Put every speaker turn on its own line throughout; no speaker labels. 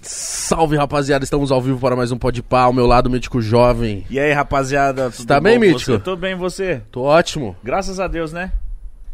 Salve, rapaziada, estamos ao vivo para mais um Pode Pá, ao meu lado, Mítico Jovem.
E aí, rapaziada? Tudo
tá bem,
bom com
Mítico?
Você? Tô bem, você?
Tô ótimo,
Graças a Deus, né?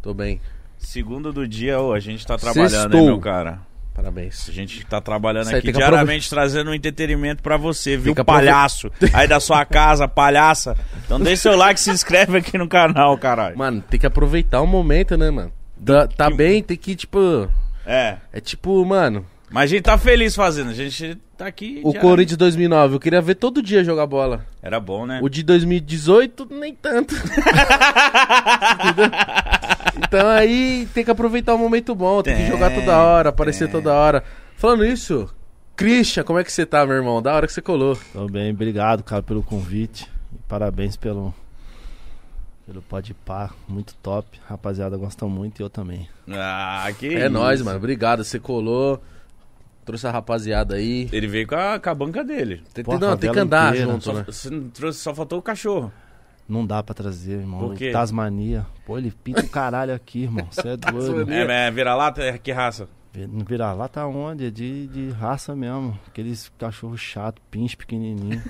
tô bem,
Segundo do dia, ô, a gente tá trabalhando,
Sextou.
hein, meu cara?
parabéns.
A gente tá trabalhando
Isso aí,
aqui
tem que aprove-
diariamente, trazendo um entretenimento pra você, viu,
Tem que aprove-
palhaço? Aí da sua casa, palhaça. Então deixa seu like e se inscreve aqui no canal, caralho.
Mano, tem que aproveitar o momento, né, mano? Tá, tá bem, tem que, tipo...
É,
É tipo, mano,
mas a gente tá feliz fazendo, a gente tá aqui...
o
diariamente.
Corinthians 2009, eu queria ver todo dia jogar bola.
Era bom, né?
O de 2018, nem tanto. Entendeu? então aí tem que aproveitar o momento bom, tem, que
Tem,
jogar toda hora, aparecer
tem.
toda hora. Falando isso, Christian, como é que você tá, meu irmão? Da hora que você colou.
Tô Então, bem, obrigado, cara, pelo convite. E parabéns pelo pelo Pode Pá, muito top. Rapaziada, gosta muito e eu também.
Ah, que
É
isso.
nóis, mano. Obrigado, você colou. Trouxe a rapaziada aí.
Ele veio com a, com a banca dele.
Tem,
Pô,
tem-
a
não, tem que
favela
andar
inteira.
junto,
Só,
né?
você não trouxe, só faltou o cachorro.
Não dá pra trazer, irmão.
Por quê?
Tasmania. Pô, ele pinta o caralho aqui, irmão. Você é doido.
Tasmania.
É, é vira-lata? é Que raça?
Não virar lá tá onde? É de, de raça mesmo. Aqueles cachorro chato, pinche pequenininho.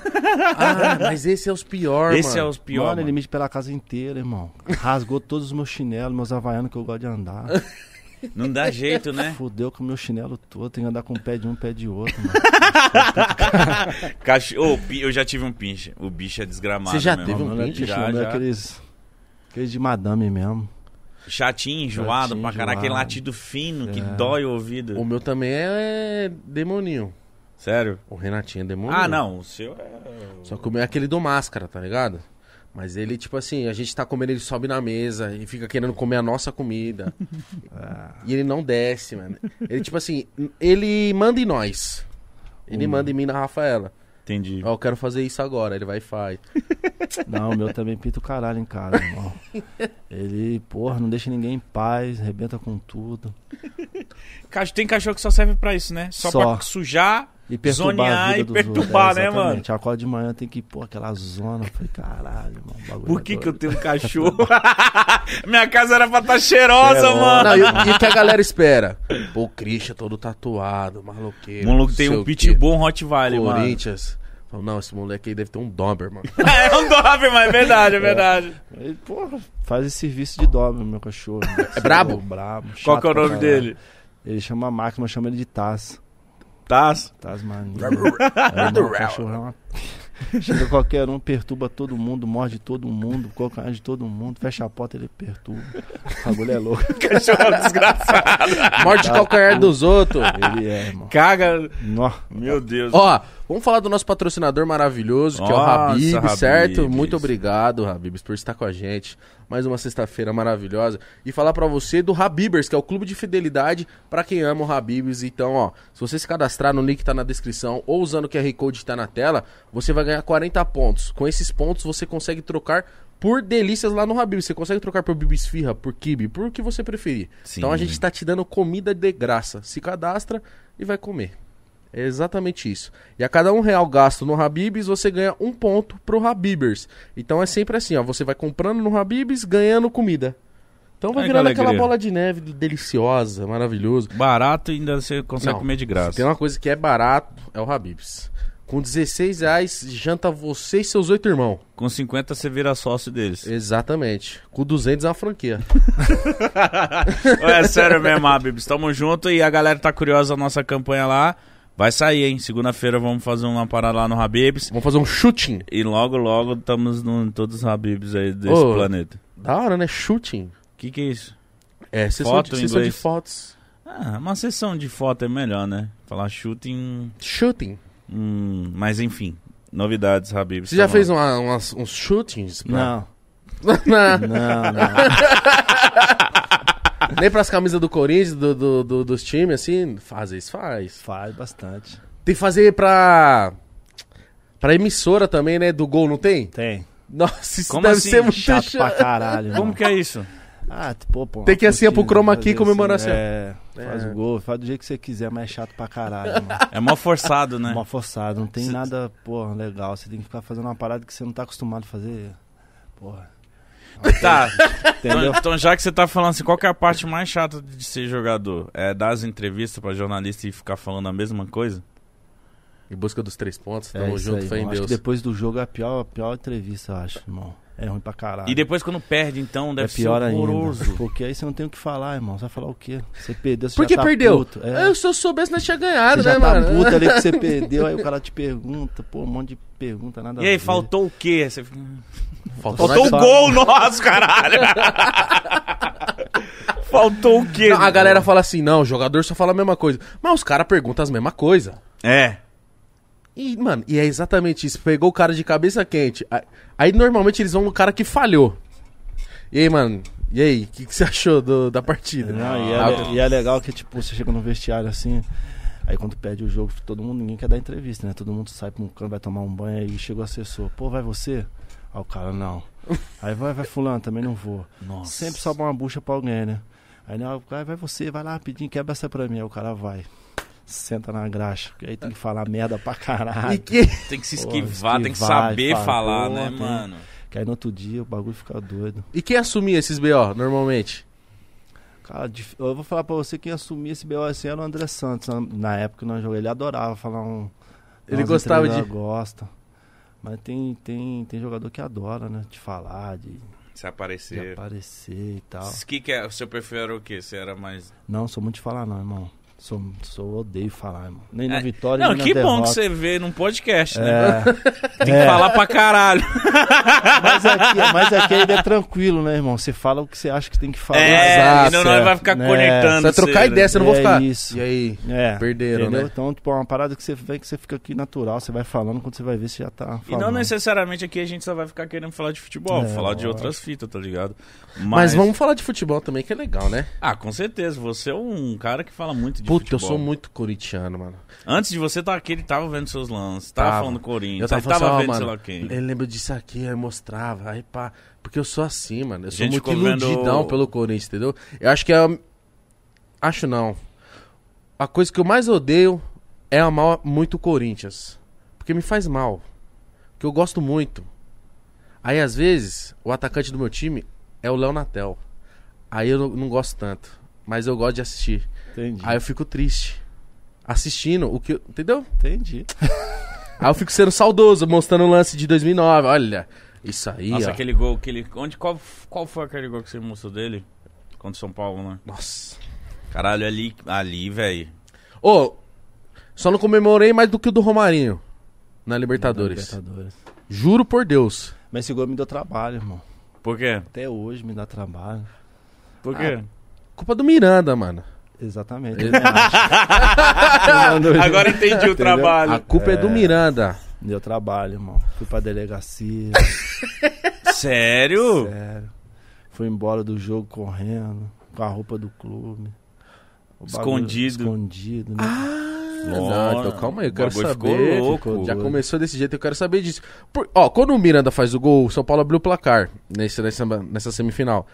Ah, mas esse é os piores,
Esse é
mano.
os piores.
mano, ele mide pela casa inteira, irmão. Rasgou todos os meus chinelos, meus havaianos que eu gosto de andar.
Não dá jeito, né?
Fudeu com o meu chinelo todo. Tem que andar com um pé de um, pé de outro, mano.
Cachorro, eu já tive um pinche. O bicho é desgramado.
Você já
meu
teve
irmão.
um
Não, não é
pinche?
pinche,
Já,
não, não é
já.
aqueles. Aqueles de madame mesmo.
Chatinho, enjoado
Chatinho,
pra caralho. Aquele
enjoado.
latido fino que
É.
dói o ouvido.
O meu também é demoninho.
Sério?
O Renatinho é demoninho.
Ah, não. O seu é.
Só que o meu é aquele do máscara, tá ligado? Mas ele, tipo assim, a gente tá comendo, ele sobe na mesa e fica querendo comer a nossa comida.
Ah.
E ele não desce, mano. Ele, tipo assim, ele manda em nós.
Hum.
Ele manda em mim na Rafaela.
Entendi.
Ó, eu quero fazer isso agora. Ele vai e faz.
Não, o meu também pinta o caralho em casa, irmão. Ele, porra, não deixa ninguém em paz, arrebenta com tudo.
Cach- Tem cachorro que só serve pra isso, né? Só,
Só.
pra sujar.
E perturbar
Zonear
a vida
e
dos
perturbar,
outros. É,
né, mano?
exatamente. Acorda de manhã, tem que pôr aquela zona. Eu Falei, caralho, mano. o bagulho
Por
é
que, que eu
doido.
tenho um cachorro? Minha casa era pra estar cheirosa,
Cheirosa.
mano.
Não, e o- e o que a galera espera? Pô, o Christian todo tatuado, maluqueiro.
O maluco tem
não sei
um
o quê.
pitbull um Rottweiler, mano.
Corinthians. Fala, Não, esse moleque aí deve ter um Doberman.
é um Doberman, é verdade, é verdade.
Ele, porra, faz esse serviço de dobra, meu cachorro. É
brabo?
brabo. chato
Qual que é o
pra
nome
caralho.
dele?
Ele chama Max, mas chama ele de Taz.
Taz.
Tasmania. Aí, mano, o cachorro é uma... Chega qualquer um, perturba todo mundo, morde todo mundo, cocanha de todo mundo, fecha a porta, ele perturba. O bagulho é louco.
Cachorro desgraçado.
Morte de calcanhar dos outros.
Ele é, irmão.
Caga.
Nó.
Meu Deus.
Ó, vamos falar do nosso patrocinador maravilhoso, que é o
Nossa,
Habib,
Habibs.
certo? Muito obrigado, Habibs, por estar com a gente. Mais uma sexta-feira maravilhosa. E falar pra você do Habibers, que é o clube de fidelidade pra quem ama o Habibs. Então, ó, se você se cadastrar no link que tá na descrição ou usando o QR Code que tá na tela, você vai ganhar 40 pontos. Com esses pontos, você consegue trocar por delícias lá no Habibs. Você consegue trocar por bibisfirra, por kibe, por o que você preferir.
Sim.
Então a gente tá te dando comida de graça. Se cadastra e vai comer. É exatamente isso. E a cada um real gasto no Habibs, você ganha um ponto pro Habibers. Então é sempre assim, ó. Você vai comprando no Habibs, ganhando comida. Então vai
Ai, que
virando aquela
alegria.
bola de neve deliciosa, maravilhoso.
Barato ainda você consegue
Não,
comer de
Se
graça.
tem uma coisa que é barato, é o Habibs. Com 16 reais, janta você e seus oito irmãos.
Com 50 você vira sócio deles.
Exatamente. Com 200 é uma franquia.
é sério mesmo, Abibs. Tamo junto e a galera tá curiosa da nossa campanha lá. Vai sair, hein? Segunda-feira vamos fazer uma parada lá no Habibs.
Vamos fazer um shooting.
E logo, logo estamos no- em todos os Habibs aí desse
Ô.
planeta.
Da hora, né? Shooting.
O que, que é isso?
É, sessão,
Foto
de,
em
sessão de
inglês.
fotos.
Ah, uma sessão de foto é melhor, né? Falar shooting.
Shooting.
Hum, mas enfim, novidades, Habibs.
Você já
Tamo-
fez um- uma- umas- uns shootings? pra-
Não,
Na-
não, não.
Nem pras camisas do Corinthians, do, do- do- dos times, assim, faz isso, faz.
Faz bastante.
Tem que fazer pra. pra emissora também, né? Do gol, não tem?
Tem.
Nossa, isso
Como
deve
assim?
ser muito
Chato
chato.
pra caralho. irmão.
Como que é isso?
Ah, pô, pô.
Tem que ir assim, é pro
curtida,
chroma
fazer
key, comemora assim, ó.
É, faz
É.
o gol, faz do jeito que você quiser, mas é chato pra caralho, mano.
É mó forçado, né?
Uma forçada, não tem
Cê-
nada, porra, legal. Você tem que ficar fazendo uma parada que você não tá acostumado a fazer. Porra.
Tá.
Entendeu?
Então, então, já que você tá falando assim, qual que é a parte mais chata de ser jogador? É dar as entrevistas pra jornalista e ficar falando a mesma coisa?
Em busca dos três pontos,
É
tamo
isso
junto,
aí,
fé em
irmão. Acho
Deus.
que depois do jogo é a pior, a pior entrevista, eu acho, irmão. É ruim pra caralho.
E depois quando perde, então, deve
é pior
ser horroroso.
ainda. Porque aí você não tem o que falar, irmão. Você vai falar o quê? Você perdeu, você
Por que
já tá
perdeu?
puto. É,
Eu, se eu soubesse, nós tinha ganhado,
você já
né,
tá
mano?
puto ali que você perdeu. Aí o cara te pergunta, pô, um monte de pergunta, nada
E
a
aí,
ver.
faltou o quê? Você fica,
Faltou
Faltou o
só-
gol nosso, caralho! faltou o quê?
Não, a galera fala assim, não, o jogador só fala a mesma coisa. Mas os caras perguntam as mesmas coisas.
É.
E, mano, e é exatamente isso. Pegou o cara de cabeça quente. Aí, aí, normalmente eles vão no cara que falhou. E aí, mano, e aí, o que, que você achou do- da partida?
Não, e, é,
Ah,
le- e é legal que, tipo, você chega no vestiário assim. Aí quando perde o jogo, todo mundo, ninguém quer dar entrevista, né? Todo mundo sai pra um canto, vai tomar um banho, aí chega o assessor, pô, vai você? Aí o cara, não. Aí vai, vai fulano, também não vou.
Nossa.
Sempre sobra uma bucha pra alguém, né? Aí não, o cara vai você, vai lá rapidinho, quebra essa pra mim. Aí o cara vai. Senta na graxa, porque aí tem que falar merda pra caralho.
E que-
Tem que se
Pô,
esquivar, tem que
esquivar,
saber
fala,
falar,
pô,
né,
tem-
mano?
Que aí no outro dia o bagulho fica doido.
e quem assumia esses BO normalmente?
Cara, dif- eu vou falar pra você quem assumia esse BO assim era o André Santos. Na- Na época que nós jogamos, ele adorava falar um.
Ele gostava de-
entrevistas, Gosta. Mas tem, tem, tem jogador que adora, né? De falar, de, de
Se aparecer.
aparecer e tal.
O que, que é? O seu perfil era o quê? Você era mais.
Não, sou muito de falar, não, irmão. Sou, sou odeio falar, irmão. Nem na
É.
vitória,
Não,
nem na
que bom
derrota.
que você vê num podcast, né?
É,
Tem que falar pra caralho.
mas aqui, mas aqui ainda é tranquilo, né, irmão? Você fala o que você acha que tem que falar.
É,
azar,
senão nós
certo.
vai ficar
Né,
conectando.
Você vai trocar
você,
ideia,
né?
você não vou
É
ficar.
isso.
E aí,
É.
perderam,
Entendeu?
né?
Então, tipo, é uma parada que você vê que você fica aqui natural, você vai falando, quando você vai ver, você já tá falando.
E não necessariamente aqui a gente só vai ficar querendo falar de futebol,
É,
falar de
lógico.
outras fitas, tá ligado?
Mas vamos falar de futebol também, que é legal, né?
Ah, com certeza. Você é um cara que fala muito de
Puta, eu
futebol.
sou muito corintiano, mano.
Antes de você estar aqui, ele tava vendo seus lances, tava,
Tava.
falando do Corinthians,
Eu tava,
ele tava
falando, assim,
vendo
ó,
sei lá
mano,
quem.
Eu lembro disso aqui, aí mostrava, aí pá. Porque eu sou assim, mano. Eu sou
Gente,
muito
ficou vendo-
iludidão pelo Corinthians, entendeu? Eu acho que é. Acho não. A coisa que eu mais odeio é amar muito o Corinthians. Porque me faz mal. Porque eu gosto muito. Aí, às vezes, o atacante do meu time é o Léo Natel. Aí eu não- não gosto tanto. Mas eu gosto de assistir.
Entendi.
Aí eu fico triste. Assistindo o que. eu- Entendeu?
Entendi.
Aí eu fico sendo saudoso, mostrando o lance de 2009. Olha, isso aí,
Nossa,
ó.
aquele gol, aquele. Onde, qual, qual foi aquele gol que você mostrou dele? Contra o São Paulo, né?
Nossa.
Caralho, ali, ali, velho.
Ô, só não comemorei mais do que o do Romarinho na Libertadores.
Libertadores.
Juro por Deus.
Mas esse gol me deu trabalho, irmão.
Por quê?
Até hoje me dá trabalho.
Por quê?
Culpa do Miranda, mano.
Exatamente.
Ele-
Eu acho.
Ah.
Agora entendi o
A
trabalho.
culpa é, do Miranda.
Me deu trabalho, irmão. Fui pra delegacia,
Ah,
Sério?
sério. Fui embora do jogo correndo, com a roupa do clube. O bagulho
Escondido.
Escondido, né?
Não, então calma aí, eu
o
quero
bagulho
saber.
Ficou louco.
ficou
Já
doido.
começou desse jeito, eu quero saber disso. Por- ó, quando o Miranda faz o gol, o São Paulo abriu o placar nesse, nessa, nessa semifinal.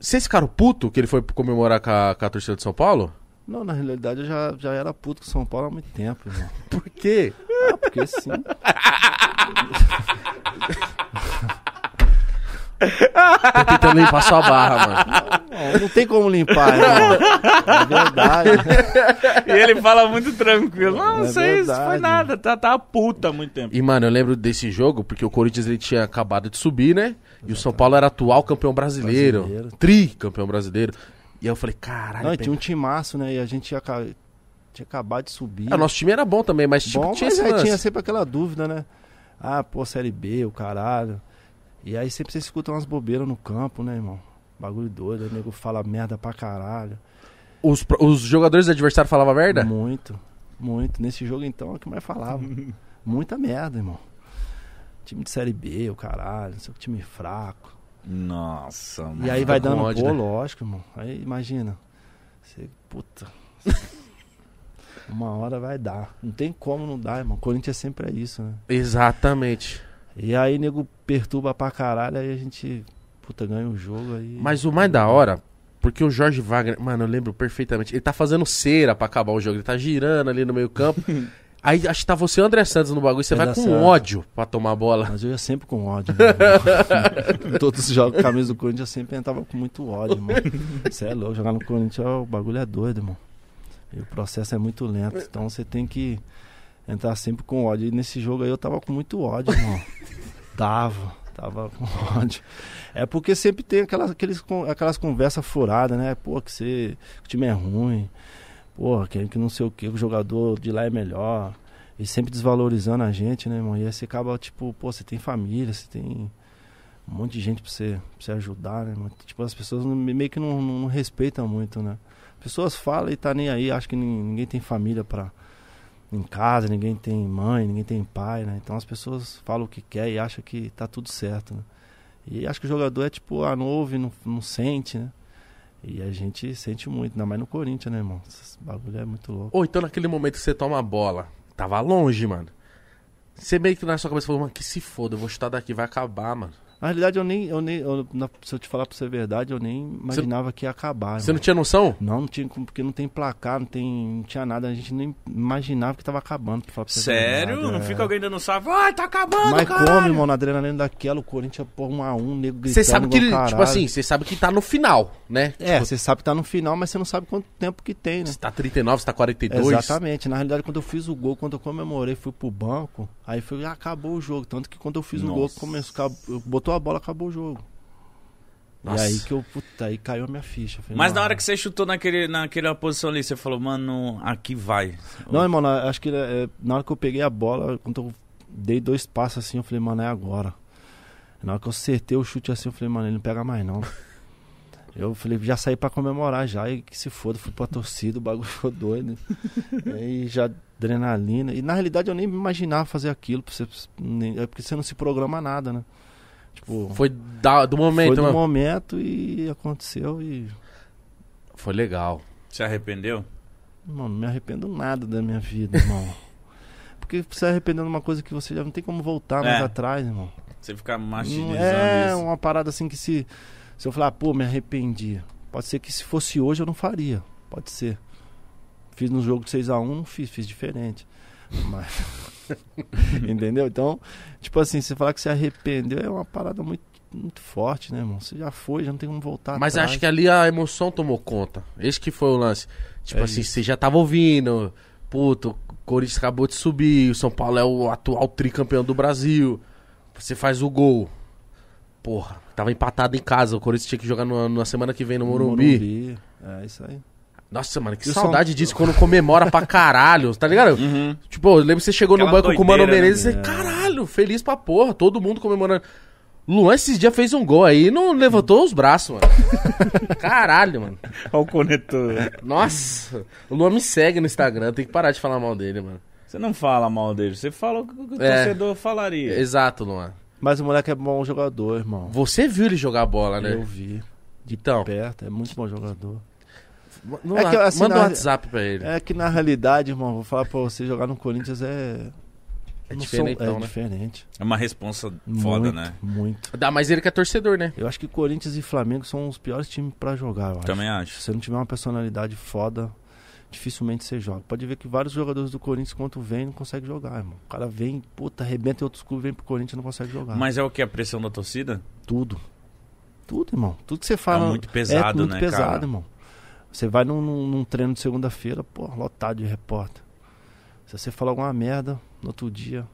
Vocês ficaram puto que ele foi comemorar com a, com a torcida de São Paulo?
Não, na realidade eu já, já era puto com São Paulo há muito tempo, irmão.
Por quê?
Ah, porque sim.
Tô tentando limpar sua barra, mano.
Não, não tem como limpar, irmão. É verdade.
E ele fala muito tranquilo. Não,
É
isso aí isso foi
verdade.
nada. Tá, tá puta há muito tempo.
E, mano, eu lembro desse jogo porque o Corinthians ele tinha acabado de subir, né? E o São Paulo era atual campeão brasileiro.
Brasileiro.
Tri campeão brasileiro. E aí eu falei, caralho.
Não, e
pe-
tinha um timaço, né? E a gente ia ca- tinha acabado de subir.
Ah, nosso time era bom também, mas tipo,
um bom,
tinha
mas
esse
aí
lance.
tinha sempre aquela dúvida, né? Ah, pô, Série B, o caralho. E aí sempre você escuta umas bobeiras no campo, né, irmão? Bagulho doido, o nego fala merda pra caralho.
Os, pro- os jogadores adversários falavam merda?
Muito, muito. Nesse jogo, então, é o que mais falava. Muita merda, irmão. Time de Série B, o caralho, não sei o que, time fraco.
Nossa, mano.
E aí
fica
vai
com
dando
ódio,
pô,
né?
lógico, irmão. Aí imagina. Você, puta. Uma hora vai dar. Não tem como não dar, irmão. Corinthians sempre é isso, né?
Exatamente.
E aí, nego perturba pra caralho, aí a gente, puta, ganha o jogo aí.
Mas o mais da hora, porque o Jorge Wagner, mano, eu lembro perfeitamente. Ele tá fazendo cera pra acabar o jogo, ele tá girando ali no meio-campo. Aí acho que tá você e o André Santos no bagulho, você
André
vai com
Santos.
ódio pra tomar a bola.
Mas eu ia sempre com ódio. né, irmão? Em Todos os jogos, camisa do Corinthians, eu sempre entrava com muito ódio, irmão. Você é louco, jogar no Corinthians, ó, o bagulho é doido, irmão. E o processo é muito lento, então você tem que Entrar sempre com ódio. E nesse jogo aí eu tava com muito ódio, irmão. tava, tava com ódio. É porque sempre tem aquelas, aqueles, con- aquelas conversas furadas, né? Pô, que você. que o time é ruim. Porra, que, que não sei o que, que o jogador de lá é melhor. E sempre desvalorizando a gente, né, irmão? E aí você acaba, tipo, pô, você tem família, você tem um monte de gente pra você, pra você ajudar, né, irmão? Tipo, as pessoas não- meio que não, não, não respeitam muito, né? Pessoas falam e tá nem aí, acho que nin- ninguém tem família pra. Em casa, ninguém tem mãe, ninguém tem pai, né? Então as pessoas falam o que quer e acham que tá tudo certo, né? E acho que o jogador é tipo, ah, não ouve, não, não sente, né? E a gente sente muito, ainda mais no Corinthians, né, irmão? Esse bagulho é muito louco.
Ou então naquele momento que você toma a bola, tava longe, mano. Você meio que na sua cabeça falou, mano, que se foda, eu vou chutar daqui, vai acabar, mano.
Na realidade, eu nem. Eu nem eu- na- se eu te falar pra você a verdade, eu nem imaginava que ia acabar.
Você não
irmão.
tinha noção?
Não, não tinha como, porque não tem placar, não, tem, não tinha nada, a gente nem imaginava que tava acabando. Pra falar pra você a
Sério?
verdade,
Não
é.
fica alguém dando salve. Ai, tá acabando,
Mas
caralho.
como, irmão, na adrenalina daquela, o Corinthians por um a um, nego gritando.
Você sabe que,
igual
ele- tipo
caralho.
assim, você sabe que tá no final, né?
É,
Tipo,
você sabe que tá no final, mas você não sabe quanto tempo que tem, né?
você tá 39, você tá 42.
Exatamente. Na realidade, quando eu fiz o gol, quando eu comemorei, fui pro banco, aí foi, ah, acabou o jogo. Tanto que quando eu fiz o gol,
Nossa.
começou, acabou- botou a bola, acabou o jogo.
Nossa.
E aí que eu, puta, aí caiu a minha ficha. Eu falei,
Mas
não,
na hora que você chutou naquele, naquela posição ali, você falou, mano, aqui vai.
Não, irmão, na- acho que é, na hora que eu peguei a bola, quando eu dei dois passos assim, eu falei, mano, é agora. Na hora que eu acertei o chute assim, eu falei, mano, ele não pega mais não. Eu falei, já saí pra comemorar já, e que se foda, fui pra torcida, o bagulho ficou doido. e já adrenalina. E na realidade eu nem me imaginava fazer aquilo, pra você- nem- é porque você não se programa nada, né? Tipo,
Foi
foi,
da- do momento,
do
mano.
momento e aconteceu e.
Foi legal.
Se arrependeu?
Mano, não me arrependo nada da minha vida, irmão. Porque você se arrependendo de uma coisa que você já não tem como voltar mais
É.
atrás, irmão.
Você fica
Não
machinizando
é
isso.
uma parada assim que se. Se eu falar, "Ah, pô, me arrependi. Pode ser que se fosse hoje eu não faria. Pode ser. Fiz no jogo de 6x1, não fiz, fiz diferente. Mas. Entendeu? Então, tipo assim, você falar que se arrependeu é uma parada muito, muito forte, né, irmão? Você já foi, já não tem como voltar
Mas
atrás.
acho que ali a emoção tomou conta. Esse que foi o lance. Tipo
É
assim,
isso.
você já tava ouvindo. Puto, o Corinthians acabou de subir. O São Paulo é o atual tricampeão do Brasil. Você faz o gol. Porra, tava empatado em casa. O Corinthians tinha que jogar no- na semana que vem no Morumbi.
Morumbi. É isso aí.
Nossa, mano, que
E o São-
saudade disso quando comemora pra caralho, tá ligado?
Uhum.
Tipo, eu lembro que você chegou no
Aquela
banco com o Mano
doideira, né?
Menezes e você,
É.
caralho, feliz pra porra, todo mundo comemorando. Luan esses dias fez um gol aí e não levantou os braços, mano. caralho, mano.
Olha o conector.
Nossa, o Luan me segue no Instagram, tem que parar de falar mal dele, mano.
Você não fala mal dele, você fala o que o
É.
torcedor falaria.
É.
Exato, Luan.
Mas o moleque é bom jogador, irmão.
Você viu ele jogar bola,
Eu
né?
vi. De
Então.
perto, é muito bom jogador.
No-
É que, assim,
manda um
na-
WhatsApp pra ele.
É que na realidade, irmão, vou falar pra você, jogar no Corinthians é.
É
não
diferentão,
sou- é
né?
diferente.
É uma responsa foda,
muito,
né?
Muito.
Dá mais ele que é torcedor, né?
Eu acho que Corinthians e Flamengo são os piores times pra jogar, eu acho.
Também acho.
Se você não tiver uma personalidade foda, dificilmente você joga. Pode ver que vários jogadores do Corinthians, quando vem, não consegue jogar, irmão. O cara vem, puta, arrebenta em outros clubes, vem pro Corinthians e não consegue jogar.
Mas é o que? A pressão da torcida?
Tudo. Tudo, irmão. Tudo que você fala.
É muito pesado,
muito
né,
pesado,
cara?
irmão. Você vai num, num- num treino de segunda-feira, pô, lotado de repórter. Se você falar alguma merda, no outro dia,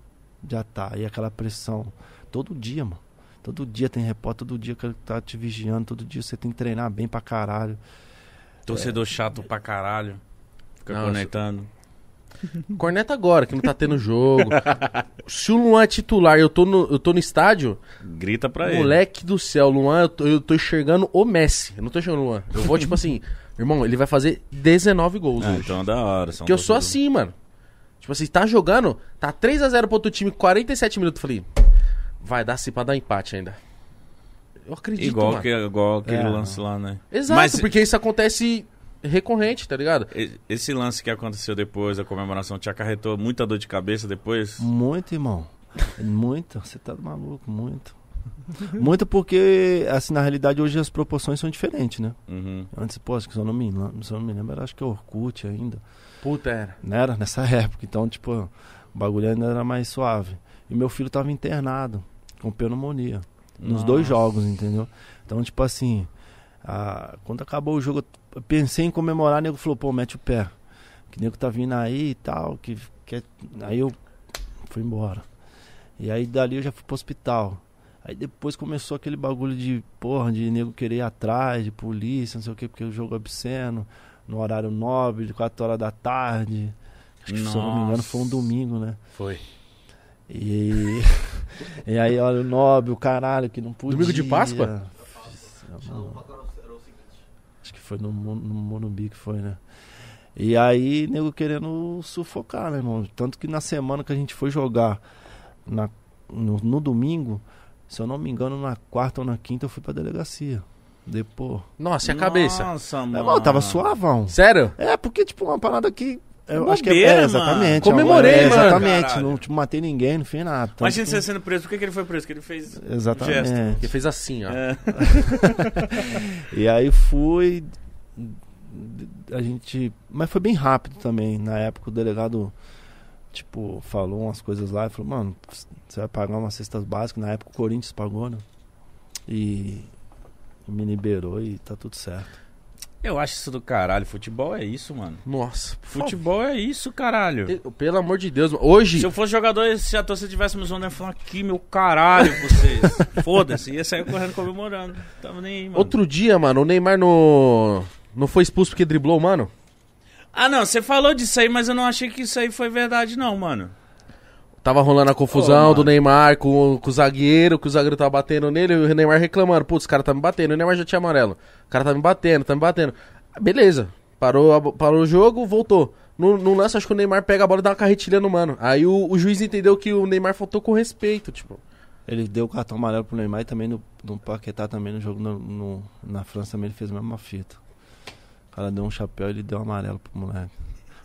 já tá. E aquela pressão. Todo dia, mano. Todo dia tem repórter, todo dia que ele tá te vigiando, todo dia você tem que treinar bem pra caralho.
Torcedor chato pra caralho. Fica
Não, né?
conectando.
Corneta agora, que não tá tendo jogo. Se o Luan é titular e eu tô no, eu tô no estádio,
Grita pra ele.
moleque do céu, Luan, eu tô, eu tô enxergando o Messi. Eu não tô enxergando o Luan. Eu vou, tipo assim, irmão, ele vai fazer 19 gols
É,
né?
Ah,
hoje.
então da hora. são
Porque eu sou
torcedores.
assim, mano. Tipo assim, tá jogando, tá 3x0 pro outro time, 47 minutos. Eu Falei, vai dar sim pra dar empate ainda. Eu assim, acredito,
Igual,
mano.
que, igual aquele
É.
lance lá, né?
Exato,
Mas-
porque isso acontece recorrente, tá ligado?
E- Esse lance que aconteceu depois da comemoração te acarretou muita dor de cabeça depois?
Muito, irmão. Muito. Você tá maluco, muito. Muito porque, assim, na realidade hoje as proporções são diferentes, né?
Uhum.
Antes, pô, acho que se eu não me, lem- se eu não me lembro, era, acho que Orkut ainda.
Puta era.
Não era nessa época. Então, tipo, o bagulho ainda era mais suave. E meu filho tava internado, com pneumonia. Nos
Nossa.
dois jogos, entendeu? Então, tipo assim, a- quando acabou o jogo, eu pensei em comemorar, o nego falou, pô, mete o pé. Que nego tá vindo aí e tal, que Que é- aí eu fui embora. E aí dali eu já fui pro hospital. Aí depois começou aquele bagulho de, porra, de nego querer ir atrás, de polícia, não sei o quê, porque o jogo é obsceno, no horário nobre, de 4 horas da tarde. Acho que, se eu não me engano,
Nossa.
foi um domingo, né?
Foi.
E, e aí, olha, o nobre, o caralho, que não podia.
Domingo de Páscoa?
Acho que foi no, Mo- no Morumbi que foi, né? E aí, nego querendo sufocar, né, irmão? Tanto que na semana que a gente foi jogar na, no, no domingo, se eu não me engano, na quarta ou na quinta eu fui pra delegacia. Depois.
Nossa, e Assim, a cabeça?
Nossa,
Mas,
mano.
mano, tava suavão.
Sério?
É, porque, tipo, uma parada que. Eu
Bobeira,
acho que é, é
mano.
exatamente.
Comemorei,
é,
mano.
Exatamente.
Caralho.
Não tipo, matei ninguém, não fiz nada. Tanto
Imagina
que-
você sendo preso. Por que, que ele foi preso? Que ele fez.
Exatamente.
Ele fez assim, ó.
É.
É. E aí fui. A gente. Mas foi bem rápido também. Na época o delegado, tipo, falou umas coisas lá e falou, mano, você vai pagar umas cestas básicas. Na época o Corinthians pagou, né? E me liberou e tá tudo certo.
Eu acho isso do caralho. Futebol é isso, mano.
Nossa.
Futebol é isso, caralho.
Pô, Pelo amor de Deus, mano. hoje.
Se eu fosse jogador, se a torcida tivesse me zoando, eu ia falar que meu caralho vocês. Foda-se. Ia sair correndo comemorando. Tava nem aí, mano.
Outro dia, mano, o Neymar no. Não foi expulso porque driblou, mano?
Ah, não. Você falou disso aí, mas eu não achei que isso aí foi verdade, não, mano.
Tava rolando a confusão
Ô,
do
mano.
Neymar com, o- com o zagueiro, que o zagueiro tava batendo nele, e o Neymar reclamando. Putz, o cara tá me batendo, o Neymar já tinha amarelo. O cara tá me batendo, tá me batendo. Ah, Beleza. Parou, a bo- parou o jogo, voltou. No, no lance, acho que o Neymar pega a bola e dá uma carretilha no mano. Aí o, o juiz entendeu que o Neymar faltou com respeito, tipo.
Ele deu o cartão amarelo pro Neymar e também no, no Paquetá também, no jogo no- no- na França também ele fez a mesma fita. O cara deu um chapéu e ele deu um amarelo pro moleque.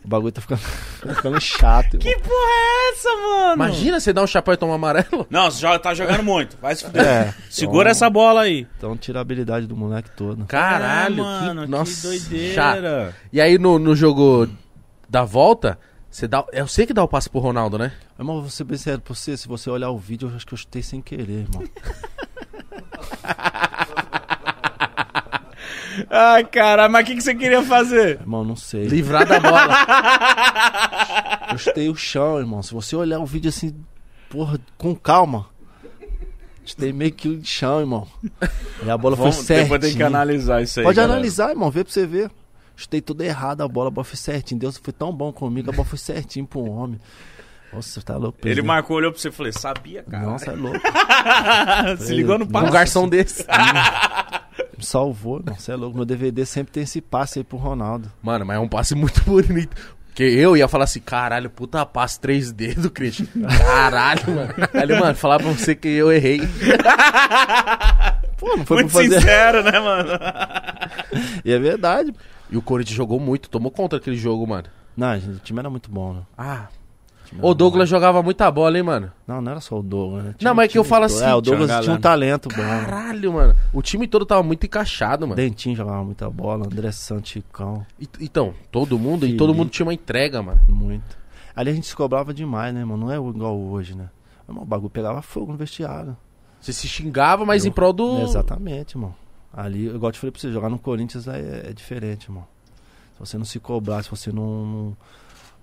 O bagulho tá ficando, tá ficando chato. irmão.
Que porra é essa, mano?
Imagina você dar um chapéu e tomar amarelo.
Não, você joga- tá jogando muito. Vai se fuder.
É.
Segura essa bola aí.
Então tira a habilidade do moleque todo.
Caralho,
É, mano, que,
nossa,
doideira.
chato. E aí no, no jogo da volta, você dá. Eu sei que dá o passe pro Ronaldo, né?
Mas, Irmão, vou ser bem sério pra você, se você olhar o vídeo, eu acho que eu chutei sem querer, irmão.
Ai, caralho, mas o que, que você queria fazer?
irmão, não sei.
Livrar da bola.
Eu chutei o chão, irmão. Se você olhar o vídeo assim, porra, com calma. Chutei meio quilo de chão, irmão. E a bola foi certinha.
depois tem que analisar isso aí.
Pode
galera.
analisar, irmão, vê pra você ver. Chutei tudo errado, a bola, a bola foi certinho. Deus foi tão bom comigo, a bola foi certinho pro homem. Nossa, tá louco.
Ele
perdi.
marcou, olhou pra você e falou: sabia, cara.
Nossa, é louco.
se ligou no
um
passo.
garçom desse.
Me salvou, irmão. Você é louco. Meu DVD sempre tem esse passe aí pro Ronaldo.
Mano, mas é um passe muito bonito. Porque eu ia falar assim, caralho, puta passe 3D do Christian. Caralho, mano. Aí ele, mano, falar pra você que eu errei.
Pô, não foi
Muito
pra fazer.
sincero, né, mano?
E é verdade.
E o Corinthians jogou muito, tomou conta daquele jogo, mano.
Não, gente, o time era muito bom, né?
Ah.
time era
O Douglas jogava muita bola, hein, mano.
Não, não era só o Douglas, né?
Não, mas é que eu falo assim,
É, o
tinha
Douglas
uma
tinha, um
galera.
talento bom.
Caralho, mano. O time todo tava muito encaixado, mano.
Dentinho jogava muita bola, André Santos, Chicão,
E- então, todo mundo, e todo
Felipe.
mundo tinha uma entrega, mano.
muito. Ali a gente se cobrava demais, né, mano? Não é igual hoje, né? Irmão, o bagulho pegava fogo no vestiário.
Você se xingava, mas
Eu-
em prol do.
Exatamente, irmão. Ali, igual eu te falei pra você, jogar no Corinthians é, é diferente, irmão. Se você não se cobrar, se você não, não,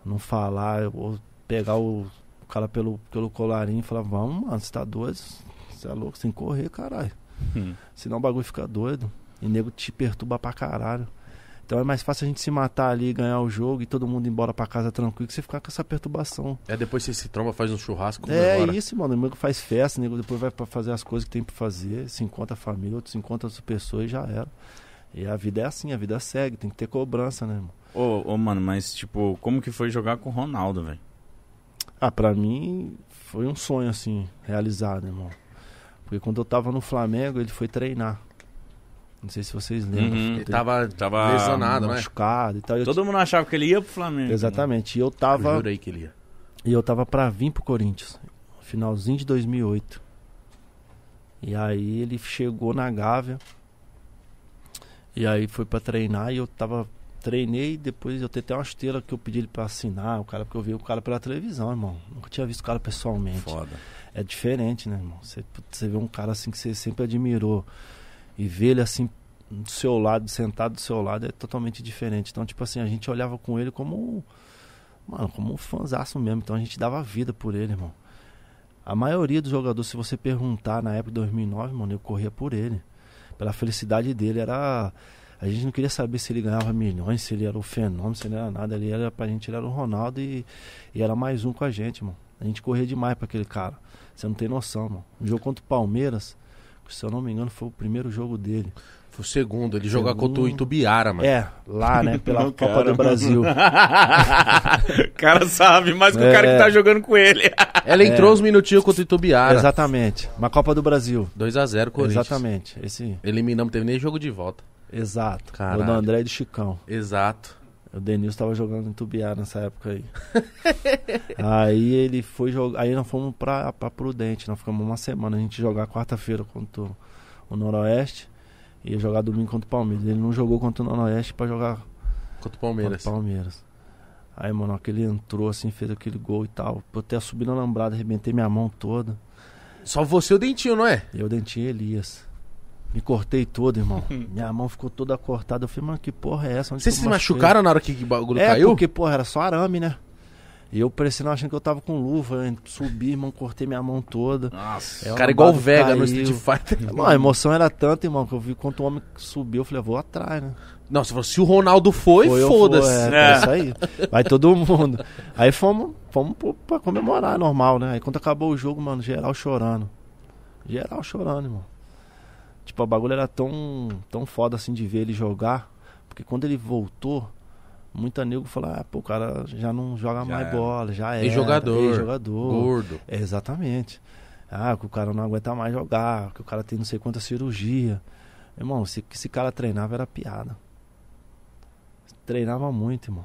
não falar, ou pegar o, o cara pelo, pelo colarinho e falar, vamos, mano, você tá doido? Você é louco, sem correr, caralho.
Hum.
Senão o bagulho fica doido. E nego te perturba pra caralho. Então é mais fácil a gente se matar ali, ganhar o jogo e todo mundo ir embora pra casa tranquilo que você ficar com essa perturbação.
É depois você se tromba, faz um churrasco.
É
comemora.
isso, mano. O nego faz festa, o nego depois vai pra fazer as coisas que tem pra fazer, se encontra a família, outros encontra outras pessoas e já era. E a vida é assim, a vida segue, tem que ter cobrança, né, irmão?
Ô, ô, mano, mas tipo, como que foi jogar com o Ronaldo, velho?
Ah, pra mim foi um sonho, assim, realizado, irmão. Porque quando eu tava no Flamengo, ele foi treinar. Não sei se vocês lembram.
Uhum,
Ele tava,
Tava
lesionado, né?
machucado e tal. e eu
Todo mundo achava que ele ia pro Flamengo.
Exatamente. E eu
né? Eu
tava,
jurei que ele ia.
e eu tava pra vir pro Corinthians. Finalzinho de 2008. E aí ele chegou na Gávea. E aí foi pra treinar e eu tava. Treinei, depois eu tenho até uma esteira que eu pedi ele pra assinar, o cara, porque eu vi o cara pela televisão, irmão. Nunca tinha visto o cara pessoalmente.
Foda.
É diferente, né, irmão? Você, você vê um cara assim que você sempre admirou e vê ele assim do seu lado, sentado do seu lado, é totalmente diferente. Então, tipo assim, a gente olhava com ele como um, Mano, como um fãzaço mesmo. Então a gente dava vida por ele, irmão. A maioria dos jogadores, se você perguntar na época de 2009, mano, eu corria por ele. Pela felicidade dele. Era. A gente não queria saber se ele ganhava milhões, se ele era o fenômeno, se ele era nada. Ele era pra gente, ele era o Ronaldo e, e era mais um com a gente, mano. A gente corria demais pra aquele cara. Você não tem noção, mano. O jogo contra o Palmeiras, se eu não me engano, foi o primeiro jogo dele.
Foi o segundo, ele jogou
Segundo.
contra o Itubiara, mano.
É, lá, né? Pela
Não,
Copa
cara,
do Brasil.
o cara sabe mais que o cara que
É.
tá jogando com ele.
Ela entrou uns minutinhos contra o Itubiara.
Exatamente. Uma Copa do Brasil.
2x0 Corinthians.
Exatamente. Esse.
Eliminamos, teve nem jogo de volta.
Exato.
Caralho.
O do André e do Chicão.
Exato.
O Denilson tava jogando em Tubiá nessa época aí. aí ele foi jogar. Aí nós fomos pra, pra Prudente. Nós ficamos uma semana. A gente jogar quarta-feira contra o Noroeste. E ia jogar domingo contra o Palmeiras. Ele não jogou contra o Noroeste pra jogar
Contra o Palmeiras.
Contra o Palmeiras. Aí, mano, aquele entrou assim, fez aquele gol e tal. Eu até subi na lambrada, arrebentei minha mão toda.
Só você e o Dentinho, não é?
E eu dentinho Elias. Me cortei todo, irmão. minha mão ficou toda cortada. Eu falei, mano, que porra é essa? Onde
Vocês
que eu
se
me machuquei?
machucaram na hora que o bagulho
é,
caiu?
porque, porra, era só arame, né? E eu parecendo achando que eu tava com luva. eu Subi, irmão, cortei minha mão toda.
Nossa.
É, o
Cara, igual o
lambado
Vega no
caiu.
Street Fighter.
Mano, a emoção era tanta, irmão, que eu vi quanto o homem subiu. Eu falei, eu vou atrás, né?
Não, você falou, se o Ronaldo foi,
Foi eu,
foda-se.
foi, É, foi isso aí. Vai todo mundo. Aí fomos, fomos pro- pra comemorar, normal, né? Aí quando acabou o jogo, mano, geral chorando. Geral chorando, irmão. Tipo, o bagulho era tão, tão foda assim de ver ele jogar. Porque quando ele voltou, muita nego falou: ah, pô, o cara já não joga
Já
mais
era.
bola, já é.
E jogador.
jogador.
Gordo.
É, exatamente. Ah, que o cara não aguenta mais jogar, que o cara tem não sei quanta cirurgia. Irmão, se que esse cara treinava era piada. Treinava muito, irmão.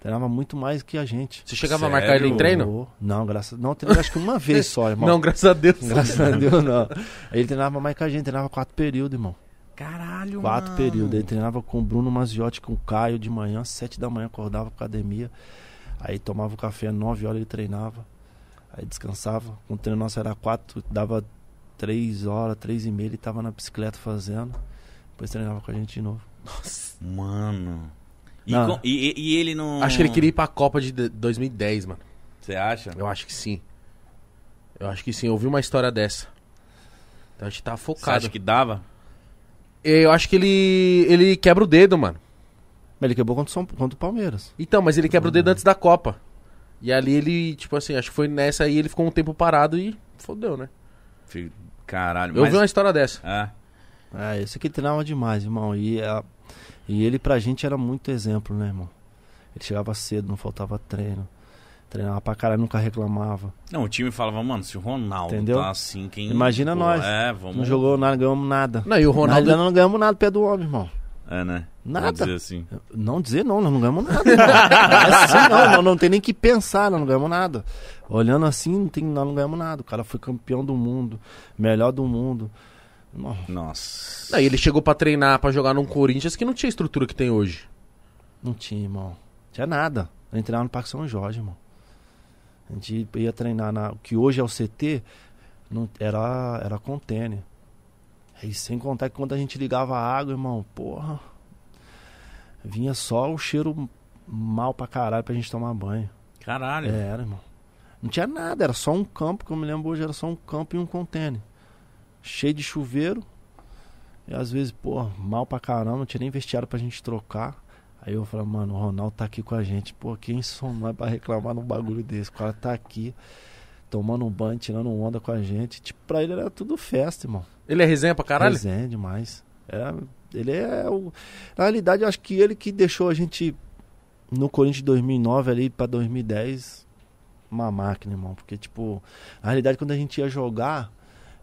Treinava muito mais que a gente.
Você chegava
Sério?
a marcar ele em treino?
Ô, Não, graças Não, treinei acho que uma vez só, irmão.
Não, graças a Deus.
Graças a Deus, não. Ele treinava mais que a gente, treinava quatro períodos, irmão.
É. Caralho,
Quatro
mano.
períodos. Ele treinava com o Bruno Maziotti, com o Caio de manhã, sete da manhã, acordava pra academia. Aí tomava o café, nove horas ele treinava. Aí descansava. Com o treino nosso era quatro, dava três horas, três e meia, ele tava na bicicleta fazendo. Depois treinava com a gente de novo.
Mano. E,
Não.
com- e- e- e ele não.
Acho que ele queria ir pra Copa de de 2010, mano.
Você acha?
Eu acho que sim. Eu acho que sim. Eu vi uma história dessa. Então a gente tá
Você
focado.
acha que dava?
Eu acho que ele, ele quebra o dedo, mano.
Mas ele quebrou contra o, São- contra o Palmeiras.
Então, mas ele quebra o dedo antes da Copa. E ali ele, tipo assim, acho que foi nessa aí, ele ficou um tempo parado e fodeu, né?
Fi- Caralho,
Eu
mas...
vi uma história dessa.
É.
É, esse aqui treinava demais, irmão. E, a- e ele pra gente era muito exemplo, né, irmão? Ele chegava cedo, não faltava treino. Treinava pra caralho, nunca reclamava.
Não, o time falava, mano, se o Ronaldo
Entendeu?
tá assim, quem.
Imagina nós.
É, vamos.
Não jogou nada, ganhamos nada.
Não, e o Ronaldo.
Nós não ganhamos nada pé do homem, irmão.
É, né?
Nada.
Vamos dizer assim.
Não dizer não, nós não ganhamos nada. irmão. É assim, não, nós não tem nem que pensar, nós não ganhamos nada. Olhando assim, não tem, nós não ganhamos nada. O cara foi campeão do mundo, melhor do mundo. Irmão,
Nossa.
Não, e ele chegou pra treinar, pra jogar num Corinthians que não tinha a estrutura que tem hoje.
não tinha, irmão. Tinha nada. Eu entrava no Parque São Jorge, irmão. A gente ia treinar na. O que hoje é o CT, não, era, era container. Aí sem contar que quando a gente ligava a água, irmão, porra. Vinha só o cheiro mal pra caralho pra gente tomar banho.
Caralho.
É, era, irmão. Não tinha nada, era só um campo, que eu me lembro hoje, era só um campo e um contêiner. Cheio de chuveiro. E às vezes, pô, mal pra caramba, não tinha nem vestiário pra gente trocar. Aí eu falei, mano, o Ronaldo tá aqui com a gente. Pô, quem somos nós pra reclamar num bagulho desse? O cara tá aqui, tomando um banho, tirando onda com a gente. Tipo, pra ele era tudo festa, irmão.
Ele é resenha pra caralho?
Resenha demais. É, ele é o... Na realidade, eu acho que ele que deixou a gente no Corinthians de 2009 ali pra 2010 uma máquina, irmão. Porque, tipo, na realidade, quando a gente ia jogar,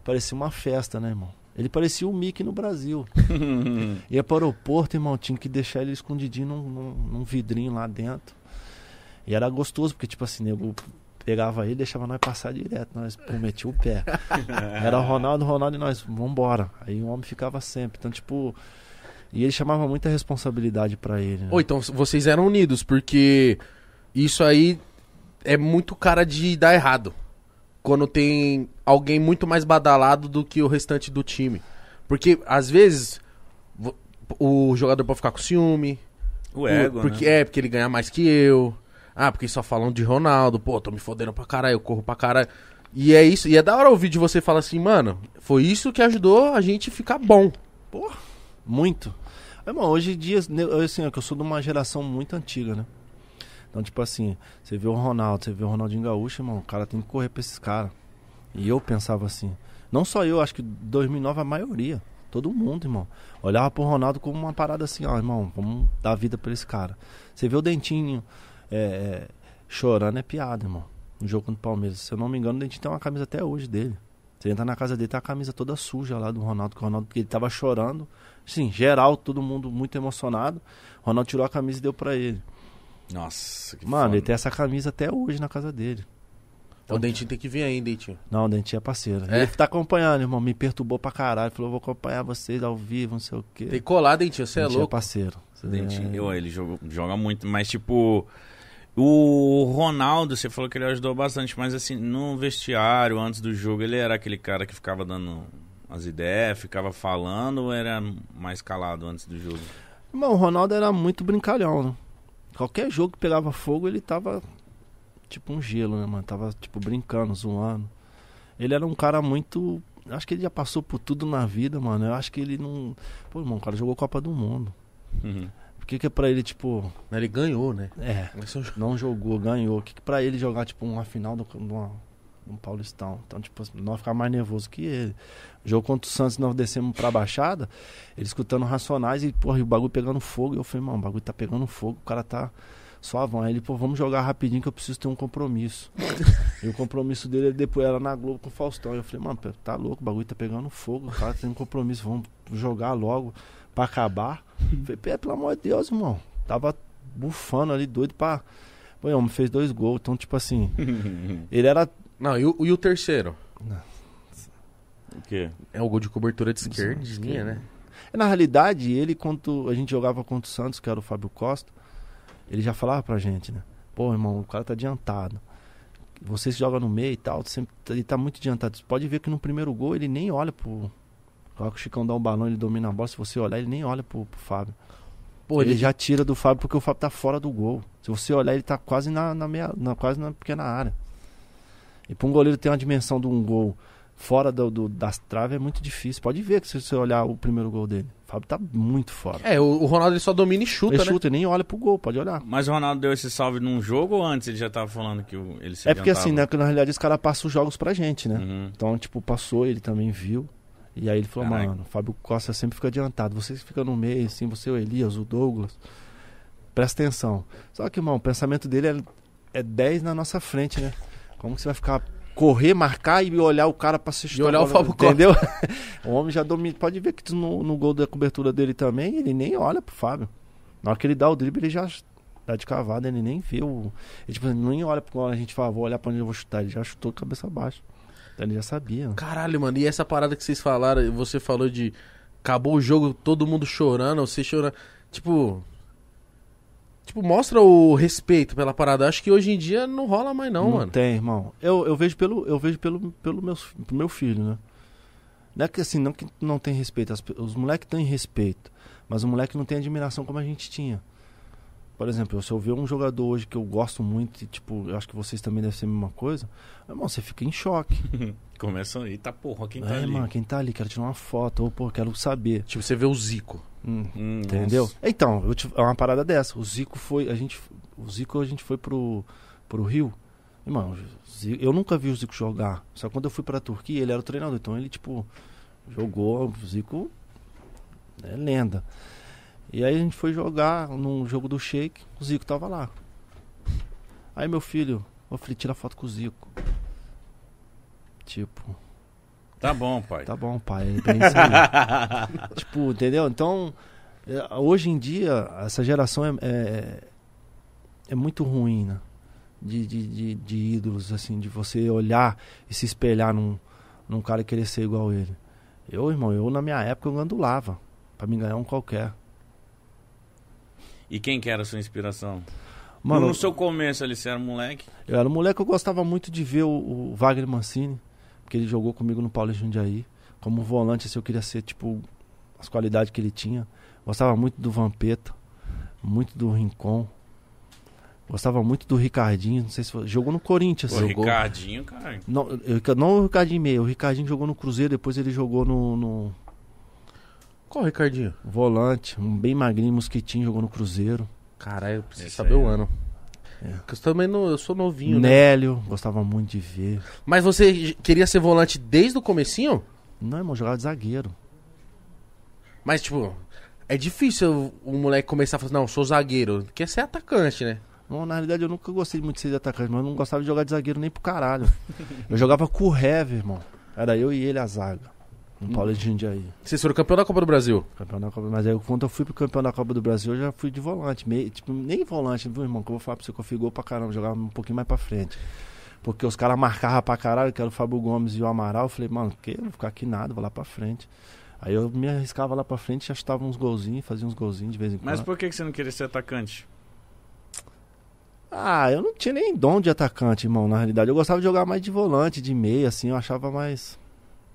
parecia uma festa, né, irmão? Ele parecia o Mickey no Brasil. Ia para o aeroporto, irmão, tinha que deixar ele escondidinho num, num- num vidrinho lá dentro. E era gostoso, porque, tipo assim, nego pegava ele e deixava nós passar direto. Nós pô, metia o pé. Era Ronaldo, Ronaldo e nós, vambora. Aí o homem ficava sempre. Então, tipo. E ele chamava muita responsabilidade pra ele. Né?
Ou então vocês eram unidos, porque isso aí é muito cara de dar errado. Quando tem alguém muito mais badalado do que o restante do time. Porque, às vezes, vo- o jogador pode ficar com ciúme.
O ego,
porque,
né?
É, porque ele ganha mais que eu. Ah, porque só falam de Ronaldo, pô, tô me fodendo pra caralho, eu corro pra caralho. E é isso, e é da hora ouvir de você falar assim, mano, foi isso que ajudou a gente ficar bom.
Muito. Irmão, hoje em dia, né, eu, assim, é que eu sou de uma geração muito antiga, né? Então, tipo assim, você vê o Ronaldo, você vê o Ronaldinho Gaúcho, irmão, o cara tem que correr pra esses caras. E eu pensava assim. Não só eu, acho que 2009 a maioria. Todo mundo, irmão. Olhava pro Ronaldo como uma parada assim, ó, irmão, vamos dar vida pra esse cara. Você vê o Dentinho é, é, chorando, é piada, irmão. No jogo contra o Palmeiras. Se eu não me engano, o Dentinho tem uma camisa até hoje dele. Você entra na casa dele, tá a camisa toda suja lá do Ronaldo, que o Ronaldo, porque ele tava chorando. Sim, geral, todo mundo muito emocionado. O Ronaldo tirou a camisa e deu pra ele.
é- Nossa, que
Mano,
foda.
ele tem essa camisa até hoje na casa dele.
Então, o Dentinho tem que vir aí, hein, Dentinho.
Não, o Dentinho é parceiro.
É?
Ele tá acompanhando, irmão. Me perturbou pra caralho. Falou, vou acompanhar vocês ao vivo, não sei o quê.
Tem que colar, Dentinho, você é
Dentinho
louco.
parceiro. É.
Dentinho, um eu- ele joga, joga muito, mas tipo. O Ronaldo, você falou que ele ajudou bastante, mas assim, no vestiário, antes do jogo, ele era aquele cara que ficava dando as ideias, ficava falando ou era mais calado antes do jogo?
Irmão, o Ronaldo era muito brincalhão, né? Qualquer jogo que pegava fogo, ele tava tipo um gelo, né, mano? Tava tipo brincando, zoando. Ele era um cara muito. Acho que ele já passou por tudo na vida, mano. Eu acho que ele não. Pô, irmão, o cara jogou Copa do Mundo.
Uhum.
Por que, que é pra ele, tipo.
Mas Ele ganhou, né?
É,
Mas eu-
não jogou, ganhou. O que, que pra ele jogar, tipo, uma final do, de uma- de um Paulistão? Então, tipo, assim, nós ficar mais nervoso que ele. Jogo contra o Santos, nós descemos pra Baixada, ele escutando Racionais e, porra, e o bagulho pegando fogo. E eu falei, mano, o bagulho tá pegando fogo, o cara tá suavão. Aí ele, pô, vamos jogar rapidinho que eu preciso ter um compromisso. e o compromisso dele, ele depois era na Globo com o Faustão. E eu falei, mano, pera, tá louco, o bagulho tá pegando fogo, o cara tem um compromisso, vamos jogar logo pra acabar. Eu falei, pé, pelo amor de Deus, irmão. Tava bufando ali, doido pra... Pô, irmão, fez dois gols, então, tipo assim, ele era...
Não, e o, e o terceiro?
O quê?
É o gol de cobertura de esquerdinha, né?
Na realidade, ele, quando a gente jogava contra o Santos, que era o Fábio Costa, ele já falava pra gente, né? Pô, irmão, o cara tá adiantado. Você se joga no meio e tal, sempre, ele tá muito adiantado. Você pode ver que no primeiro gol ele nem olha pro... Coloca o Chicão dá um balão, ele domina a bola. Se você olhar, ele nem olha pro, pro Fábio.
Pô,
ele já tira do Fábio porque o Fábio tá fora do gol. Se você olhar, ele tá quase na, na meia, na- quase na pequena área. E pra um goleiro ter uma dimensão de um gol fora do, do- das traves é muito difícil. Pode ver que se você olhar o primeiro gol dele, o Fábio tá muito fora.
É, o, o Ronaldo ele só domina e chuta,
ele
né?
chuta, ele nem olha pro gol, pode olhar.
Mas o Ronaldo deu esse salve num jogo ou antes ele já tava falando que o- ele se
é porque
adiantava?
assim, né, que na realidade esse cara passa os jogos pra gente, né?
Uhum.
Então, tipo, passou, ele também viu. E aí ele falou,
Caraca.
mano, o Fábio Costa sempre fica adiantado. Você que fica no meio, assim, você, o Elias, o Douglas. Presta atenção. Só que, irmão, o pensamento dele é, é 10 na nossa frente, né? Como que você vai ficar. Correr, marcar e olhar o cara pra se chutar
olhar
a
o
bola,
Fábio Costa.
Entendeu? o homem já domina. Pode ver que no, no gol da cobertura dele também, ele nem olha pro Fábio. Na hora que ele dá o drible, ele já dá tá de cavada, ele nem vê o. Ele tipo, nem olha pro gol, a gente fala, vou olhar pra onde eu vou chutar. Ele já chutou de cabeça baixa. Então ele já sabia. né?
Caralho, mano, e essa parada que vocês falaram, você falou de acabou o jogo, todo mundo chorando, você chorando. Tipo. Tipo, mostra o respeito pela parada. Acho que hoje em dia não rola mais, não, mano.
tem, irmão. Eu, eu vejo pelo, eu vejo pelo, pelo meus, pro meu filho, né? Não é que assim, não que não tem respeito. as pe- os moleques têm respeito. Mas o moleque não tem admiração como a gente tinha. Por exemplo, se eu ver um jogador hoje que eu gosto muito, e, tipo, eu acho que vocês também devem ser a mesma coisa, irmão, você fica em choque.
Começam aí, tá porra, quem tá
é,
ali?
mano, quem tá ali, quero tirar uma foto, ou pô, quero saber.
Tipo, você vê o Zico.
Hum,
Hum,
Entendeu?
nossa.
Então, eu tive- é uma parada dessa. O Zico foi. A gente, o Zico a gente foi pro, pro Rio. Irmão, o Zico- eu nunca vi o Zico jogar. Só que quando eu fui pra Turquia, ele era o treinador. Então ele, tipo, jogou. O Zico é lenda. E aí a gente foi jogar num jogo do Shake. O Zico tava lá. Aí meu filho, eu falei, tira foto com o Zico. Tipo,
Tá bom, pai.
Tá bom, pai. é bem isso aí. tipo, entendeu? Então, é, hoje em dia, essa geração é, é, é muito ruim, né? De, de, de, de ídolos, assim, de você olhar e se espelhar num, num cara e querer ser igual ele. Eu, irmão, eu na minha época eu gandulava. Pra me ganhar um qualquer.
E quem que era a sua inspiração?
Mano,
no seu começo ali, você era moleque?
eu era um moleque, eu gostava muito de ver o, o Wagner Mancini, porque ele jogou comigo no Paulo Jundiaí. Como volante, assim, eu queria ser, tipo, as qualidades que ele tinha. Gostava muito do Vampeta, muito do Rincon. Gostava muito do Ricardinho, não sei se foi, jogou no Corinthians.
Pô,
jogou.
Ricardinho, cara.
Não, eu- não o Ricardinho meio, o Ricardinho jogou no Cruzeiro, depois ele jogou no, no
Qual, Ricardinho?
volante, um bem magrinho, mosquitinho, jogou no Cruzeiro.
Caralho, eu preciso
Esse
saber
aí,
o
né?
ano.
É.
Porque Eu também não, eu sou novinho, né?
Nélio, gostava muito de ver.
Mas você j- queria ser volante desde o comecinho?
Não, irmão, jogava de zagueiro.
Mas, tipo, é difícil o moleque começar a falar, não, sou zagueiro. Quer ser atacante, né?
Não, na realidade, eu nunca gostei muito de ser de atacante, mas eu não gostava de jogar de zagueiro nem pro caralho. eu jogava com o Hever, irmão. Era eu e ele a zaga. No Paulista de Jundiaí.
Vocês foram campeão da Copa do Brasil.
Campeão da Copa, mas aí quando eu fui pro campeão da Copa do Brasil, eu já fui de volante. Meio, tipo, nem volante, viu, irmão? Que eu vou falar pra você que eu fui gol pra caramba, jogava um pouquinho mais pra frente. Porque os caras marcavam pra caralho, que era o Fábio Gomes e o Amaral. Eu falei, mano, que? Eu Vou ficar aqui nada, vou lá pra frente. Aí eu me arriscava lá pra frente, já chutava uns golzinhos, fazia uns golzinhos de vez em quando.
Mas por que que você não queria ser atacante?
Ah, eu não tinha nem dom de atacante, irmão, na realidade. Eu gostava de jogar mais de volante, de meia, assim, eu achava mais.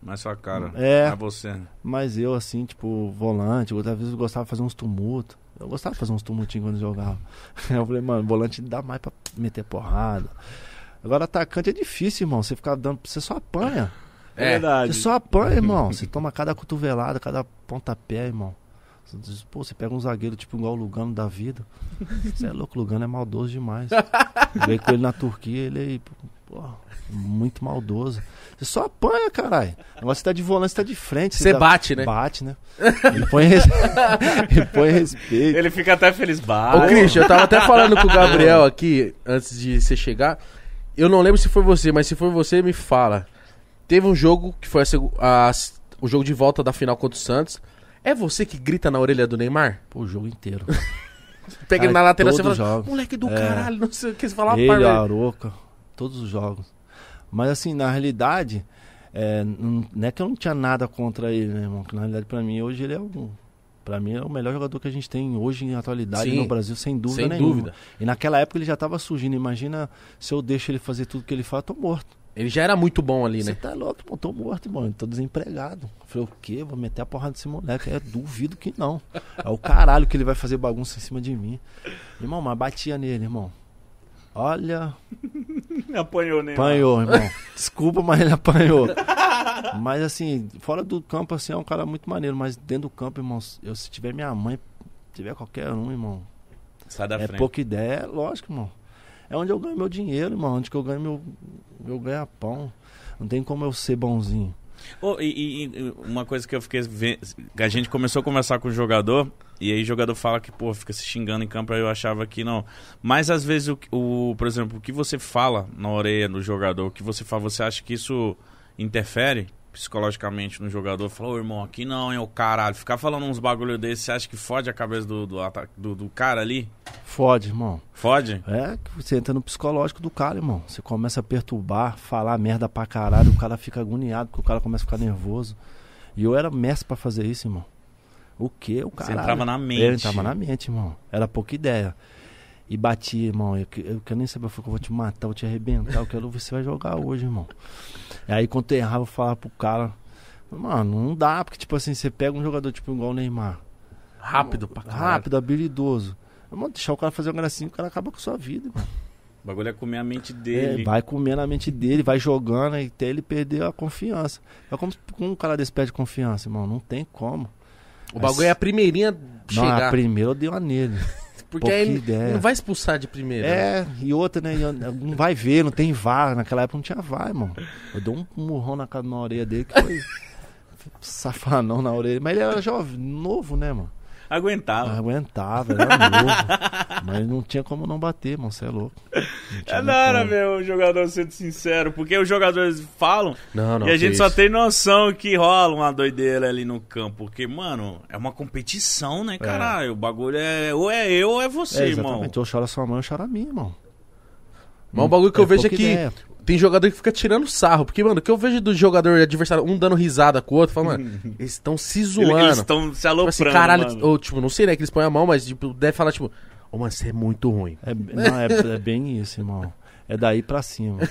Mais sua cara.
É.
Pra você.
Mas eu, assim, tipo, volante, outras vezes eu gostava de fazer uns tumultos. Eu gostava de fazer uns tumultinhos quando eu jogava. Eu falei, mano, volante dá mais pra meter porrada. Agora, atacante é difícil, irmão. Você ficar dando. Você só apanha.
É.
Você só apanha, irmão. Você toma cada cotovelada, cada pontapé, irmão. Você diz, Pô, você pega um zagueiro tipo igual o Lugano da vida. Você é louco, o Lugano é maldoso demais. Joguei com ele na Turquia, ele aí, pô, muito maldoso. Você só apanha, caralho. Agora você tá de volante, você tá de frente.
Você
dá-
bate, né?
Bate, né? Ele põe, res... ele põe respeito.
Ele fica até feliz.
Ô,
Bah,
Christian, eu tava até falando com o Gabriel aqui, antes de você chegar. Eu não lembro se foi você, mas se foi você, me fala. Teve um jogo que foi a segu- a- o jogo de volta da final contra o Santos. É você que grita na orelha do Neymar?
Pô, o jogo inteiro.
Pega ele na
Cara,
lateral e você
todo
fala,
jogo.
moleque do
É.
caralho, não sei o que, você fala uma
Ele, a
parada.
Aroca, todos os jogos. Mas assim, na realidade, é, não, não é que eu não tinha nada contra ele, né, irmão? Que na realidade, pra mim, hoje ele é um. Pra mim, é o melhor jogador que a gente tem hoje em atualidade
Sim.
no Brasil, sem dúvida
Sem
nenhuma.
dúvida.
E naquela época ele já tava surgindo. Imagina se eu deixo ele fazer tudo que ele faz, eu tô morto.
Ele já era muito bom ali,
Você
né?
tá louco, irmão? Tô morto, irmão. Eu Tô desempregado. Eu falei, o quê? Vou meter a porrada nesse moleque. Eu duvido que não. É o caralho que ele vai fazer bagunça em cima de mim. Irmão, mas batia nele, irmão. Olha,
Apanhou, né?
Apanhou, irmão. Desculpa, mas ele apanhou. mas assim, fora do campo, assim, é um cara muito maneiro. Mas dentro do campo, irmão, eu, se tiver minha mãe, se tiver qualquer um, irmão,
Sai da
é
frente.
pouca ideia, é lógico, irmão. É onde eu ganho meu dinheiro, irmão. Onde que eu ganho meu, meu ganha-pão. Não tem como eu ser bonzinho.
Ô, e, e- e uma coisa que eu fiquei vendo. A gente começou a conversar com o jogador, e aí o jogador fala que, pô, fica se xingando em campo, aí eu achava que não. Mas às vezes, o, que- o, por exemplo, o que você fala na orelha do jogador, o que você fala, você acha que isso interfere psicologicamente no jogador? Falou, ô irmão, aqui não, hein, o caralho. Ficar falando uns bagulho desse, você acha que fode a cabeça do, do, ata- do- do cara ali?
Fode, irmão.
Fode?
É que você entra no psicológico do cara, irmão. Você começa a perturbar, falar merda pra caralho, o cara fica agoniado, porque o cara começa a ficar nervoso. E eu era mestre pra fazer isso, irmão. O quê? O cara.
entrava na mente.
Eu entrava na mente, irmão. Era pouca ideia. E bati, irmão. Eu, que- eu quero nem saber, eu falei que eu vou te matar, eu vou te arrebentar, eu quero ver se você vai jogar hoje, irmão. E aí quando eu errava, eu falava pro cara. Mano, não dá, porque tipo assim, você pega um jogador tipo igual o Neymar.
Rápido pra caralho.
Rápido, habilidoso. Mano, deixar o cara fazer uma gracinha, o cara acaba com a sua vida, irmão.
O bagulho é comer a mente
É,
dele.
vai comendo a mente dele, vai jogando e até ele perder a confiança. É como como um cara desse perde confiança, irmão. Não tem como.
O bagulho é a primeirinha
Não, a
chegar.
primeira eu dei uma nele.
porque aí ele,
pouca ideia.
ele não vai expulsar de primeira. né?
É, e outra, né? e eu- Não vai ver, não tem VAR. Naquela época não tinha VAR, irmão. Eu dou um murrão na, ca- na orelha dele que foi safanão na orelha. Mas ele era jovem, novo, né, mano?
Ah.
Não
Aguentava.
aguentava, era novo. Mas não tinha como não bater, irmão. Você é louco. Não
É
tinha nem
da hora,
como.
meu, o jogador sendo sincero, porque os jogadores falam
Não, não.
e a
que
gente só
isso.
tem noção que rola uma doideira ali no campo, porque, mano, é uma competição,
É.
né, caralho? O bagulho é ou é eu ou é você,
É,
irmão.
exatamente. Ou chora sua mãe, ou chora a mim, irmão.
Mas o bagulho que eu vejo é
pouca
que
ideia.
tem jogador que fica tirando sarro. Porque, mano, o que eu vejo do jogador adversário, um dando risada com o outro, fala, mano, eles estão se
Ele- Eles
zoando.
estão se
Tipo
aloprando,
assim, caralho,
mano.
ou tipo, não sei, né, que eles põem a mão, mas tipo, deve falar, tipo, ô, mano, você é muito ruim.
É, não, é, é bem isso, irmão. É daí pra cima.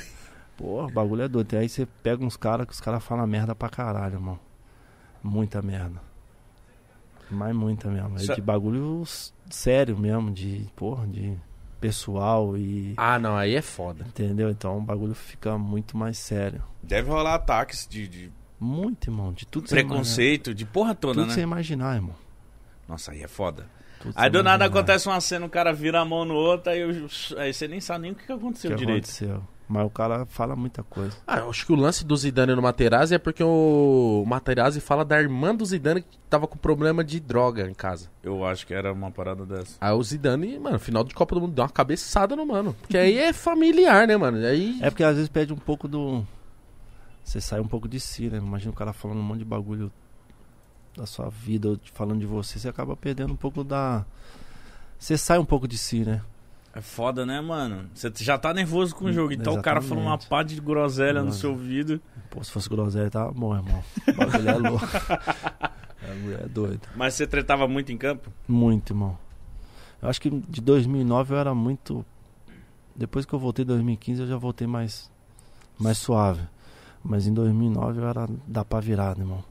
Pô, o bagulho é doido. E aí você pega uns caras que os caras falam merda pra caralho, irmão. Muita merda. Mas muita mesmo. É
Sa-
de bagulho s- sério mesmo, de, porra, de pessoal e.
Ah, não, aí é foda.
Entendeu? Então o bagulho fica muito mais sério.
Deve rolar ataques de, de
Muito, irmão. De
é.
tudo que você
preconceito, de porra
imaginar.
toda,
Tudo que
né?
você imaginar, irmão.
Nossa, aí é foda.
Tudo que
Aí
você
do
é.
nada
imaginar.
acontece uma cena, o cara vira a mão no outro, aí, eu- aí você nem sabe nem o que que aconteceu
que
um direito.
aconteceu. Mas o cara fala muita coisa.
Ah, eu acho que o lance do Zidane no Materazzi é porque o Materazzi fala da irmã do Zidane que tava com problema de droga em casa.
Eu acho que era uma parada dessa.
Aí o Zidane, mano, final de Copa do Mundo, deu uma cabeçada no mano. Porque aí é familiar, né, mano? Aí.
É porque às vezes perde um pouco do. Você sai um pouco de si, né? Imagina o cara falando um monte de bagulho da sua vida, ou te- falando de você, você acaba perdendo um pouco da. Você sai um pouco de si, né?
É foda, né, mano? Você já tá nervoso com o jogo, então o cara falou uma
Exatamente.
pá de groselha no
Mano.
seu ouvido.
Pô, se fosse groselha, tá bom, irmão. O bagulho é louco. O bagulho é doido.
Mas você tretava muito em campo?
Muito, irmão. Eu acho que de 2009 eu era muito. Depois que eu voltei em 2015, eu já voltei mais. mais suave. Mas em 2009 eu era da pá virada, né, irmão.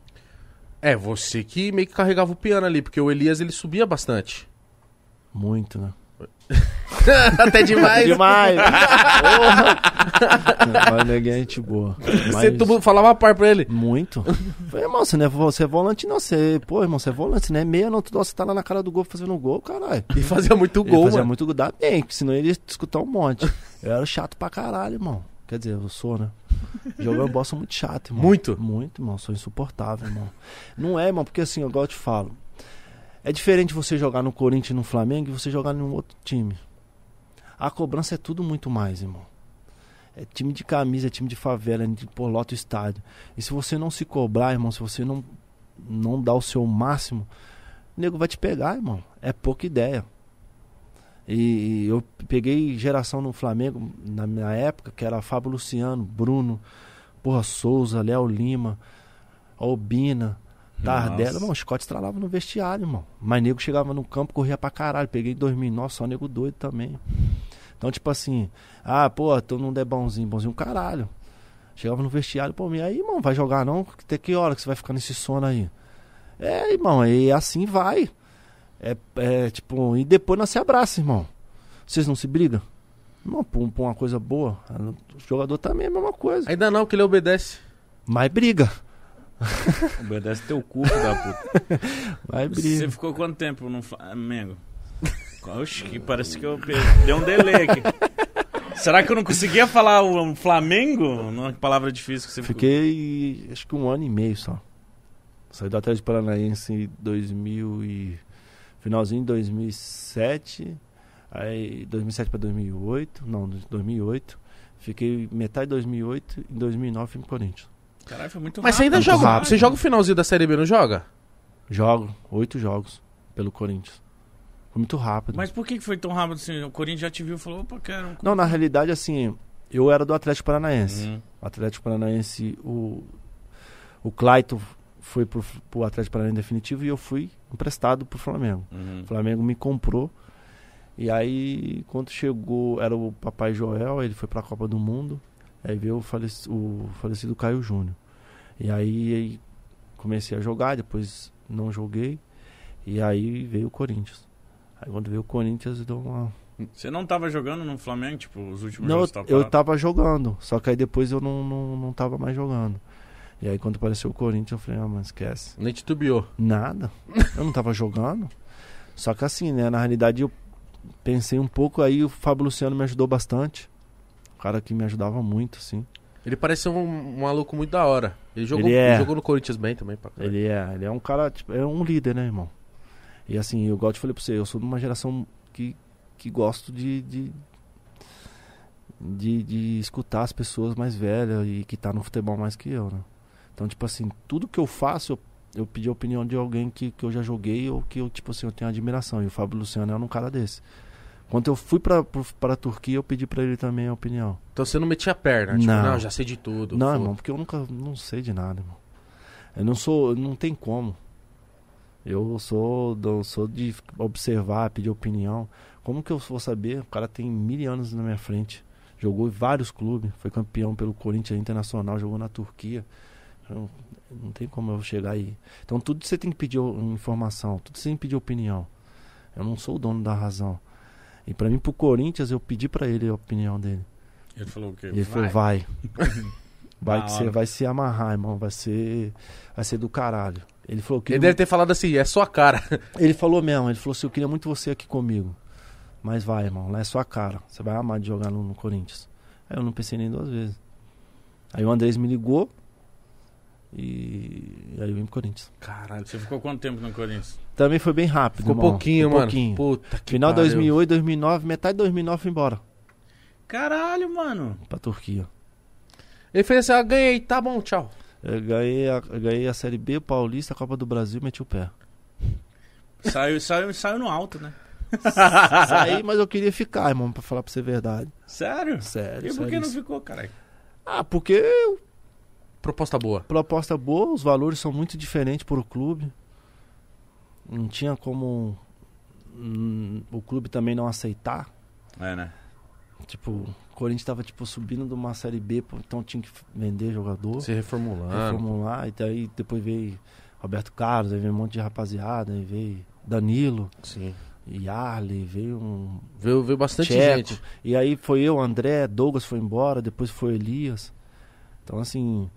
É, você que meio que carregava o piano ali, porque o Elias ele subia bastante.
Muito, né?
Até demais.
Demais! Porra. Mas ninguém é gente boa.
Você
Mas-
tubo- falava par pra ele.
Muito. Falei, irmão, você não é, vo- você é volante, não. Você, pô, irmão, você é volante, não é meia, não. Tu, nossa, você tá lá na cara do gol fazendo gol, caralho.
E fazia muito
ele
gol,
fazia
mano.
muito gol, dá bem, porque senão ele ia te escutar um monte. Eu era chato pra caralho, irmão. Quer dizer, eu sou, né? Jogando bola eu sou muito chato, irmão.
Muito?
Muito, irmão. Sou insuportável, irmão. Não é, irmão, porque assim, igual eu te falo. É diferente você jogar no Corinthians e no Flamengo e você jogar em um outro time. A cobrança é tudo muito mais, irmão. É time de camisa, é time de favela, é de pô, lota o estádio. E se você não se cobrar, irmão, se você não, não dar o seu máximo, o nego vai te pegar, irmão. É pouca ideia. E, e eu peguei geração no Flamengo, na minha época, que era Fábio Luciano, Bruno, porra, Souza, Léo Lima, Albina, Tardella.
Nossa.
Mano, o Scott estralava no vestiário, irmão. Mas nego chegava no campo, corria pra caralho. Peguei em 2009, só nego doido também. Então, tipo assim, ah, pô, tu não der bonzinho, bonzinho, caralho. Chegava no vestiário, pô, e aí, irmão, vai jogar não? Até que hora que você vai ficar nesse sono aí? É, irmão, e assim vai. É, é, tipo, e depois nós se abraça, irmão. Vocês não se brigam? Irmão, por, por uma coisa boa. O jogador também é a mesma coisa.
Ainda não, que ele obedece.
Mas briga.
Obedece teu cu, da puta.
Vai
Você
briga.
ficou quanto tempo no Flamengo? Oxe, que parece que eu pe- deu um delay aqui. Será que eu não conseguia falar o o Flamengo? Uma palavra difícil que você ficou.
Fiquei acho que um ano e meio só. Saí do Atlético Paranaense em 2000 e... Finalzinho de 2007. Aí 2007 pra 2008. Não, 2008. Fiquei metade de 2008 em 2009 fui pro Corinthians.
Caralho, foi muito
Mas você ainda
Muito
joga.
rápido.
Você joga o finalzinho da Série B, não joga?
Jogo, oito jogos pelo Corinthians. Foi muito rápido.
Mas por que que foi tão rápido assim? O Corinthians já te viu e falou, opa, quero um cu.
Não, na realidade, assim, eu era do Atlético Paranaense.
Hum.
O Atlético Paranaense, o, o Claito foi pro, pro Atlético Paranaense definitivo e eu fui emprestado pro Flamengo.
Uhum.
O Flamengo me comprou. E aí, quando chegou, era o Papai Joel, ele foi pra Copa do Mundo. Aí veio o, falec- o falecido Caio Júnior. E aí, aí comecei a jogar, depois não joguei. E aí veio o Corinthians. Aí quando veio o Corinthians, deu uma
Você não tava jogando no Flamengo, tipo, os últimos
não,
jogos
eu,
que você
eu
parado?
tava jogando, só que aí depois eu não, não, não tava mais jogando. E aí quando apareceu o Corinthians, eu falei, ah, mano, esquece.
Nem titubeou.
Nada. Eu não tava jogando. Só que assim, né? Na realidade eu pensei um pouco, aí o Fábio Luciano me ajudou bastante. O cara que me ajudava muito, assim.
Ele pareceu um, um maluco muito da hora. Ele jogou,
Ele é.
ele jogou no Corinthians bem também, pra caralho.
Ele é, ele é um cara, tipo, é um líder, né, irmão? E assim, eu gosto de falar pra você, eu sou de uma geração que, que gosto de, de, de, de escutar as pessoas mais velhas e que tá no futebol mais que eu, né? Então, tipo assim, tudo que eu faço, eu, eu pedi a opinião de alguém que, que eu já joguei ou que eu, tipo assim, eu tenho admiração. E o Fábio Luciano era um cara desse. Quando eu fui pra, pro- pra Turquia, eu pedi pra ele também a opinião.
Então você não metia a perna, tipo,
Não.
não, já sei de tudo.
Não,
foda-se.
irmão, porque eu nunca não sei de nada, irmão. Eu não sou, não tem como. Eu sou, do- sou de observar, pedir opinião. Como que eu vou saber? O cara tem mil anos na minha frente. Jogou em vários clubes, foi campeão pelo Corinthians Internacional, jogou na Turquia. Eu- não tem como eu chegar aí. Então tudo você tem que pedir o- informação, tudo você tem que pedir opinião. Eu não sou o dono da razão. E pra mim, pro Corinthians, eu pedi pra ele a opinião dele.
Ele falou o quê?
E ele falou, vai. Vai
Da
que você
hora.
vai se amarrar, irmão. Vai ser. Vai ser do caralho. Ele falou que.
Ele deve ter falado assim, é sua cara.
Ele falou mesmo, ele falou assim, eu queria muito você aqui comigo. Mas vai, irmão, lá é sua cara. Você vai amar de jogar no, no Corinthians. Aí eu não pensei nem duas vezes. Aí o Andrés me ligou e e aí eu vim pro Corinthians.
Caralho.
Você ficou quanto tempo no Corinthians?
Também foi bem rápido,
Ficou
irmão.
pouquinho,
Foi
mano. Puta que
Final de
pariu.
2008, 2009, metade de 2009 fui embora
Caralho, mano.
pra Turquia.
Ele fez assim, ah, ganhei, tá bom, tchau.
Eu ganhei, a, eu ganhei a Série B, o Paulista, a Copa do Brasil, meti o pé.
Saiu, saiu, saiu no alto, né?
Saí, mas eu queria ficar, irmão, pra falar pra você a verdade.
Sério?
Sério,
É. E por que
sério.
não ficou, caralho?
Ah, porque
Proposta boa.
proposta boa, os valores são muito diferentes para o clube. Não tinha como hum, o clube também não aceitar.
É, né?
Tipo, o Corinthians estava tipo, subindo de uma Série B, pô, então tinha que f- vender jogador.
Se reformulando.
reformular, e daí depois veio Roberto Carlos, aí veio um monte de rapaziada, aí veio Danilo,
Sim.
Yarley, veio um
Veio, veio bastante
Tcheco.
gente.
E aí foi eu, André, Douglas foi embora, depois foi Elias. Então, assim,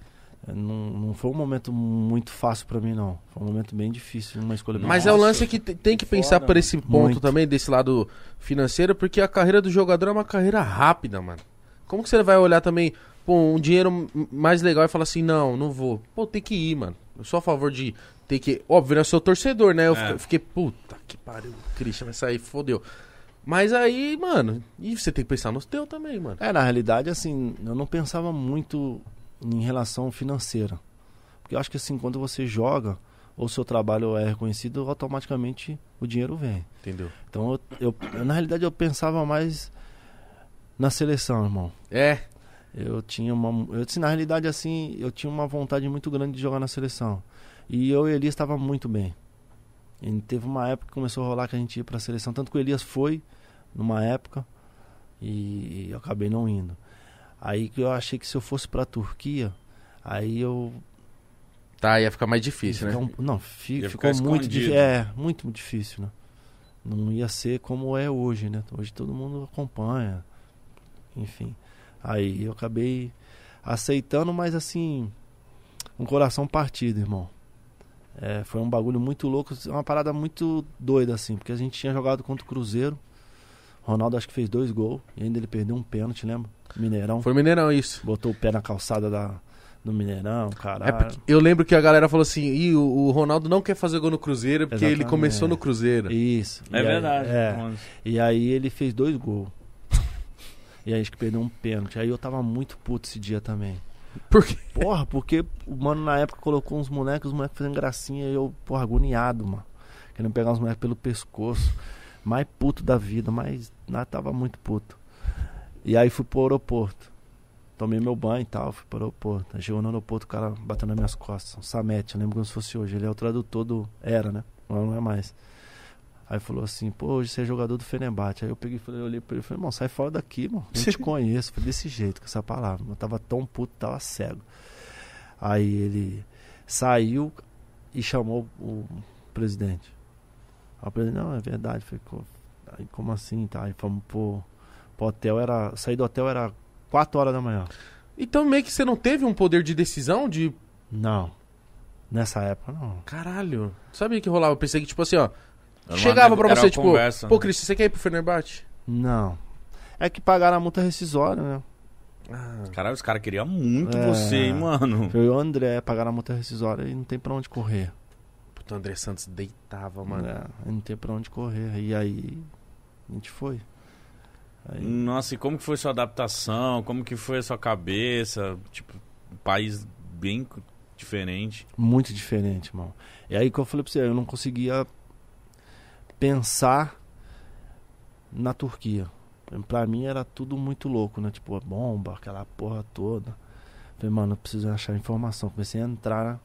eh, não, não foi um momento muito fácil pra mim, não. Foi um momento bem difícil, uma escolha bem
Mas é
Nossa,
o lance que te- tem que
que
pensar
foda,
por esse ponto
Muito.
também, desse lado financeiro, porque a carreira do jogador é uma carreira rápida, mano. Como que você vai olhar também, pô, um dinheiro m- mais legal e falar assim, não, não vou. Pô, tem que ir, mano. Eu sou a favor de ter que... Óbvio, eu sou torcedor, né? Eu
É.
fiquei- fiquei, puta que pariu, o Christian vai sair, fodeu. Mas aí, mano, e você tem que pensar nos teus também, mano.
É, na realidade, assim, eu não pensava muito em relação financeira. Porque eu acho que, assim, quando você joga ou seu trabalho é reconhecido, automaticamente o dinheiro vem.
Entendeu?
Então, eu, eu- na realidade, eu pensava mais na seleção, irmão.
É,
Eu tinha uma. Eu disse, na realidade, assim, eu tinha uma vontade muito grande de jogar na seleção. E eu e o Elias estava muito bem. E teve uma época que começou a rolar que a gente ia para a seleção. Tanto que o Elias foi numa época e eu acabei não indo. Aí que eu achei que se eu fosse para a Turquia, aí eu.
tá, ia ficar mais difícil, né?
Então-
ficar um- não, fi-
Ia
ficou
ficar
muito
escondido.
difícil. É, muito, muito difícil, né? Não ia ser como é hoje, né? Hoje todo mundo acompanha. Enfim. Aí eu acabei aceitando, mas assim, um coração partido, irmão. É, foi um bagulho muito louco, é uma parada muito doida, assim, porque a gente tinha jogado contra o Cruzeiro. Ronaldo acho que fez dois gols e ainda ele perdeu um pênalti, lembra? Mineirão.
Foi Mineirão isso.
Botou o pé na calçada da, do Mineirão, caralho.
É porque eu lembro que a galera falou assim: Ih, o, o Ronaldo não quer fazer gol no Cruzeiro porque ele
Exatamente.
começou no Cruzeiro.
Isso. E
É
aí-
verdade.
é.
mano.
E aí ele fez dois gols. e aí acho que perdeu um pênalti. Aí eu tava muito puto esse dia também.
Por quê?
Porra, porque o mano na época colocou uns moleques, os moleques fazendo gracinha e eu, porra, agoniado, mano. Querendo pegar os moleques pelo pescoço. Mais puto da vida, mas nada tava muito puto. E aí fui pro aeroporto. Tomei meu banho e tal, fui pro aeroporto. Aí chegou no aeroporto, o cara batendo nas minhas costas. Um Samete, eu lembro como se fosse hoje. Ele é o tradutor do. Era, né? Agora não é mais. Aí falou assim, pô, hoje você é jogador do Fenerbahçe. Aí eu peguei e falei, eu olhei pra ele e falei, irmão, sai fora daqui, mano. Não te conheço. Foi desse jeito, com essa palavra. Eu tava tão puto, tava cego. Aí ele saiu e chamou o presidente. Aí o presidente, não, é verdade. Falei, "Co- aí, como assim? Tá? Aí fomos pro, pro hotel, era. Saí do hotel era 4 horas da manhã.
Então meio que você não teve um poder de decisão de
Não. Nessa época, não.
caralho. Sabia que rolava? Eu pensei que, tipo assim, ó.
Era uma-
chegava pra
era
você,
uma
tipo,
conversa,
pô,
né?
Cristian, você quer ir pro Fenerbahçe?
Não. É que pagaram a multa rescisória, né?
Caralho, os caras queriam muito
É.
você, hein, mano.
Eu e o André pagaram a multa rescisória e não tem pra onde correr.
Puta, o André Santos deitava, mano.
É, não tem pra onde correr. E aí, a gente foi. Aí,
Nossa, e como que foi sua adaptação? Como que foi a sua cabeça? Tipo, um país bem co- diferente.
Muito diferente, irmão. E aí que eu falei pra você, eu não conseguia pensar na Turquia. Pra mim era tudo muito louco, né? Tipo, a bomba, aquela porra toda. Falei, mano, eu preciso achar informação. Comecei a entrar.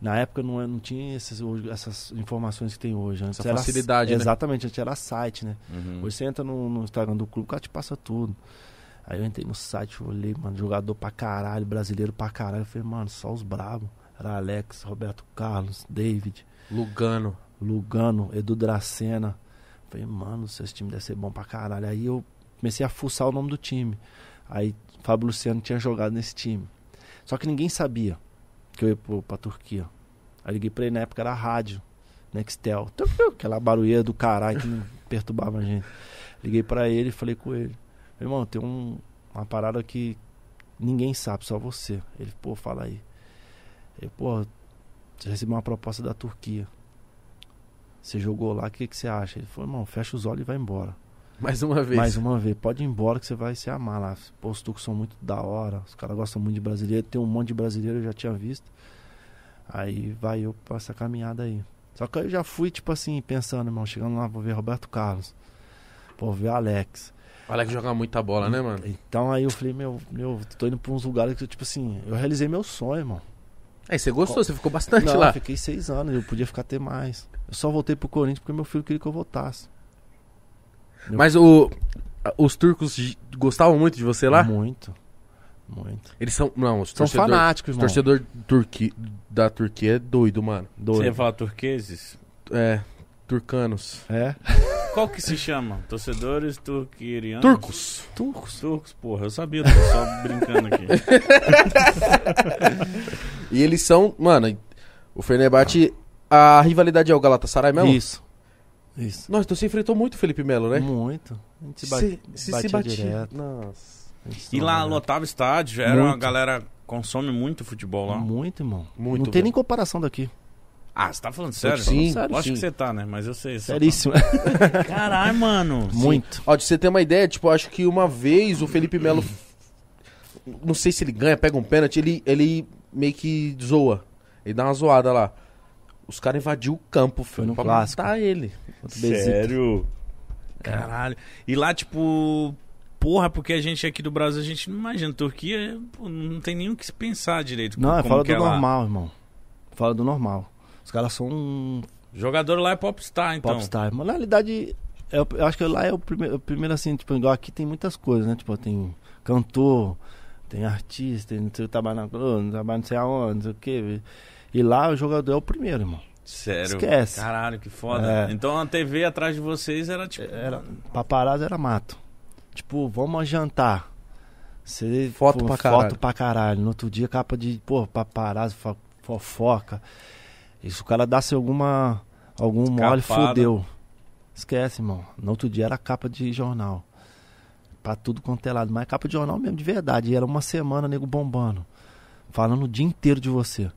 Na época não, é- não tinha esses, hoje- essas informações que tem hoje. Antes
Essa
era-
facilidade, né?
Exatamente, antes era site, né?
Uhum.
Hoje você entra no, no Instagram do clube, o cara te passa tudo. Aí eu entrei no site, olhei, mano, jogador pra caralho, brasileiro pra caralho. Eu falei, mano, só os bravos. Era Alex, Roberto Carlos, David,
Lugano.
Lugano, Edu Dracena. Falei, mano, esse time deve ser bom pra caralho. Aí eu comecei a fuçar o nome do time. Aí Fábio Luciano tinha jogado nesse time. Só que ninguém sabia que eu ia pro, pra Turquia. Aí liguei pra ele, na época era rádio, Nextel. Tum, tum, Aquela barulheira do caralho que não perturbava a gente. Liguei pra ele e falei com ele. Irmão, tem um, uma parada que ninguém sabe, só você. Ele, pô, fala aí. Eu, pô, você recebeu uma proposta da Turquia. Você jogou lá, o que, que você acha? Ele falou, irmão, fecha os olhos e vai embora.
Mais uma vez.
Mais um. uma vez, pode ir embora que você vai se amar lá. Pô, os turcos são muito da hora, os caras gostam muito de brasileiro, tem um monte de brasileiro, eu já tinha visto. Aí vai eu pra essa caminhada aí. Só que eu já fui, tipo assim, pensando, irmão, chegando lá, vou ver Roberto Carlos. Pô, vou ver Alex.
Olha que joga muita bola, né, mano?
Então aí eu falei, meu, meu, tô indo pra uns lugares que, eu, tipo assim, eu realizei meu sonho, irmão.
Aí você gostou, você ficou bastante
Não, eu
Tá lá.
fiquei seis anos, eu podia ficar até mais. Eu só voltei pro Corinthians porque meu filho queria que eu voltasse.
Mas o, os turcos g- gostavam muito de você lá?
Muito. Muito.
Eles são. Não, os
Uhum. São
torcedores.
fanáticos,
Os
irmão.
torcedor turqui, da Turquia é doido, mano.
Você ia
Doido.
falar turqueses?
É. Turcanos.
É?
Qual que se chama? Torcedores turquirianos?
Turcos.
Turcos.
Turcos, porra, eu sabia, tô só brincando aqui.
E eles são. Mano, o Fenerbahçe. A rivalidade é o Galatasaray mesmo?
Isso. Isso.
Nossa, então você enfrentou muito o Felipe Melo, né?
Muito. A gente se, ba
Se- se
batia
se batia.
direto. né?
Nossa.
a gente
E lá
tomava
lotava estádio, era uma
é Muito.
galera consome muito futebol
direto.
lá.
Muito, irmão.
Muito,
Não tem
velho.
nem comparação daqui.
Ah, você tá falando sério?
Sim,
Eu acho
sim.
que você tá, né? Mas eu sei. só tá.
Seríssimo.
Caralho, mano.
Muito.
Ó, de você ter uma ideia, tipo, eu acho que uma vez o Felipe Melo. Não sei se ele ganha, pega um pênalti, ele, ele meio que zoa. Ele dá uma zoada lá. Os caras invadiu o campo, filho,
Foi no
pra
clássico.
matar ele.
Outro Besiktas.
Sério? Caralho. E lá, tipo, porra, porque a gente aqui do Brasil, a gente não imagina. Turquia, pô, não tem nem o que se pensar direito.
Não, é
como
fora
que
do
lá.
normal, irmão. Fora do normal. Os caras são um
Jogador lá é popstar, então.
popstar. Mas na realidade, é o- eu acho que lá é o primeiro, o primeiro assim, tipo, igual aqui tem muitas coisas, né? Tipo, tem cantor, tem artista, tem não sei, trabalho na Globo, trabalho não sei aonde, não sei o quê. E lá o jogador é o primeiro, irmão.
Sério.
Esquece.
Caralho, que foda.
É.
Então a TV atrás de vocês era tipo.
Era, paparazzo era mato. Tipo, vamos jantar. Cê,
Foto
pô,
pra caralho.
Foto pra caralho. No outro dia, capa de, pô, paparazzo, fo- fofoca. E se o cara desse alguma, algum mole,
Escapada.
fudeu. Esquece, irmão. No outro dia era capa de jornal. Pra tudo quanto é lado. Mas capa de jornal mesmo, de verdade. E era uma semana, nego bombando. Falando o dia inteiro de você.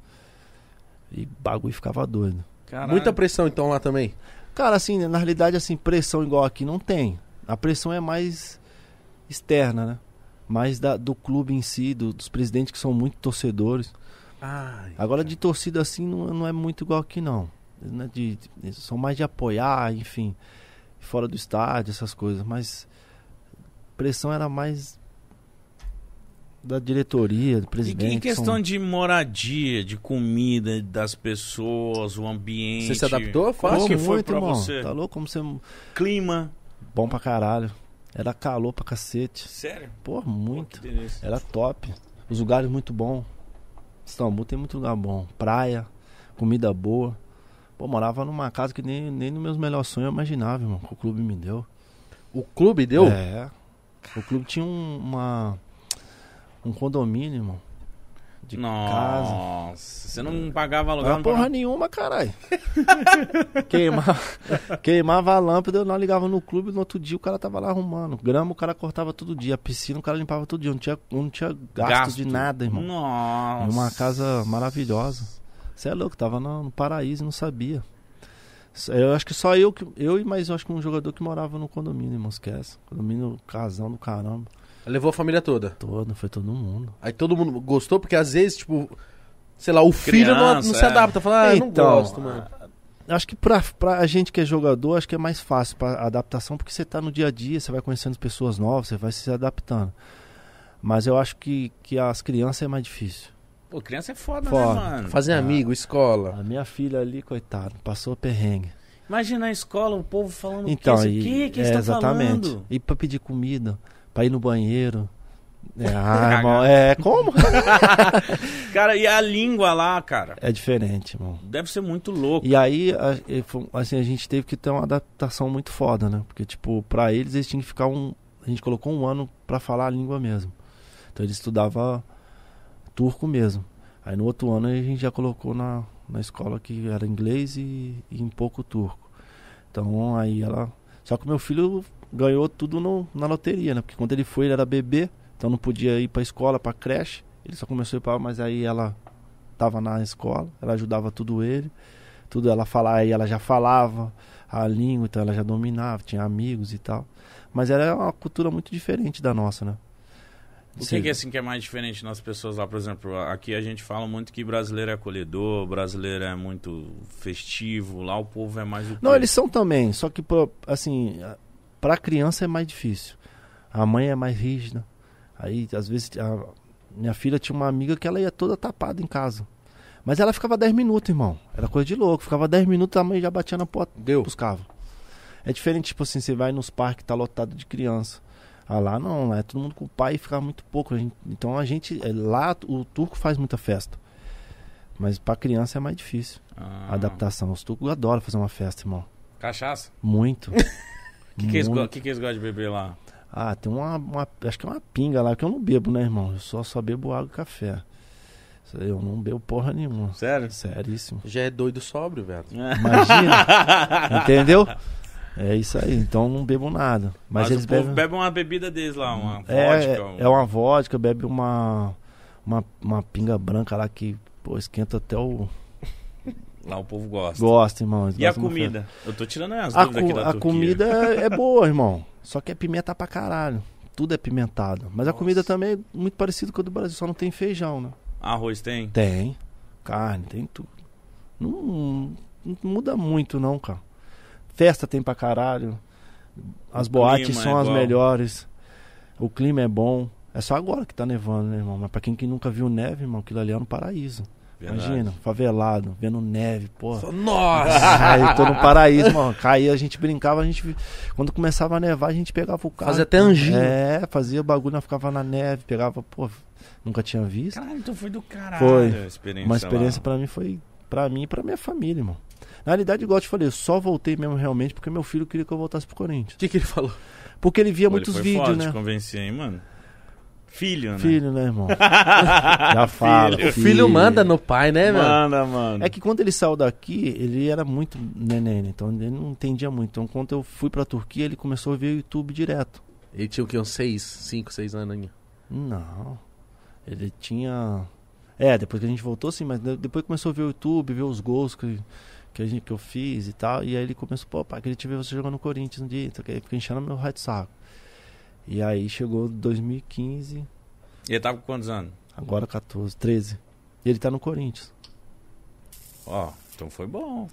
E bagulho ficava doido.
Caralho.
Muita pressão então lá também.
Cara, assim, na realidade, assim, pressão igual aqui não tem. A pressão é mais externa, né? Mais da, do clube em si, do- dos presidentes que são muito torcedores. Agora, de torcida, assim, não, não é muito igual aqui, não. Né, de- de- são mais de apoiar, enfim, fora do estádio, essas coisas. Mas pressão era mais da diretoria, do
E
presidente.
em
é, que
questão
são-
de moradia, de comida, das pessoas, o ambiente.
Você se adaptou
Como
fácil?
que
Pô,
foi
muito,
pra
irmão.
você?
Tá louco? Como você...
Clima.
Bom pra caralho. Era calor pra cacete.
Sério?
Pô,
Pô,
muito.
que delícia.
Era top. Os lugares muito bom. Istambul tem muito lugar bom. Praia, comida boa. Pô, morava numa casa que nem, nem nos meus melhores sonhos eu imaginava, irmão. Que o clube me deu.
O clube deu?
É. O clube tinha um, uma, um condomínio, irmão. É, De casa.
Nossa, você não pagava
Não
aluguel?
era
não
porra
pagava-
nenhuma, caralho. queimava, queimava a lâmpada, eu não ligava no clube, no outro dia o cara tava lá arrumando. Grama o cara cortava todo dia. A piscina o cara limpava todo dia. Não tinha, não tinha gasto de nada, irmão.
Nossa.
Numa casa maravilhosa. Você é louco, tava no, no paraíso e não sabia. S- Eu acho que só eu, que, eu e mais eu acho que um jogador que morava no condomínio, irmão, esquece. Condomínio, casão do caramba.
Levou a família toda.
Todo, foi todo mundo.
Aí todo mundo gostou, porque às vezes, tipo, sei lá, o filho não- não,
Criança,
se
é.
adapta. Fala, ah, eu não
Então,
gosto, mano.
Acho que pra, pra gente que é jogador, acho que é mais fácil pra adaptação, porque você tá no dia a dia, você vai conhecendo pessoas novas, você vai se adaptando. Mas eu acho que, que as crianças é mais difícil.
Pô, criança é foda,
Foda.
né, mano?
Fazer
Ah.
amigo, escola.
A minha filha ali, coitado, passou perrengue.
Imagina a escola, o povo falando
Então,
que tá isso
e,
aqui, que
é,
eles estão
exatamente.
falando.
E pra pedir comida, pra ir no banheiro. É, ah, irmão, é como?
Cara, e a língua lá, cara?
É diferente, irmão.
Deve ser muito louco.
E aí, a- e foi- assim, a gente teve que ter uma adaptação muito foda, né? Porque, tipo, pra eles, eles tinham que ficar um... A gente colocou um ano pra falar a língua mesmo. Então, eles estudavam turco mesmo. Aí, no outro ano, a gente já colocou na, na escola que era inglês e, e um pouco turco. Então, aí ela... Só que meu filho ganhou tudo no- na loteria, né? Porque quando ele foi, ele era bebê. Então, não podia ir pra escola, pra creche. Ele só começou a ir pra... Mas aí, ela tava na escola. Ela ajudava tudo ele tudo ela falar aí ela já falava a língua então ela já dominava tinha amigos e tal mas era uma cultura muito diferente da nossa né
O que,
Sim.
que é assim que é mais diferente nas pessoas lá? Por exemplo, aqui a gente fala muito que brasileiro é acolhedor, brasileiro é muito festivo, lá o povo é mais o
não
quê?
eles são também só que pro- assim para criança é mais difícil a mãe é mais rígida aí às vezes a minha filha tinha uma amiga que ela ia toda tapada em casa mas ela ficava 10 minutos, irmão. Era coisa de louco. Ficava 10 minutos, a mãe já batia na porta.
Deu.
buscava. É diferente, tipo assim, você vai nos parques, tá lotado de criança. Ah, lá não, lá é todo mundo com o pai e fica muito pouco. A gente- então a gente, eh, lá o turco faz muita festa. Mas pra criança é mais difícil
Ah,
a adaptação. Os turcos adoram fazer uma festa, irmão.
Cachaça?
Muito.
O que, é que, eles go-
Muito.
que, que eles gostam de beber lá?
Ah, tem uma, uma- Acho que é uma pinga lá, que eu não bebo, né, irmão? Eu só, só bebo água e café. Isso aí, Eu não bebo porra nenhuma.
Sério?
Seríssimo.
Já é doido sóbrio, velho.
Imagina. Entendeu? É isso aí. Então não bebo nada. Mas,
Mas,
eles
o povo
bebem.
bebe uma bebida deles lá, uma vodka.
É,
um-
é uma vodka, bebe uma, uma, uma pinga branca lá que pô, esquenta até o.
Lá o povo gosta.
Gosta, irmão. eles
E a
gostam muito.
comida? Eu tô tirando as
A,
dúvidas aqui
co-
da
a
Turquia.
comida é, é boa, irmão. Só que é pimenta pra caralho. Tudo é pimentado. Mas a
Nossa.
comida também é muito parecida com a do Brasil, só não tem feijão, né?
Arroz tem?
Tem. Carne, tem tudo. Não, não muda muito, não, cara. Festa tem pra caralho. As
O
boates
clima
são
é
as
igual.
melhores. O clima é bom. É só agora que tá nevando, né, irmão? Mas pra quem que nunca viu neve, irmão, aquilo ali é um paraíso.
Verdade.
Imagina, favelado, vendo neve, porra.
Nossa!
Aí tô no paraíso, irmão. Caía, a gente brincava, a gente. Quando começava a nevar, a gente pegava o carro.
Fazia até anjinho.
É, fazia bagulho, nós ficava na neve, pegava, pô, nunca tinha visto.
Caralho, então foi do caralho
Foi.
a experiência
Uma experiência
lá.
pra mim foi pra mim e pra minha família, irmão. Na realidade, igual eu te falei, eu só voltei mesmo realmente porque meu filho queria que eu voltasse pro Corinthians.
O que, que ele falou?
Porque ele via
Pô,
muitos
ele foi
vídeos,
foda,
né?
Te convenci, hein, mano? Filho, né?
Filho, né, irmão? Já fala.
O filho manda no pai, né, velho?
Manda, mano.
É que quando ele saiu daqui, ele era muito neném, né? então ele não entendia muito. Então, quando eu fui pra Turquia, ele começou a ver o YouTube direto.
Ele tinha o quê? Uns 6, 5, 6 anos ainda.
Não. Ele tinha. É, depois que a gente voltou, sim, mas de- depois começou a ver o YouTube, ver os gols que, que, a gente, que eu fiz e tal. E aí ele começou, pô, pai, queria te ver você jogando no Corinthians um dia. Então, que aí fica enchendo meu raio de saco. E aí chegou 2015,
Ele tava com quantos anos?
agora 14, 13. E ele tá no Corinthians.
Ó, então foi bom.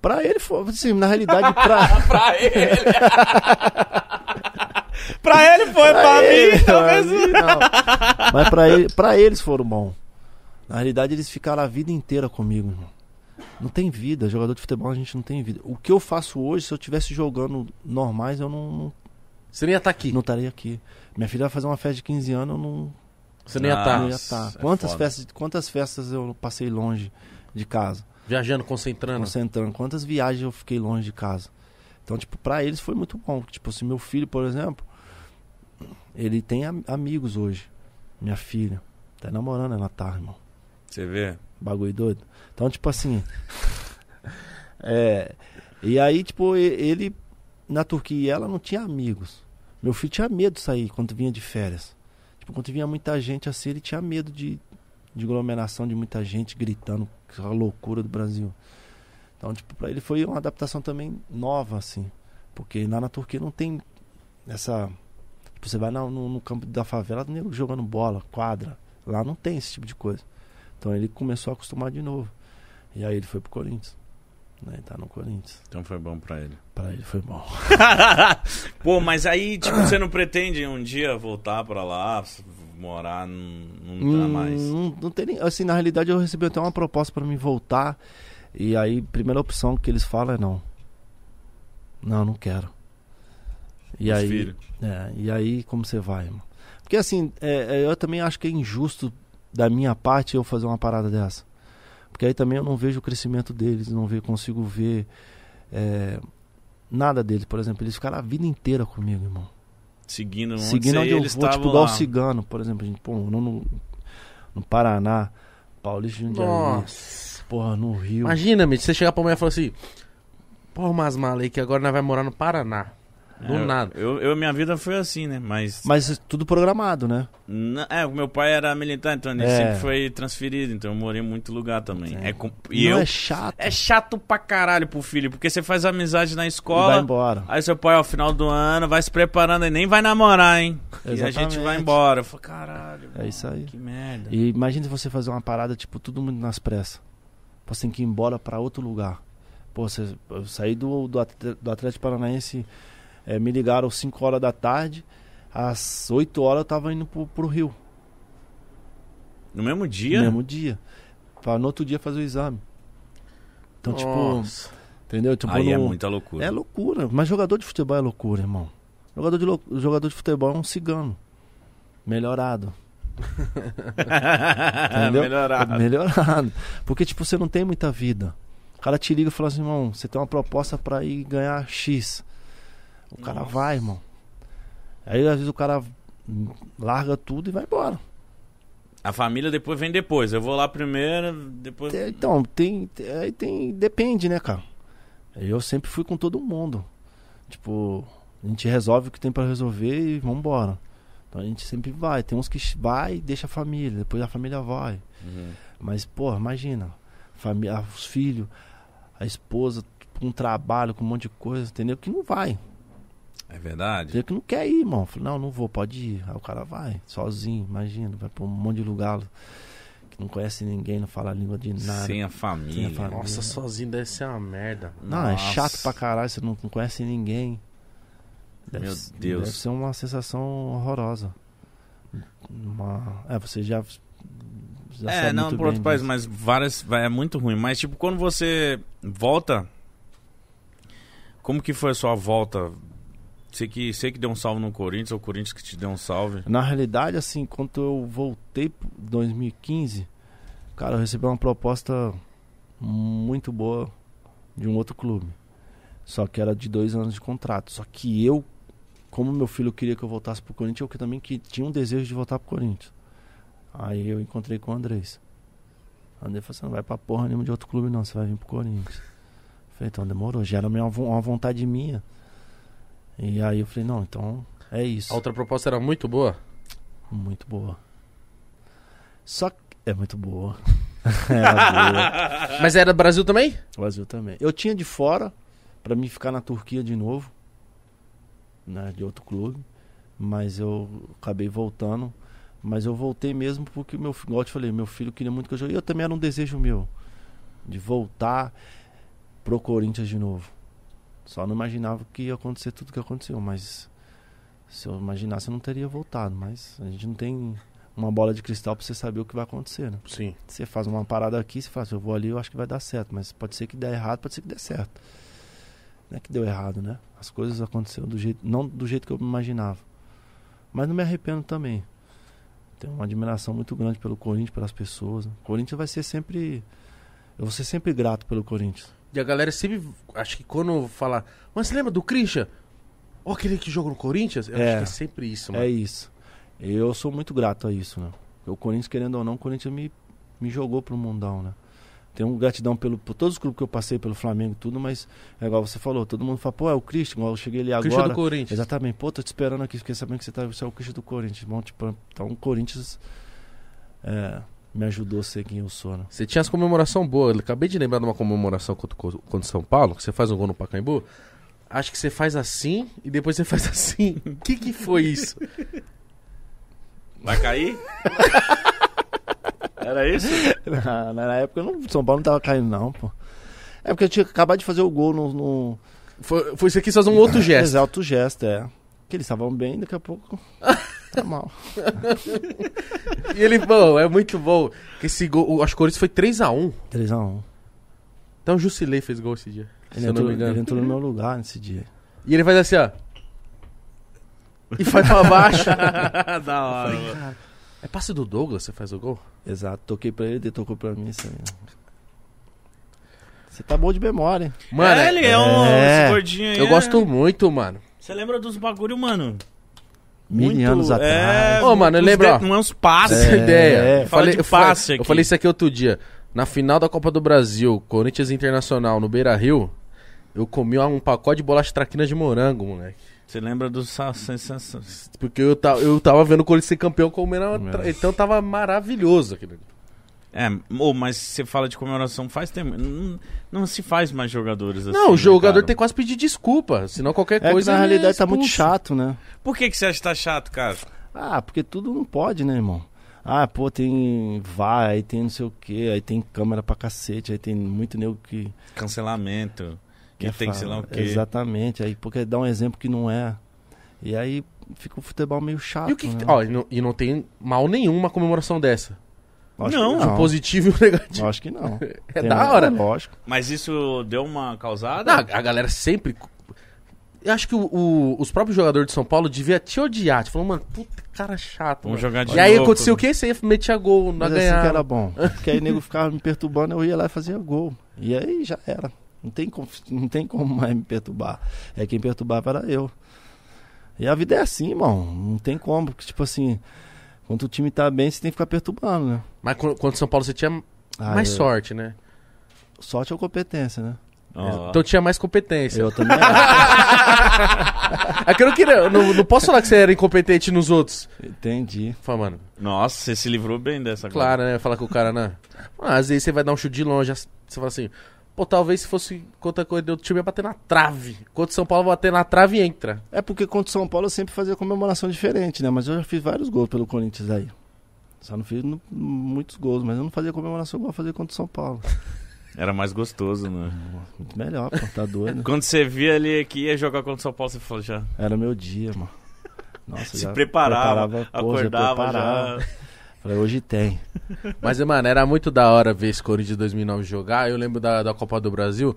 Pra ele foi. Assim, na realidade, pra.
Pra ele! pra ele foi, É pra, mim,
é pra
talvez.
mim, não. Mas pra, ele, pra eles foram bom. Na realidade, eles ficaram a vida inteira comigo, irmão. Não tem vida. Jogador de futebol, a gente não tem vida. O que eu faço hoje, se eu estivesse jogando normais, eu não, não,
Você nem ia estar aqui.
não estaria aqui. Minha filha vai fazer uma festa de 15 anos, eu não,
Você nem ia tá estar.
Ah.
não ia
Nossa,
estar.
é
Quantas,
foda.
festas, quantas festas eu passei longe de casa?
Viajando, concentrando.
concentrando. Quantas viagens eu fiquei longe de casa. Então, tipo, pra eles foi muito bom. Tipo, se meu filho, por exemplo, ele tem am- amigos hoje. Minha filha. Tá namorando ela tá, irmão.
Você vê?
Bagulho doido. Então, tipo assim. é. E aí, tipo, e- ele. Na Turquia ela não tinha amigos. Meu filho tinha medo de sair quando vinha de férias. Tipo, quando vinha muita gente assim, ele tinha medo de, de aglomeração de muita gente gritando, que é a loucura do Brasil. Então, tipo, pra ele foi uma adaptação também nova, assim. Porque lá na Turquia não tem essa. Tipo, você vai na- no, no campo da favela, nego jogando bola, quadra. Lá não tem esse tipo de coisa. Então ele começou a acostumar de novo. E aí ele foi pro Corinthians. Né? Ele tá no Corinthians.
Então foi bom pra ele.
Pra ele foi bom.
Pô, mas aí, tipo, você não pretende um dia voltar pra lá, morar, num- não dá
Hum,
mais.
Não, não tem nem, assim, na realidade eu recebi até uma proposta pra me voltar. E aí, primeira opção que eles falam é não. Não, não quero. E
Os
aí,
filhos.
é, e aí como você vai, mano? Porque assim, é, é, eu também acho que é injusto da minha parte eu fazer uma parada dessa. Porque aí também eu não vejo o crescimento deles, não ve- consigo ver é, nada deles. Por exemplo, eles ficaram a vida inteira comigo, irmão.
Seguindo onde,
Seguindo onde eu
eles
vou, tipo,
estavam
igual o
lá.
cigano, por exemplo, a gente, pô, no, no, no Paraná, Paulista de Jundiaí,
Nossa.
porra, no Rio.
Imagina, Mitch, você chegar pra mulher e falar assim: Porra, umas malas aí que agora nós vai morar no Paraná. Do
É, eu-
nada.
Eu, eu- minha vida foi assim, né? Mas.
Mas tudo programado, né?
Na- é, o meu pai era militar, então ele
É.
sempre foi transferido, então eu morei em muito lugar também. É com- e
não
eu.
é chato.
É chato pra caralho pro filho, porque você faz amizade na
e vai
escola.
embora.
Aí seu pai, ao final do ano, vai se preparando e nem vai namorar, hein? E a gente
Exatamente.
vai embora. Eu falo, caralho.
É isso aí.
Que merda.
E imagina se você fazer uma parada, tipo, todo mundo nas pressas. Pô, Você tem que ir embora pra outro lugar. Pô, você, eu saí do, do, Atl- do Atlético Paranaense, eh, me ligaram às 5 horas da tarde, às 8 horas eu tava indo pro, pro Rio.
No mesmo dia?
No mesmo dia. Pra no outro dia fazer o exame. Então, tipo,
Nossa.
entendeu? Tipo,
Aí é
no-
muita loucura.
é loucura. Mas jogador de futebol é loucura, irmão. Jogador de, lou- jogador de futebol é um cigano. Melhorado. Entendeu? É
Melhorado.
Melhorado. Porque, tipo, você não tem muita vida. O cara te liga e fala assim, irmão, você tem uma proposta pra ir ganhar X. O cara
Nossa.
vai, irmão. Aí, às vezes, o cara larga tudo e vai embora.
A família depois vem depois. Eu vou lá primeiro, depois.
Tem- Então, tem, tem- aí tem. Depende, né, cara? Eu sempre fui com todo mundo. Tipo, a gente resolve o que tem pra resolver e vambora. Então a gente sempre vai. Tem uns que ch- vai e deixa a família, depois a família vai.
Uhum.
Mas, porra, imagina. Família, os filhos, a esposa, com um trabalho, com um monte de coisa, entendeu? Que não vai.
É verdade?
Entendeu? Que não quer ir, irmão. Falei, não, não vou, pode ir. Aí o cara vai, sozinho, imagina, vai pra um monte de lugar que não conhece ninguém, não fala a língua de nada.
Sem a família.
Sem a família.
Nossa, sozinho deve ser uma merda.
Não, é
Nossa.
chato pra caralho, você não, não conhece ninguém.
Meu
ser-
Deus.
Deve ser uma sensação horrorosa. Uma... É, você já. já
É,
sabe
não
muito
por outro
bem
país,
disso.
mas várias. vai- É muito ruim. Mas, tipo, quando você volta. Como que foi a sua volta? Sei que, sei que deu um salve no Corinthians, ou o Corinthians que te deu um salve.
Na realidade, assim, quando eu voltei em 2015, cara, eu recebi uma proposta muito boa de um outro clube. Só que era de dois anos de contrato. Só que eu, como meu filho queria que eu voltasse pro Corinthians, eu que também que tinha um desejo de voltar pro Corinthians. Aí eu encontrei com o Andrés. O Andrés falou assim, não vai pra porra nenhuma de outro clube não, você vai vir pro Corinthians. Eu falei, então demorou, já era uma, vo- uma vontade minha. E aí eu falei, não, então é isso.
A outra proposta era muito boa.
Muito boa. Só que. É muito boa. Era boa.
Mas era Brasil também?
O Brasil também. Eu tinha de fora pra mim ficar na Turquia de novo, né, de outro clube, mas eu acabei voltando. Mas eu voltei mesmo porque meu filho, igual eu te falei, meu filho queria muito que eu jogasse. E eu também era um desejo meu de voltar pro Corinthians de novo. Só não imaginava que ia acontecer tudo que aconteceu, mas se eu imaginasse eu não teria voltado, mas a gente não tem uma bola de cristal pra você saber o que vai acontecer, né?
Sim.
Você faz uma parada aqui, você fala assim, eu vou ali, eu acho que vai dar certo, mas pode ser que dê errado, pode ser que dê certo. Não é que deu errado, né? As coisas aconteceram do jeito, não do jeito que eu imaginava. Mas não me arrependo também. Tenho uma admiração muito grande pelo Corinthians, pelas pessoas. Né? O Corinthians vai ser sempre. Eu vou ser sempre grato pelo Corinthians.
E a galera sempre. Acho que quando fala. Mas você lembra do Christian? Ó, aquele que jogou no Corinthians? Eu
É.
acho que é sempre isso, mano.
É isso. Eu sou muito grato a isso, né? Porque O Corinthians, querendo ou não, o Corinthians me, me jogou pro mundão, né? Tenho gratidão pelo, por todos os clubes que eu passei, pelo Flamengo e tudo, mas é igual você falou, todo mundo fala, pô, é o Cristo, igual eu cheguei ali
Christian
agora.
do Corinthians.
Exatamente, pô, tô te esperando aqui, fiquei sabendo que você, tá, você é o Cristo do Corinthians. Bom, tipo, então o Corinthians é, me ajudou a ser quem eu sou, né?
Você tinha as comemorações boas. Eu acabei de lembrar de uma comemoração contra, o Co- contra o São Paulo, que você faz um gol no Pacaembu. Acho que você faz assim e depois você faz assim. O que, que foi isso?
Vai cair? Era isso?
na, na época, eu não, São Paulo não tava caindo, não, pô. É porque eu tinha acabado de fazer o gol no- no,
Foi, foi isso aqui só um outro gesto.
Exalto gesto, é. Que eles estavam bem, daqui a pouco. tá mal.
E ele, bom, é muito bom. Que esse gol, acho que o Corinthians foi 3x1.
3x1.
Então o Jusilei fez gol esse dia.
Ele,
se eu não
entrou-
me engano.
ele entrou no meu lugar nesse dia.
E ele faz assim, ó. E vai pra baixo.
da hora, mano.
é passe do Douglas, você faz o gol?
Exato, toquei pra ele, ele tocou pra mim. Isso aí. Você tá bom de memória, hein?
Mano,
é, ele é um
é.
esse gordinho aí.
eu
é.
gosto muito, mano.
Você lembra dos bagulho, mano? é,
Mil anos atrás.
Ô, mano,
uns
lembra,
de-
ó.
Não é uns passes.
Essa ideia.
é.
Eu
Fala
falei,
de
eu, falei,
passe
eu
aqui.
falei isso aqui outro dia. Na final da Copa do Brasil, Corinthians Internacional, no Beira Rio, eu comi um pacote de bolacha traquina de morango, moleque.
Você lembra dos sa- sensações.
Porque eu, ta, eu tava vendo o Corinthians ser campeão comendo. uma tra-
Nossa.
Então tava maravilhoso aquele.
É, ô, mas você fala de comemoração faz tempo. Não, não se faz mais jogadores assim.
Não, o
né,
jogador
cara?
tem que quase pedir desculpa. Senão qualquer
É que
coisa.
na
ele é
realidade tá muito
expulso.
chato, né?
Por que, que você acha que tá chato, cara?
Ah, porque tudo não pode, né, irmão? Ah, pô, tem VAR, aí tem não sei o que, aí tem câmera pra cacete, aí tem muito nego que.
Cancelamento. Que tem
Né, fala.
sei lá o quê.
Exatamente, aí porque dá um exemplo que não é. E aí fica o futebol meio chato.
E, o que que
né?
tem- ó, e, não, e não tem mal nenhum uma comemoração dessa.
Lógico
não,
que
O positivo e o negativo.
Lógico que não.
É
Tem-
da hora.
Lógico.
Mas isso deu uma causada?
Ah, Não, a galera sempre. Eu acho que o- o- os próprios jogadores de São Paulo deviam te odiar. Te falam, mano, puta cara chato.
Vamos
mano."
jogar de
E aí
louco.
aconteceu o quê? Você metia gol, não
Mas é assim que era
ganhava.
bom. Porque aí o nego ficava me perturbando, eu ia lá e fazia gol. E aí já era. Não tem como, não tem como mais me perturbar. É quem perturbava era eu. E a vida é assim, irmão. Não tem como. Porque, tipo assim, quando o time tá bem, você tem que ficar perturbando, né?
Mas quando, quando São Paulo você tinha
Ah,
mais
eu-
sorte, né?
Sorte ou competência, né?
Ó.
Então tinha mais competência.
Eu também.
É que eu não queria. eu Não, não posso falar que você era incompetente nos outros.
Entendi.
Fala, mano,
Nossa, você se livrou bem dessa agora.
claro, né? Falar com o cara, né? Ah, às vezes você vai dar um chute de longe, as- você fala assim. Pô, talvez se fosse contra coisa do outro time ia bater na trave. Contra São Paulo, bater na trave e entra.
É porque contra o São Paulo eu sempre fazia comemoração diferente, né? Mas eu já fiz vários gols pelo Corinthians aí. Só não fiz no- muitos gols, mas eu não fazia comemoração igual eu fazia contra o São Paulo.
Era mais gostoso, né?
Muito melhor, pô, tá doido.
Quando você via ali que ia jogar contra o São Paulo, você falou já.
Era meu dia, mano. Nossa,
Se
já
preparava,
pô, já
acordava
preparava.
já.
Falei, hoje tem.
Mas, mano, era muito da hora ver esse Corinthians de 2009 jogar. Eu lembro da, da Copa do Brasil. O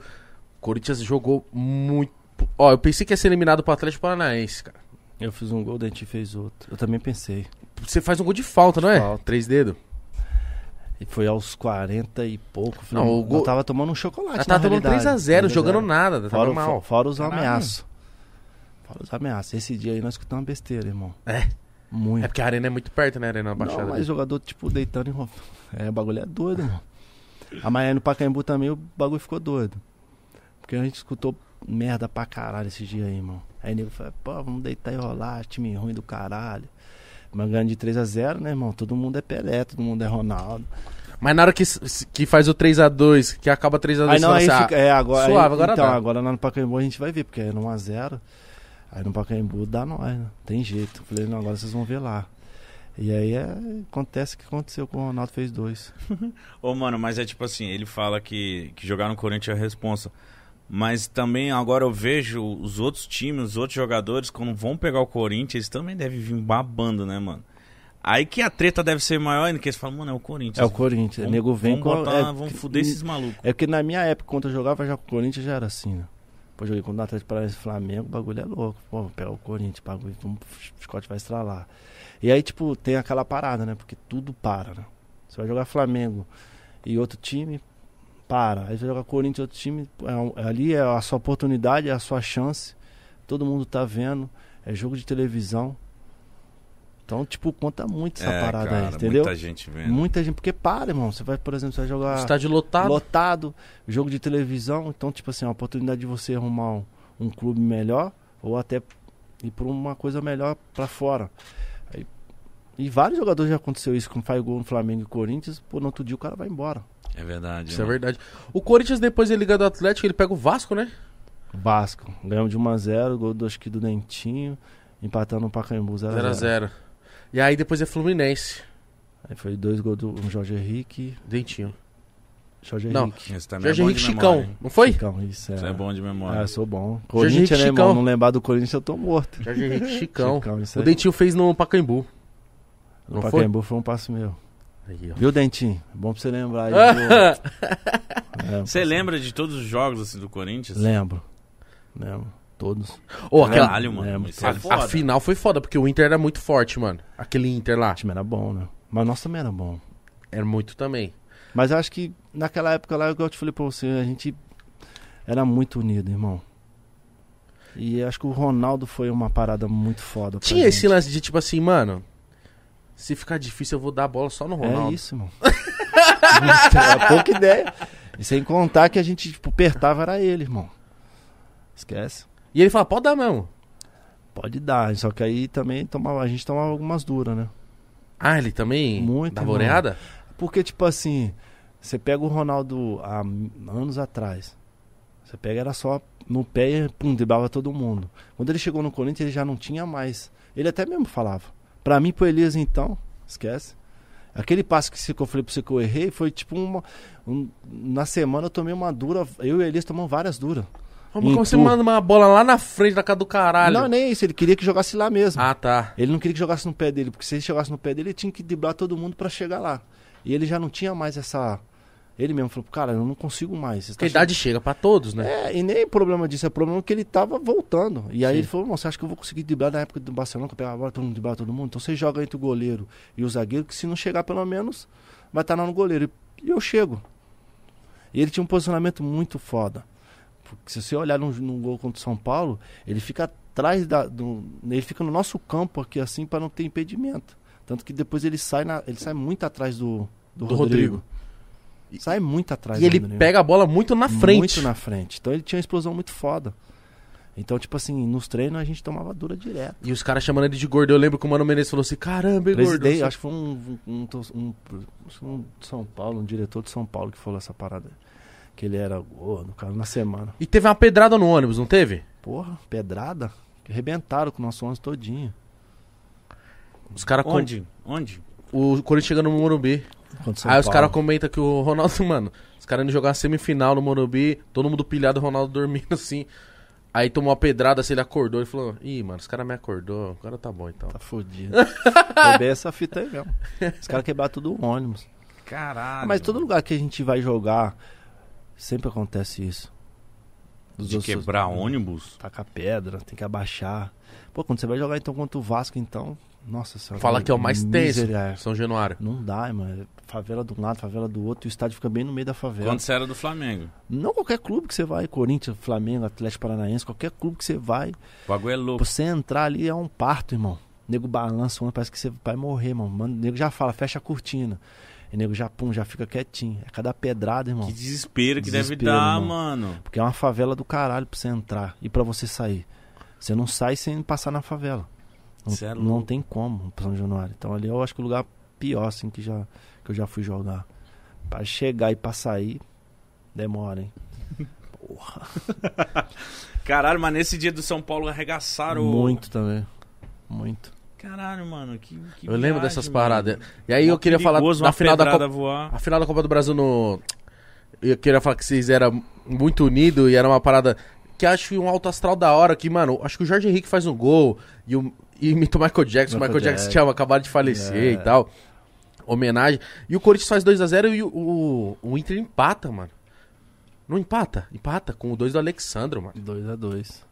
Corinthians jogou muito. Ó, eu pensei que ia ser eliminado pro Atlético Paranaense, cara.
Eu fiz um gol, o Dentinho fez outro. Eu também pensei.
Você faz um gol de falta, não é?
Falta.
Três dedos.
E foi aos 40 e pouco. Falei,
Não, o
eu
gol-
tava tomando um chocolate.
Ela
Ela
tava Ah, tá tomando 3x0, jogando nada, tava
Fora, o-
mal.
fora os
Caralho.
ameaços. Fora os ameaços. Esse dia aí nós escutamos uma besteira, irmão.
É.
Muito.
É porque a arena é muito perto, né? A arena baixada.
Não, mas jogador, tipo, deitando em roupa. É, o bagulho é doido, mano. A Miami no Pacaembu também, o bagulho ficou doido. Porque a gente escutou merda pra caralho esse dia aí, mano. Aí o nego falou, pô, vamos deitar e rolar, time ruim do caralho. Mas ganhando de 3x0, né, irmão? Todo mundo é Pelé, todo mundo é Ronaldo.
Mas na hora que, s- que faz o 3x2, que acaba 3x2,
Aí não, aí
assim, ah,
fica, é, agora, aí-
suave, agora
então,
dá.
agora lá no Pacaembu a gente vai ver, porque era 1x0. Aí no Pacaembu dá nós, né? Tem jeito. Falei, não, agora vocês vão ver lá. E aí é, acontece o que aconteceu com o Ronaldo, fez dois.
Ô, mano, mas é tipo assim, ele fala que, que jogar no Corinthians é a responsa. Mas também agora eu vejo os outros times, os outros jogadores, quando vão pegar o Corinthians, eles também devem vir babando, né, mano? Aí que a treta deve ser maior ainda, que eles falam, mano, é o Corinthians.
É o Corinthians.
Vamos-
O nego vem
vamos
com.
botar,
é,
vamos fuder esses malucos.
é porque na minha época, quando eu jogava já com o Corinthians, já era assim, né? Pô, joguei contra o Atlético Paranaense e Flamengo, o bagulho é louco. Pô, vou pegar o Corinthians, o bagulho, vamos, o Scott vai estralar. E aí, tipo, tem aquela parada, né? Porque tudo para, né? Você vai jogar Flamengo e outro time, para. Aí você joga Corinthians e outro time, é um- ali é a sua oportunidade, é a sua chance. Todo mundo tá vendo, é jogo de televisão. Então, tipo, conta muito essa
é,
parada
cara,
aí, entendeu?
muita gente vendo.
Muita gente, porque para, irmão. Você vai, por exemplo, você vai jogar
Estádio lotado.
lotado, jogo de televisão. Então, tipo assim, é uma oportunidade de você arrumar um, um clube melhor ou até ir por uma coisa melhor pra fora. Aí- e vários jogadores já aconteceu isso, com faz gol no Flamengo e Corinthians, pô, no outro dia o cara vai embora.
É verdade.
Isso é
mano.
verdade. O Corinthians, depois da Liga do Atlético, ele pega o Vasco, né?
Vasco, ganhamos de 1 a 0 gol do, acho que do Dentinho, empatando no Pacaembu 0 a 0
0x0. E aí depois é Fluminense.
Aí foi dois gols do um Jorge Henrique,
Dentinho.
Jorge
Não,
Henrique.
Esse também
Jorge
é bom
Henrique
de
Chicão,
memória, hein?
não foi?
Chicão, isso, é.
Isso é bom de memória.
Ah, eu sou
Jorge
bom.
Henrique
Corinthians, né, irmão?
Chicão.
Não lembrar do Corinthians, eu tô morto.
Jorge Henrique Chicão.
Chicão, isso
O
aí.
Dentinho fez no Pacaembu.
O
Não foi?
Pacaembu foi? um passo meu.
Aí, ó.
Viu, Dentinho? Bom pra você lembrar aí. do- É, um
Você
passo-
lembra de todos os jogos assim, do Corinthians?
Lembro. Lembro. todos.
Ou aquela.
Caralho, mano.
É, muito
isso é
a-
foda.
a, final foi foda, porque o Inter era muito forte, mano. Aquele Inter lá.
O time era bom, né? Mas nós também era bom.
Era muito também.
Mas eu acho que naquela época lá, igual eu te falei pra você, a gente era muito unido, irmão. E eu acho que o Ronaldo foi uma parada muito foda. pra
Tinha
gente.
esse lance de tipo assim, mano. Se ficar difícil, eu vou dar a bola só no Ronaldo.
É isso, irmão. Era pouca ideia. E sem contar que a gente, tipo, apertava era ele, irmão. Esquece.
E ele fala, pode dar mesmo.
Pode dar, só que aí também tomava, a gente tomava algumas duras, né?
Ah, ele também
Muito,
dava
irmão.
oreada?
Porque, tipo assim, você pega o Ronaldo há anos atrás. Você pega, era só no pé e pum, driblava todo mundo. Quando ele chegou no Corinthians, ele já não tinha mais. Ele até mesmo falava. Pra mim, pro Elias, então, esquece. Aquele passo que se- que eu falei pra você que eu errei foi tipo uma. um- na semana eu tomei uma dura. Eu e o Elias tomamos várias duras.
Como que
Em
você
tu-
manda uma bola lá na frente da casa do caralho?
Não, nem isso. Ele queria que jogasse lá mesmo.
Ah, tá.
Ele não queria que jogasse no pé dele, porque se ele chegasse no pé dele, ele tinha que driblar todo mundo pra chegar lá. E ele já não tinha mais essa. Ele mesmo falou, cara, eu não consigo mais. tá vocês
Porque
tão
a idade chega pra todos,
chegando-
né?
É, e nem problema disso, é problema que ele tava voltando. E aí
Sim.
ele falou, "Não, você acha que eu vou conseguir driblar na época do Barcelona, que eu pegava a bola, todo mundo driblava todo mundo? Então você joga entre o goleiro e o zagueiro, que se não chegar pelo menos, vai estar lá no goleiro. E eu chego. E ele tinha um posicionamento muito foda. Porque se você olhar num, num gol contra o São Paulo, ele fica atrás da. do- ele fica no nosso campo aqui, assim, para não ter impedimento. Tanto que depois ele sai, na- ele sai muito atrás do, do,
Do
Rodrigo.
Rodrigo.
Sai muito atrás
E ele
Rodrigo.
pega a bola muito na frente.
né? Muito na frente. Então ele tinha uma explosão muito foda. Então, tipo assim, nos treinos a gente tomava dura direto.
E os caras chamando ele de gordo. Eu lembro que o Mano Menezes falou assim: caramba, ele gordo. Assim.
Presidente, acho que foi um, um, um- um- um de São Paulo, um diretor de São Paulo que falou essa parada. Que ele era gordo, cara, na semana.
E teve uma pedrada no ônibus, não teve?
Porra, pedrada. Arrebentaram com o nosso ônibus todinho.
Os caras. Com...
Onde? Onde?
O Corinthians chegando no Morumbi.
contra o São
Aí os
Paulo.
caras comentam que o Ronaldo, mano, os caras indo jogar a semifinal no Morumbi, todo mundo pilhado, o Ronaldo dormindo assim. Aí tomou uma pedrada, assim, ele acordou e falou: Ih, mano, os caras me acordou, agora tá bom então.
Tá fodido. Foi bem essa fita aí mesmo. Os caras quebraram tudo o ônibus.
Caralho.
Mas todo lugar que a gente vai jogar, sempre acontece isso. Dos
De
outros-
quebrar ônibus?
tacar pedra, tem que abaixar. Pô, quando você vai jogar então contra o Vasco, então, nossa senhora.
Fala que é o mais tenso,
miserável.
São Januário.
Não dá, mano. Favela de um lado, favela do outro, e o estádio fica bem no meio da favela.
Quando você era do Flamengo.
Não qualquer clube que você vai, Corinthians, Flamengo, Atlético Paranaense, qualquer clube que você vai,
O bagulho é louco.
pra você entrar ali é um parto, irmão. O nego balança, o olho, parece que você vai morrer, irmão. Mano, o nego já fala, fecha a cortina. E o nego já, pum, já fica quietinho. É cada pedrada, irmão.
Que desespero que deve
Desespero,
dar,
mano.
mano.
Porque é uma favela do caralho pra você entrar e pra você sair. Você não sai sem passar na favela. Não,
Cê é
não
louco.
tem como pra São Januário. Então ali eu acho que o lugar pior, assim, que, já, que eu já fui jogar. Pra chegar e pra sair, demora, hein?
Caralho, mas nesse dia do São Paulo arregaçaram. o-
Muito também. Muito.
Caralho, mano. Que, que
Eu lembro
viagem,
dessas
mano.
paradas. E aí eu
Mó
queria falar
perigoso,
na
uma
final da
pedrada
Copa.
voar.
A final da Copa do Brasil no. Eu queria falar que vocês eram muito unidos e era uma parada que acho um alto astral da hora. Que, mano, acho que o Jorge Henrique faz um gol e, o... e imita o Michael Jackson. O Michael
Michael
Jackson
Jackson.
tinha acabado de falecer
É.
e tal. Homenagem. E o Corinthians faz 2x0 e o, o... o Inter empata, mano. Não empata? Empata com o 2 do Alexandro, mano.
2 a 2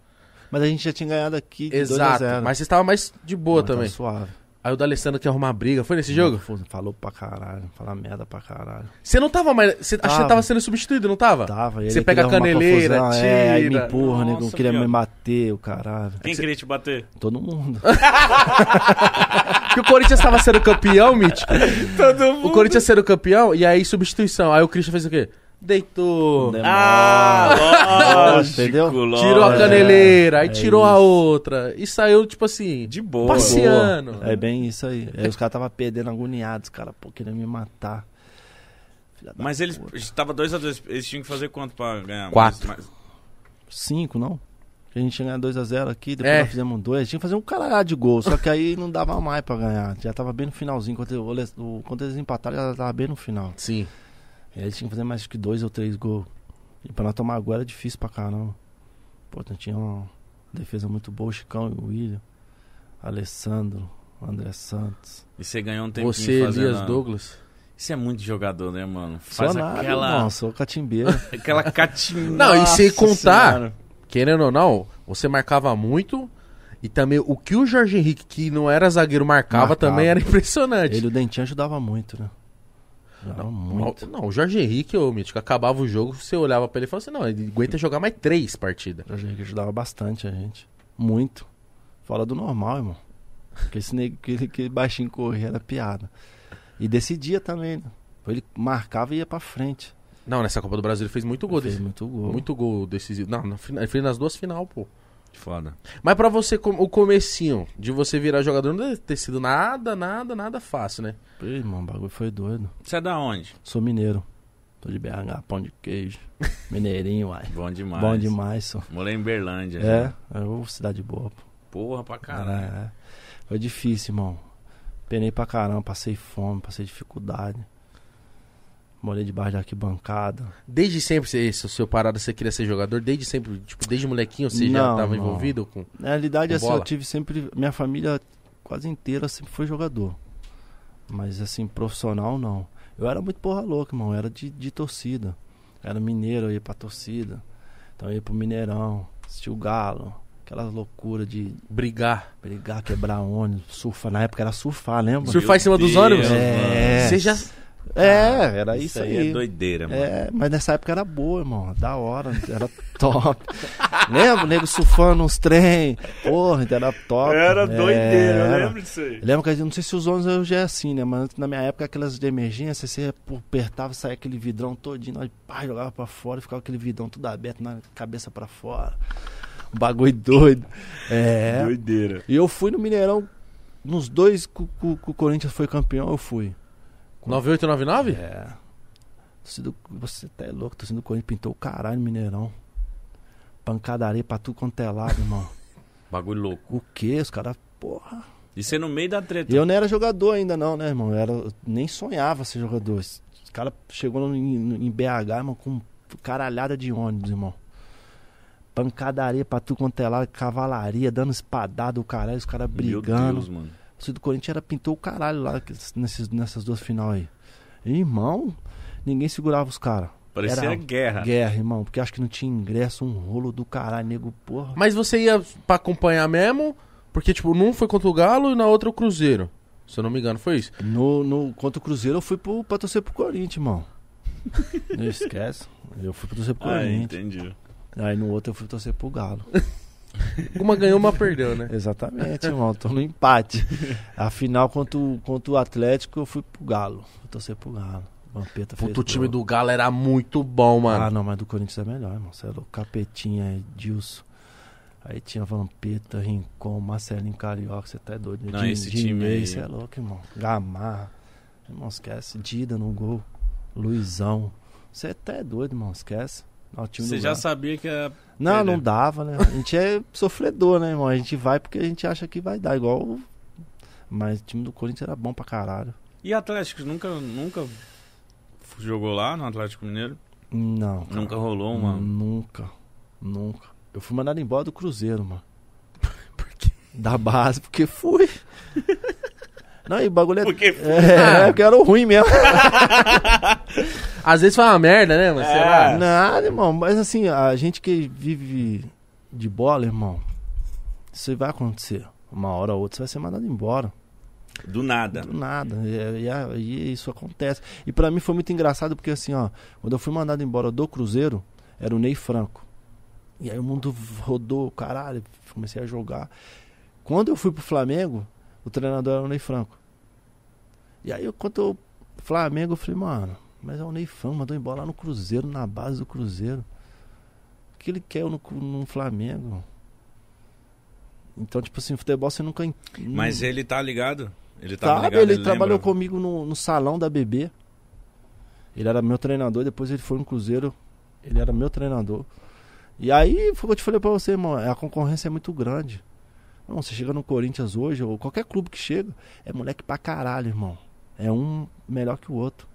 Mas a gente já tinha ganhado aqui de 2 a
Exato.
0
Mas vocês estavam mais de boa
Mas tá Hum.
também.
suave.
Aí o do Alexandro quer arrumar briga. Foi nesse jogo?
Falou pra caralho. Fala merda pra caralho.
Você não tava mais. Você... Acho que você
Tava.
tava sendo substituído, não tava?
Tava, ele
Você
queria
pega a
arrumar
caneleira,
confusão, É, aí me
tira.
empurra, nego.
Nossa,
Queria me
viado.
bater, o caralho.
Quem queria te bater?
Todo mundo.
Porque o Corinthians tava sendo campeão, Mítico.
Todo mundo.
O Corinthians sendo campeão, e aí substituição. Aí o Christian fez o quê? Deitou.
Demora.
Ah, lógico,
Entendeu?
lógico.
Tirou a
é,
caneleira, aí
é
tirou a
isso.
outra. E saiu, tipo assim.
De boa.
Passeio. Oceano.
Boa. É bem isso aí. Aí os caras tava perdendo agoniados, cara, pô, querendo me matar. Filha da
Mas eles.
puta.
Tava 2x2. Eles tinham que fazer quanto pra ganhar?
Quatro.
Mas- mas-
Cinco, não? Que A gente tinha ganhado 2x0 aqui, depois
É.
nós fizemos dois. Tinha que fazer um caralho de gol, só que aí não dava mais pra ganhar. Já tava bem no finalzinho. Quando, o Ole- o- quando eles empataram, já tava bem no final.
Sim.
E aí eles tinham que fazer mais que dois ou três gols. E pra nós tomar gol era difícil pra caramba. Pô, então tinha uma defesa muito boa, o Chicão e o William, Alessandro, André Santos.
E você ganhou um tempinho
Você,
fazendo...
Elias Douglas.
Isso é muito jogador, né, mano?
Sou
Faz
nada,
aquela,
irmão, sou catimbeiro.
aquela catinha.
Não, e se
Nossa
contar
Senhora.
querendo ou não, você marcava muito. E também o que o Jorge Henrique, que não era zagueiro, marcava,
Marcava.
também era impressionante.
Ele e o Dentinho ajudava muito, né? Ajudava muito.
Não, o Jorge Henrique, ô Mítico, acabava o jogo, você olhava pra ele e falava assim, não, ele aguenta jogar mais três partidas.
O Jorge Henrique ajudava bastante a gente. Muito. Fora do normal, irmão. Porque esse nego, aquele, aquele baixinho corria era piada. E decidia também, né? Ele marcava e ia pra frente.
Não, nessa Copa do Brasil ele fez muito gol.
Fez
desse-
muito gol.
Muito gol decisivo. Não, na fina- ele fez nas duas final, pô.
Foda.
Mas pra você, com- o comecinho de você virar jogador não deve ter sido nada, nada, nada fácil, né?
Ih, irmão, o bagulho foi doido.
Você é da onde?
Sou mineiro. Tô de BH, pão de queijo. Mineirinho, uai.
Bom demais.
Bom demais, sou.
Morei em Berlândia.
É,
já.
é ô, cidade boa, pô.
Porra pra caralho.
Cara, é. Foi difícil, irmão. Penei pra caramba, passei fome, passei dificuldade. Morei debaixo de arquibancada.
Desde sempre, você, se o seu parada, você queria ser jogador? Desde sempre, tipo, desde molequinho você já
Não,
tava
não.
envolvido com...
Na realidade,
Com
assim,
bola?
eu tive sempre. Minha família quase inteira sempre foi jogador. Mas, assim, profissional, não. Eu era muito porra louca, irmão. Eu era de, de torcida. Eu era mineiro, eu ia pra torcida. Então, eu ia pro Mineirão, assistia o Galo. Aquelas loucuras de
Brigar.
brigar, quebrar ônibus, surfar. Na época era surfar, lembra?
Surfar em cima dos
Deus,
ônibus?
É.
Você já...
É, era
Isso,
isso,
aí,
aí.
é doideira, mano.
É, mas nessa época era boa, irmão. Da hora, era top. Lembra? O nego surfando uns trem. Porra, então era top. né? Era.
disso aí.
Eu lembro que, não sei se os ônibus hoje é assim, né? Mas na minha época, aquelas de emergência, você apertava, saía aquele vidrão todinho, nós pá, jogava pra fora, ficava aquele vidrão tudo aberto, na cabeça pra fora. Um bagulho doido. É.
Doideira.
E eu fui no Mineirão, nos dois que o- que o Corinthians foi campeão, eu fui.
9899?
É. Torcida do- você tá é louco, torcida do Corinthians pintou o caralho no Mineirão. Pancadaria pra tudo quanto é lado, irmão.
Bagulho louco.
O quê? Os caras, porra.
E você no meio da treta.
E eu não era jogador ainda, não, né, irmão? Eu, era, eu nem sonhava ser jogador. Os caras chegou no- em, em BH, irmão, com caralhada de ônibus, irmão. Pancadaria pra tudo quanto é lado, cavalaria, dando espadada, o caralho, os caras
Meu
brigando.
Deus, mano.
O time do Corinthians era pintou o caralho lá que- nesses, nessas duas final aí. Irmão, ninguém segurava os caras.
Parecia
Era-
guerra.
Guerra, irmão, porque acho que não tinha ingresso, um rolo do caralho, nego, porra.
Mas você ia pra acompanhar mesmo? Porque, tipo, num foi contra o Galo e na outra o Cruzeiro. Se eu não me engano, foi isso.
No, no, contra o Cruzeiro eu fui pro, pra torcer pro Corinthians, irmão. não esquece. Eu fui pra torcer pro
Ah,
Corinthians.
entendi.
Aí no outro eu fui torcer pro Galo.
Uma ganhou, uma perdeu, né?
Exatamente, irmão. Tô no empate. A final contra o, contra o Atlético eu fui pro Galo. Fui torcer pro Galo. Vampeta fez
Puta, o time
gol.
do Galo era muito bom,
Ah,
mano.
não, mas do Corinthians é melhor, irmão. Você é louco. Capetinha, Edilson. Aí tinha Vampeta, Rincon, Marcelinho Carioca. Você tá é doido. né?
Não,
Di-
esse time
Dinei,
aí-
Você é louco, irmão. Gamarra. Irmão, esquece. Dida no gol. Luizão. Você tá é doido, irmão. Esquece. Não, o time
Você
do
já
Galo-
sabia que a...
Não, não
né?
dava, né? A gente é sofredor, né, irmão? A gente vai porque a gente acha que vai dar. Igual. o- Mas o time do Corinthians era bom pra caralho.
E Atlético nunca, nunca f- jogou lá no Atlético Mineiro?
Não. Hum. cara.
Nunca rolou uma...
Nunca. Nunca. Eu fui mandado embora do Cruzeiro, mano. Da base, porque fui. Não, e o bagulho é.
Porque
É, é, porque eu era ruim mesmo.
Às vezes foi uma merda, né, mano? Sei lá.
Nada, irmão. Mas assim, a gente que vive de bola, irmão, isso aí vai acontecer. Uma hora ou outra você vai ser mandado embora.
Do nada.
Do nada. É, E, e a- e isso acontece. E pra mim foi muito engraçado porque assim, ó, quando eu fui mandado embora do Cruzeiro, era o Ney Franco. E aí o mundo rodou, caralho, comecei a jogar. Quando eu fui pro Flamengo, o treinador era o Ney Franco. E aí, quando eu Flamengo, eu falei, mano, mas é o Ney Franco, mandou embora lá no Cruzeiro, na base do Cruzeiro. O que ele quer no, cu- no Flamengo? Então, tipo assim, futebol você nunca. en-
Mas ele tá ligado? Ele tá
Sabe,
ligado,
ele, trabalhou
lembra?
comigo no, no salão da BB. Ele era meu treinador, depois ele foi no Cruzeiro. Ele era meu treinador. E aí, foi o que eu te falei pra você, irmão, a concorrência é muito grande. Não, você chega no Corinthians hoje, ou qualquer clube que chega, é moleque pra caralho, irmão. É um melhor que o outro.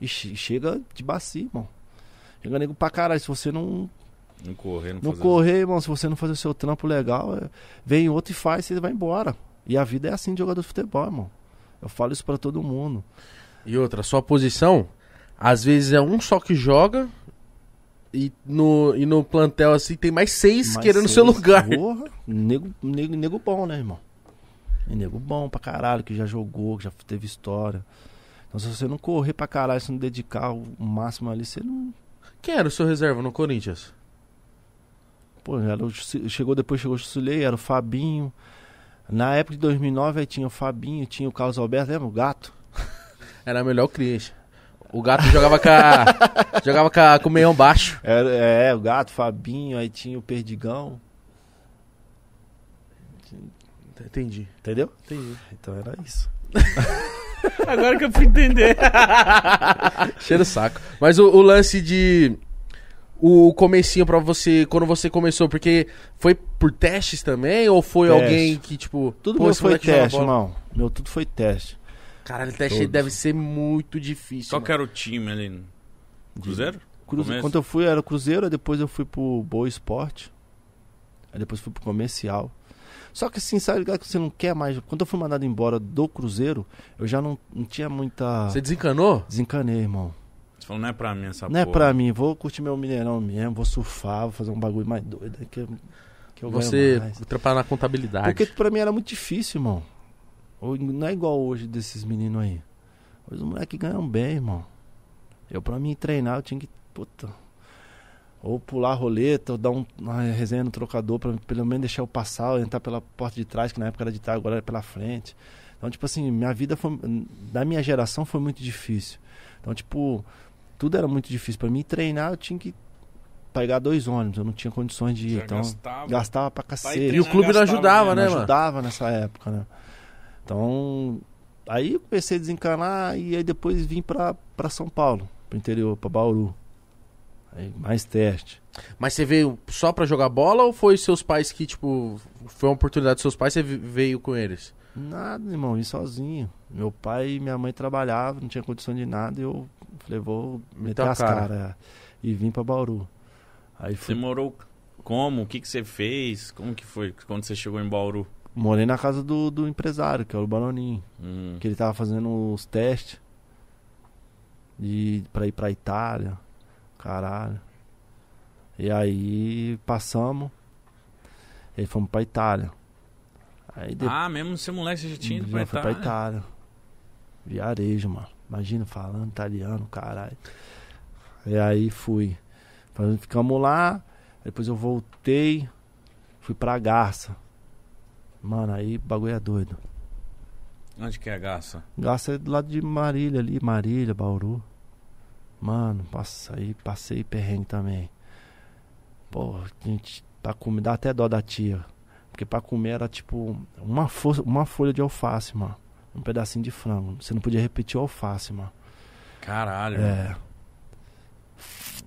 E che- chega de bacia, irmão. Chega nego pra caralho. Se você não,
Não correr, não,
não
fazer-
correr, irmão, se você não fazer o seu trampo legal, é, vem outro e faz, você vai embora. E a vida é assim de jogador de futebol, irmão. Eu falo isso pra todo mundo.
E outra, sua posição, às vezes é um só que joga E no, e no plantel, assim, tem mais seis
Mas
querendo
seis,
seu lugar.
Porra, nego, nego, nego bom, né, irmão? E nego bom pra caralho, que já jogou, que já teve história. Então, se você não correr pra caralho, se não dedicar o máximo ali, você não.
Quem era o seu reserva no Corinthians?
Pô, era o Chu- chegou depois, chegou o Chusulei, era o Fabinho. Na época de 2009, aí tinha o Fabinho, tinha o Carlos Alberto, lembra? O gato.
Era melhor o cliente. O gato jogava com a, jogava com, a- com o meião baixo.
Era, é, o gato, Fabinho, aí tinha o Perdigão.
Entendi.
Entendeu? Então era isso.
Agora que eu fui entender.
Cheira o saco. Mas o, o lance de. O comecinho pra você, quando você começou, porque foi por testes também? Ou foi
Teste.
alguém que, tipo.
Tudo
pô,
meu
esse
foi
moleque joga
teste,
bola?
irmão. Meu tudo foi teste.
Caralho, teste
Todos.
deve ser muito difícil.
Qual
mano.
que era o time ali? Cruzeiro?
Cruze...
Começo.
Quando eu fui, era Cruzeiro, aí depois eu fui pro Boa Esporte. Aí depois fui pro comercial. Só que assim, sabe que você não quer mais. Quando eu fui mandado embora do Cruzeiro, eu já não, não tinha
é?
muita.
Você desencanou?
Desencanei, irmão.
Você falou, não é pra mim essa
não é
porra.
pra mim, vou curtir meu Mineirão mesmo, vou surfar, vou fazer um bagulho mais doido. Que, eu- que eu ganho
Você
mais.
trampar na contabilidade.
Porque pra mim era muito difícil, irmão. Ou- Não é igual hoje desses meninos aí. Hoje os moleques ganham bem, irmão. Eu, pra mim, treinar, eu tinha que. Puta. Ou pular a roleta, ou dar um- uma resenha no trocador, pra pelo menos deixar eu passar, ou entrar pela porta de trás, que na época era de trás, agora é pela frente. Então, tipo assim, minha vida foi. Da minha geração foi muito difícil. Então, tipo, tudo era muito difícil. Pra mim, treinar, eu tinha que pegar dois ônibus, eu não tinha condições de ir.
Já
Então,
gastava. Tá
gastava pra cacete
E o clube não
Gastava,
ajudava, né,
né?
não
mano?
ajudava nessa época, né? Então, aí eu comecei a desencanar e aí depois vim pra, pra São Paulo, pro interior, pra Bauru. Aí mais teste.
Mas você veio só pra jogar bola ou foi seus pais que, tipo, foi uma oportunidade dos seus pais você ve- veio com eles?
Nada, irmão, vim sozinho. Meu pai e minha mãe trabalhavam, não tinha condição de nada, e eu falei, vou meter
a
as
cara.
caras. é. E vim pra Bauru. Aí
Você
fui,
morou como? O que, que você fez? Como que foi quando você chegou em Bauru?
morei na casa do, do empresário, que é o Baroninho.
Hum,
que ele tava fazendo os testes de para ir pra Itália. Caralho. E aí passamos. E aí fomos pra Itália. Aí depois
Ah, mesmo ser moleque, você já tinha ido pra
já foi pra
Itália.
Itália. Viarejo, mano. Imagina falando italiano, caralho. E aí fui. Faz- Ficamos lá, depois eu voltei, fui pra Garça. Mano, aí o bagulho é doido.
Onde que é a Garça?
Gasta é do lado de Marília ali, Marília, Bauru. Mano, passa aí, passei perrengue também. Pô, a gente, pra comer, dá até dó da tia. Porque pra comer era tipo uma, fo- uma folha de alface, mano. Um pedacinho de frango. Você não podia repetir o alface, mano.
Caralho.
É.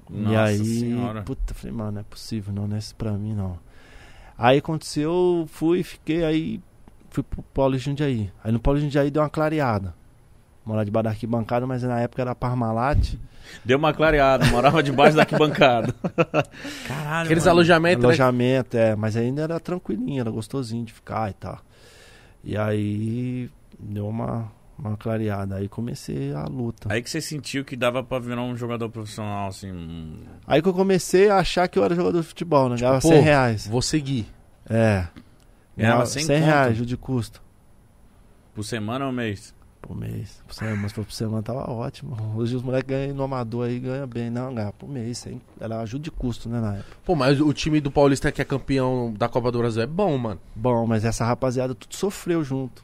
Nossa
e aí,
senhora.
puta, falei, mano, não é possível, não, não é isso pra mim, não. Aí aconteceu, fui, fiquei, aí fui pro Paulo de Jundiaí. Aí no Paulo de Jundiaí deu uma clareada. Morar debaixo da arquibancada, mas na época era Parmalat.
Deu uma clareada, morava debaixo da arquibancada. Caralho.
Aqueles
mano.
alojamentos, né?
alojamento, é, mas ainda era tranquilinho, era gostosinho de ficar e tal. E aí deu uma, uma clareada, aí comecei a luta.
Aí que você sentiu que dava pra virar um jogador profissional, assim. um-
Aí que eu comecei a achar que eu era jogador de futebol,
Tipo,
né? Ganhava
pô,
100 reais.
Vou seguir.
É.
Ganhava
Ganhava
100
100,
conto.
reais de custo.
Por semana ou um mês?
Por mês. Por semana, mas por semana tava ótimo. Hoje os moleques ganham no amador aí, ganha bem. Não, ganha por mês. Hein? Era ajuda de custo, né, na época.
Pô, mas o time do Paulista que é campeão da Copa do Brasil é bom, mano.
Bom, mas essa rapaziada tudo sofreu junto.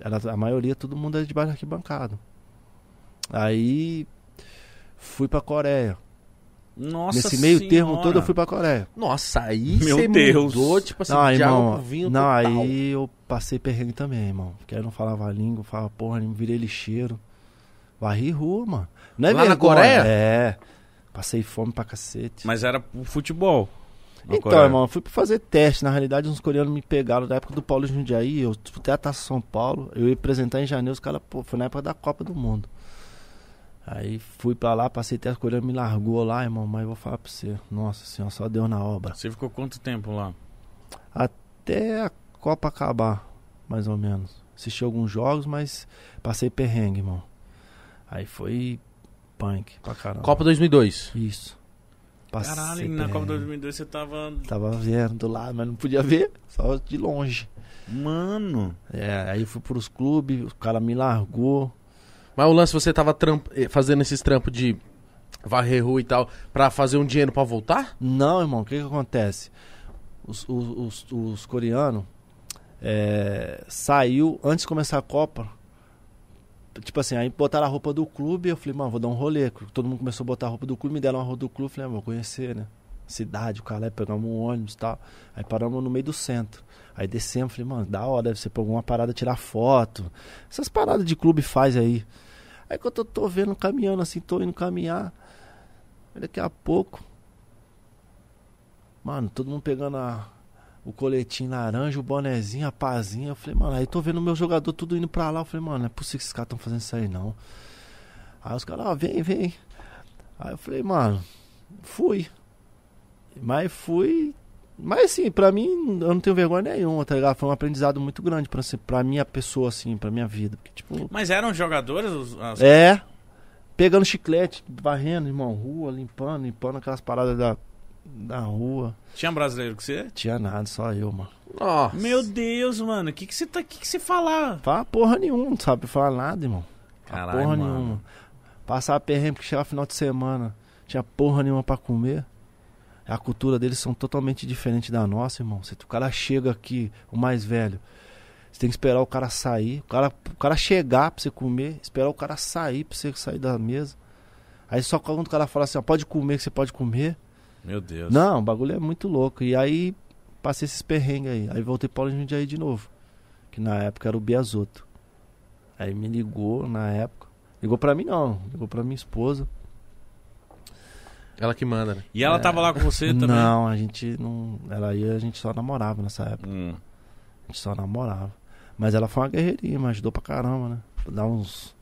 Era, a maioria, todo mundo era debaixo da arquibancada. Aí fui pra Coreia.
Nossa
Nesse meio
senhora.
termo todo eu fui pra Coreia.
Nossa, aí
Meu
você
Deus.
mudou, tipo assim,
não, aí,
de água
irmão,
com vinho
não
total.
aí eu passei perrengue também, irmão. Porque eu não falava a língua, eu falava porra, eu virei lixeiro. Varri rua, mano. Não é
Lá na
vergonha,
Coreia?
É. Passei fome pra cacete.
Mas era o futebol. na
então,
Coreia.
irmão, eu fui pra fazer teste. Na realidade, uns coreanos me pegaram da época do Paulo Jundiaí. Eu disputei a Taça São Paulo. Eu ia apresentar em janeiro. Os caras, pô, foi na época da Copa do Mundo. Aí fui pra lá, passei teste. O coreano me largou lá, irmão. Mas eu vou falar pra você. Nossa senhora, só deu na obra.
Você ficou quanto tempo lá?
até a Copa acabar, mais ou menos. Assisti alguns jogos, mas passei perrengue, irmão. Aí foi punk pra caramba.
Copa 2002.
Isso. Passei
Caralho, e na Copa
perrengue.
2002 você tava.
Tava vendo lá, mas não podia ver, só de longe.
Mano.
É, aí eu fui pros clubes, o cara me largou.
Mas o lance, você tava tramp- eh, fazendo esses trampos de varrer rua e tal, pra fazer um dinheiro pra voltar?
Não, irmão, o que que acontece? Os, os, os, os coreanos é, saiu antes de começar a Copa. Tipo assim, aí botaram a roupa do clube eu falei, mano, vou dar um rolê. Todo mundo começou a botar a roupa do clube, me deram a roupa do clube, eu falei, ah, vou conhecer, né? Cidade, o Calé, pegamos um ônibus e tal. Aí paramos no meio do centro. Aí descemos, falei, mano, da hora, deve ser pra alguma parada tirar foto. Essas paradas de clube faz aí. Aí quando eu tô vendo, caminhando assim, tô indo caminhar. Aí daqui a pouco, Mano, todo mundo pegando a- o coletinho laranja, o bonezinho, a pazinha. Eu falei, mano, aí tô vendo o meu jogador tudo indo pra lá. Eu falei, mano, não é possível que esses caras tão fazendo isso aí, não. Aí os caras, ó, vem, vem. Aí eu falei, mano, fui. Mas fui. Mas assim, pra mim, eu não tenho vergonha nenhuma, tá ligado? Foi um aprendizado muito grande pra, ser- pra minha pessoa, assim, pra minha vida. Porque, tipo,
Mas eram jogadores? Os, as-
é. Pegando chiclete, varrendo, irmão, rua, limpando, limpando aquelas paradas da, da rua.
Tinha brasileiro com você?
Tinha nada, só eu, mano.
Nossa.
Meu Deus, mano. O que, que você tá. O que, que você falar?
Fala porra nenhuma, não sabe falar nada, irmão. Fala
Caralho,
Ah, porra
mano.
nenhuma. Passava perrengue porque chegava final de semana, tinha porra nenhuma pra comer. A cultura deles são totalmente diferente da nossa, irmão. Se o cara chega aqui, o mais velho, você tem que esperar o cara sair, o cara, o cara chegar pra você comer, esperar o cara sair pra você sair da mesa. Aí só quando o cara fala assim, ó, pode comer que você pode comer.
Meu Deus.
Não, o bagulho é muito louco. E aí passei esses perrengues aí. Aí voltei para o Jundiaí de novo. Que na época era o Biasoto. Aí me ligou na época. Ligou pra mim não, ligou pra minha esposa.
Ela que manda, né?
E ela tava lá com você também?
É. não, a gente não. Ela ia, a gente só namorava nessa época.
Hum.
A gente só namorava. Mas ela foi uma guerreirinha, me ajudou pra caramba, né? Dar uns.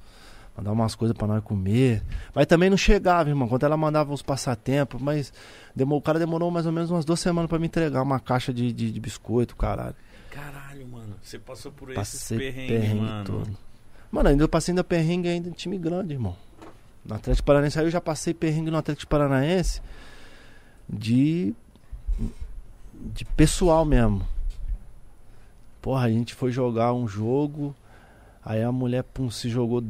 Mandar umas coisas pra nós comer. Mas também não chegava, irmão. Quando ela mandava os passatempos, mas. Demor... O cara demorou mais ou menos umas duas semanas pra me entregar uma caixa de, de, de biscoito, caralho.
Caralho, mano. Você passou por esses
Passei
perrengues,
perrengue
mano.
todo. Mano, ainda eu passei ainda perrengue ainda em time grande, irmão. No Atlético Paranaense, aí eu já passei perrengue no Atlético Paranaense de. de pessoal mesmo. Porra, a gente foi jogar um jogo, aí a mulher pum, se jogou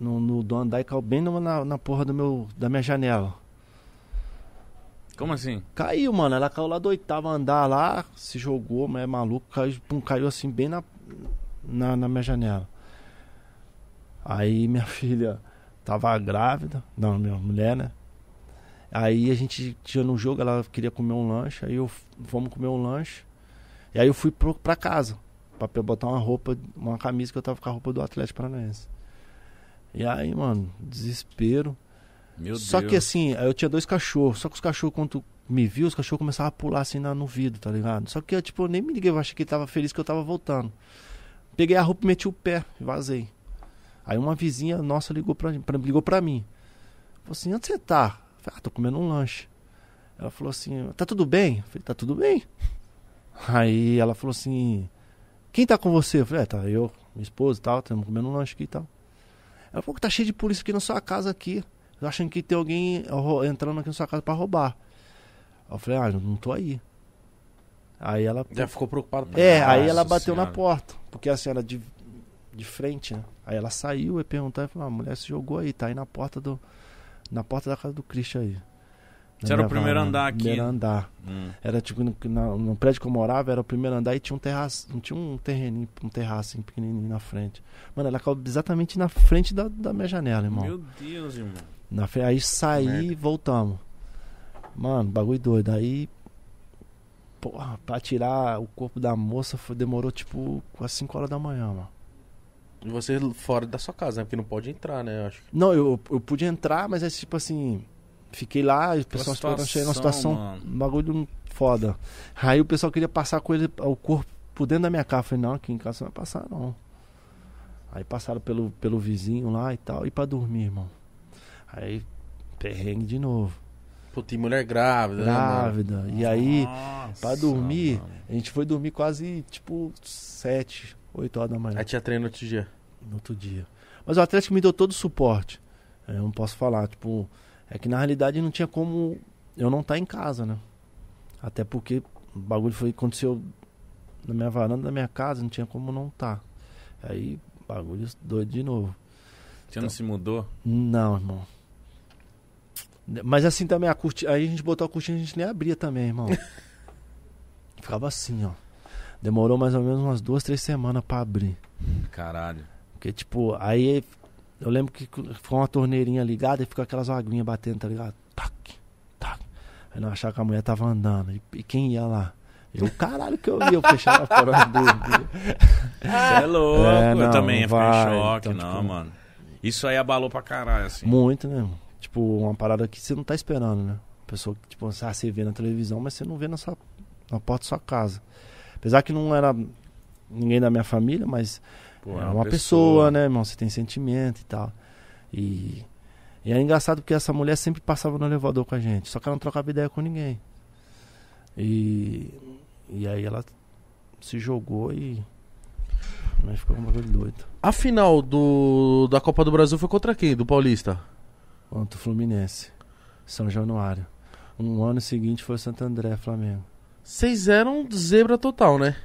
no, no do andar e caiu bem numa- na, na porra do meu, da minha janela.
Como assim?
Caiu, mano. Ela caiu lá do oitavo andar lá, se jogou, mas é maluco. Caiu, pum, caiu assim bem na, na, na minha janela. Aí minha filha tava grávida. Não, minha mulher, né? Aí a gente tinha no jogo, ela queria comer um lanche. Aí eu f- fomos comer um lanche. E aí eu fui pro, pra casa. Pra pe- botar uma roupa, uma camisa que eu tava com a roupa do Atlético Paranaense. E aí, mano, desespero.
Meu
Só
Deus.
que assim, eu tinha dois cachorros. Só que os cachorros, quando me viu, os cachorros começavam a pular assim na- no vidro, tá ligado? Só que eu, tipo, eu nem me liguei. Eu achei que ele tava feliz que eu tava voltando. Peguei a roupa e meti o pé e vazei. Aí uma vizinha nossa ligou pra, pra- ligou pra mim. Falou assim, onde você tá? Eu falei, ah, tô comendo um lanche. Ela falou assim, tá tudo bem? Eu falei, tá tudo bem. Aí ela falou assim, quem tá com você? Eu falei, é, tá eu, minha esposa e tal, estamos comendo um lanche aqui e tal. Ela falou que tá cheio de polícia aqui na sua casa aqui. Eu achando que tem alguém ro- entrando aqui na sua casa pra roubar. Eu falei, ah, eu não tô aí. Aí ela
Já ficou preocupado. pra
é,
caralho.
aí ela
Nossa
bateu na
Senhora.
porta, porque a senhora de, de frente, né? Aí ela saiu e perguntou e falou: "Ah, a mulher se jogou aí, tá aí na porta do na porta da casa do Christian aí.
Você era o
Na minha
primeiro
varanda,
andar aqui.
Primeiro andar.
Hum.
Era tipo no, na- no prédio que eu morava, era o primeiro andar e tinha um terraço, não tinha um terreninho, um terraço assim, pequenininho na frente. Mano, ela caiu exatamente na frente da, da minha janela, irmão.
Meu Deus, irmão.
Na fe... Aí saí e voltamos. Mano, bagulho doido. Aí. Porra, pra tirar o corpo da moça foi, demorou tipo quase 5 horas da manhã, mano.
E você fora da sua casa, né? Porque não pode entrar, né? Eu acho.
Não, eu, eu pude entrar, mas é tipo assim. Fiquei lá, e o pessoal
situação,
esperando chegar uma situação.
mano.
Um bagulho foda. Aí o pessoal queria passar com ele, o corpo por dentro da minha casa. Eu falei, não, aqui em casa não vai passar, não. Aí passaram pelo, pelo vizinho lá e tal, e pra dormir, irmão. Aí, perrengue de novo.
Pô, tem mulher grávida, né?
grávida. E aí,
Nossa,
pra dormir,
mano.
a gente foi dormir quase tipo 7, 8 horas da manhã
Mano? Aí tinha treino outro dia.
no outro dia. Mas o é Atlético me deu todo o suporte. Eu não posso falar, tipo, é que na realidade não tinha como eu não tá em casa, né? Até porque o bagulho foi aconteceu na minha varanda da minha casa, não tinha como não tá. Aí, bagulho doido de novo.
Você
tá
não se mudou?
Não, irmão. Mas assim também a cortina. Aí a gente botou a cortina e a gente nem abria também, irmão. Ficava assim, ó. Demorou mais ou menos umas duas, três semanas pra abrir.
Caralho.
Porque, tipo, aí eu lembro que foi uma torneirinha ligada e ficou aquelas aguinhas batendo, tá ligado? Tac, tac. Aí não achava que a mulher tava andando. E, e quem ia lá? Eu, caralho, que eu ia, eu fechava a porta do.
Você é louco.
É,
eu
não,
também ia ficar em
vai,
choque,
então,
não,
tipo-
mano. Isso aí abalou pra caralho, assim.
Muito, né? irmão? Tipo, uma parada que você não tá esperando, né? Pessoa que, tipo, ah, você vê na televisão, mas você não vê na, sua, na porta da sua casa. Apesar que não era ninguém da minha família, mas
Pô,
é uma pessoa, né, irmão? Você tem sentimento e tal. E, e era engraçado porque essa mulher sempre passava no elevador com a gente, só que ela não trocava ideia com ninguém. E, e aí ela se jogou e. Mas ficou um bagulho doido.
A final do, da Copa do Brasil foi contra quem? Do Paulista?
Contra o Fluminense. São Januário. Um ano seguinte foi o Santo André, Flamengo.
Vocês eram zebra total, né?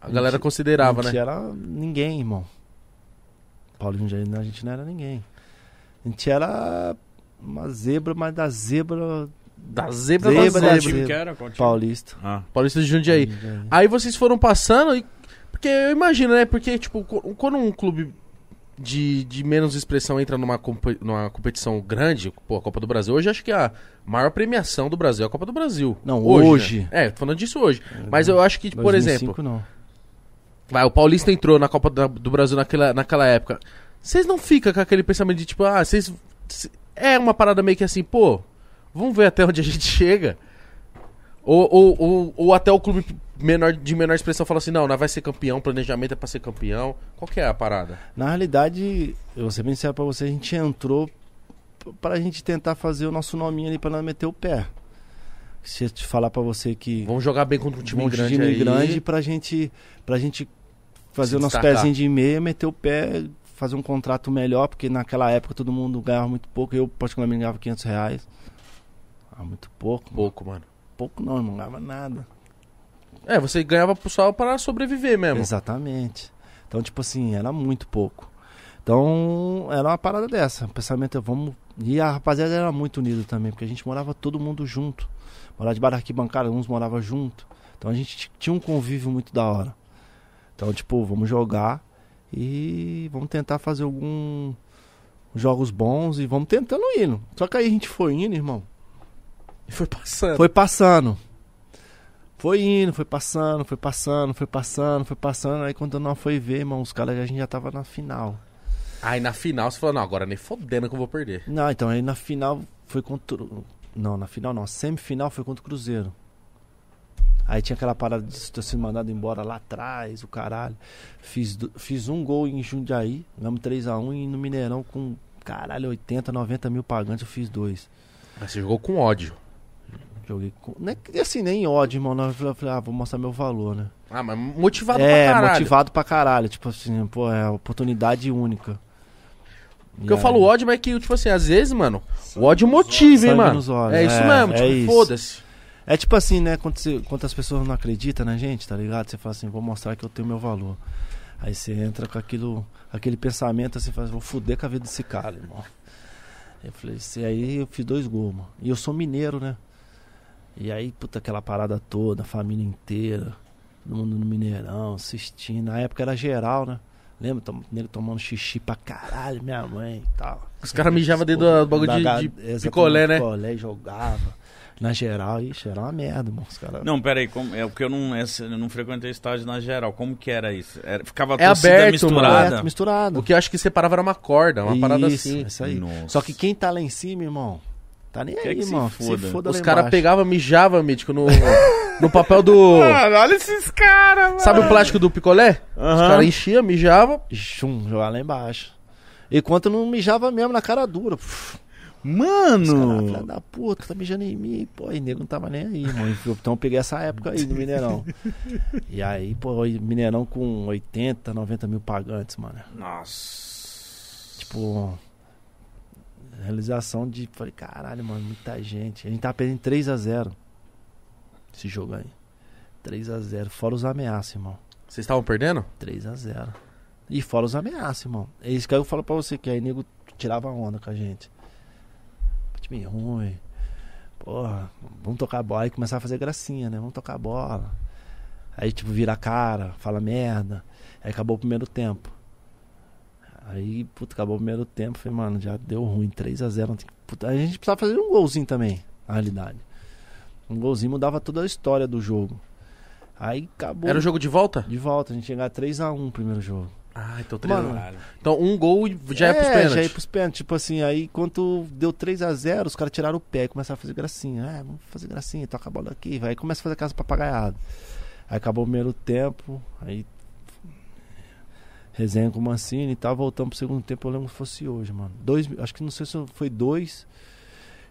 A galera
Gente-
considerava,
a gente
né?
era ninguém, irmão. Paulo Jundiaí, a gente não era ninguém. A gente era uma zebra, mas da zebra
Da zebra,
Qual
Zebra,
da zebra.
time
zebra.
Tipo, que era? Qual time?
paulista.
Ah,
Paulista de Jundiaí.
Jundiaí.
Aí vocês foram passando e. Porque eu imagino, né? Porque, tipo, co- quando um clube de, de menos expressão entra numa, compe- numa competição grande, pô, a Copa do Brasil, hoje acho que a maior premiação do Brasil é a Copa do Brasil.
Não, hoje.
né? É, tô falando disso hoje. Mas eu acho que, por
2005
exemplo,
não.
vai, o Paulista entrou na Copa da- do Brasil naquela, naquela época. Vocês não ficam com aquele pensamento de, tipo, ah, vocês. se- É uma parada meio que assim, pô, vamos ver até onde a gente chega. Ou, ou, ou, ou até o clube menor, de menor expressão fala assim, não, nós vai ser campeão, planejamento é pra ser campeão. Qual que é a parada?
Na realidade, eu vou ser bem sincero pra você, a gente entrou p- pra gente tentar fazer o nosso nominho ali pra não meter o pé. Se eu te falar pra você que.
Vamos jogar bem contra um time
um
grande
time
aí.
grande pra gente, pra gente fazer
Se
o nosso
destacar.
pezinho de meia, meter o pé, fazer um contrato melhor, porque naquela época todo mundo ganhava muito pouco, eu particularmente ganhava 500 reais. Ah, muito pouco.
Pouco, mano.
Pouco não, eu não ganhava nada.
É, você ganhava só para sobreviver mesmo.
Exatamente. Então, tipo assim, era muito pouco. Então, era uma parada dessa. O pensamento é, vamos... E a rapaziada era muito unida também, porque a gente morava todo mundo junto. Morava de da arquibancada, uns morava junto. Então, a gente t- tinha um convívio muito da hora. Então, tipo, vamos jogar e vamos tentar fazer algum jogos bons e vamos tentando indo. Só que aí a gente foi indo, irmão.
E foi passando.
Foi passando. Foi indo, foi passando, foi passando, foi passando, foi passando. Aí quando nós foi ver, irmão, os caras, a gente já tava na final.
Aí na final você falou, não, agora nem fodendo que eu vou perder.
Não, então aí na final foi contra. o- Não, na final não. A semifinal foi contra o Cruzeiro. Aí tinha aquela parada de ter sido mandado embora lá atrás, o caralho. Fiz, do- fiz um gol em Jundiaí, ganhamos 3x1 e no Mineirão com, caralho, 80, 90 mil pagantes, eu fiz dois.
Mas você jogou com ódio.
Joguei com. Não é que- assim, nem ódio, irmão. Não, eu falei, eu falei, ah, vou mostrar meu valor, né?
Ah, mas motivado
é,
pra caralho.
motivado pra caralho. Tipo assim, pô, é oportunidade única.
Porque
É.
eu falo ódio, mas que, tipo assim, às vezes, mano, o ódio motiva, hein,
Sangue
mano.
nos olhos.
É isso
É,
mesmo,
é
tipo,
isso.
foda-se.
É tipo assim, né? Quando, você, quando as pessoas não acreditam na gente, tá ligado? Você fala assim, vou mostrar que eu tenho meu valor. Aí você entra com aquilo, aquele pensamento assim, fala, vou fuder com a vida desse cara, irmão. Eu falei, assim, aí eu fiz dois gols, mano. E eu sou mineiro, né? E aí, puta, aquela parada toda, a família inteira, todo mundo no Mineirão, assistindo. Na época era geral, né? Lembra? Tom, mineiro tomando xixi pra caralho, minha mãe e tal.
Os caras mijavam dentro do bagulho de-
Da-
de,
exatamente,
picolé, né?
Picolé e jogava. Na geral, ixi, era uma merda, irmão. Os caras.
Não, peraí, como, é porque eu não, essa- eu não frequentei estádio na geral. Como que era isso? Era- ficava
É
torcida
aberto,
misturada. É
Correto, misturado.
O que eu acho que separava era uma corda, uma parada
Isso,
assim.
Isso aí.
Nossa.
Só que quem tá lá em cima, irmão, tá nem
Quer
aí,
que se
irmão.
foda.
Os
lá
caras
embaixo.
pegavam, mijavam, mítico, no, no papel do.
olha esses caras, mano.
Sabe o plástico do picolé? Os
Aham.
caras enchiam, mijavam.
Chum, jogar lá embaixo. Enquanto eu não mijava mesmo na cara dura. Puf, os caras, filha
Mano!
da puta, tá mijando em mim. Pô, e nego não tava nem aí, irmão. Então eu peguei essa época aí no Mineirão. e aí, pô, e Mineirão com 80, 90 mil pagantes, mano.
Nossa.
Tipo. Realização de. Falei, caralho, mano, muita gente. A gente tá perdendo 3x0. Esse jogo aí. 3x0. Fora os ameaças, irmão.
Vocês estavam perdendo?
3x0. E fora os ameaças, irmão. É isso que eu falo pra você, que aí nego tirava onda com a gente. Time ruim. Porra, vamos tocar bola. Aí começar a fazer gracinha, né? Vamos tocar bola. Aí, tipo, vira a cara, fala merda. Aí acabou o primeiro tempo. Aí, puta, acabou o primeiro tempo. Falei, mano, já deu ruim. 3x0. A, a gente precisava fazer um golzinho também, na realidade. Um golzinho mudava toda a história do jogo. Aí acabou.
Era o jogo de volta?
De volta, a gente ia ganhar 3x1 no primeiro jogo.
Ah, então três.
Mano,
a- Então um gol e já é, pros pênaltis.
já ia pros pênaltis. Tipo assim, aí quando deu 3x0, os caras tiraram o pé e começaram a fazer gracinha. Ah, vamos fazer gracinha, toca a bola aqui. Aí começa a fazer casa papagaiada. Aí acabou o primeiro tempo, aí resenha com o Mancini e tal, voltamos pro segundo tempo, eu lembro que fosse hoje, mano. Dois, acho que não sei se foi dois.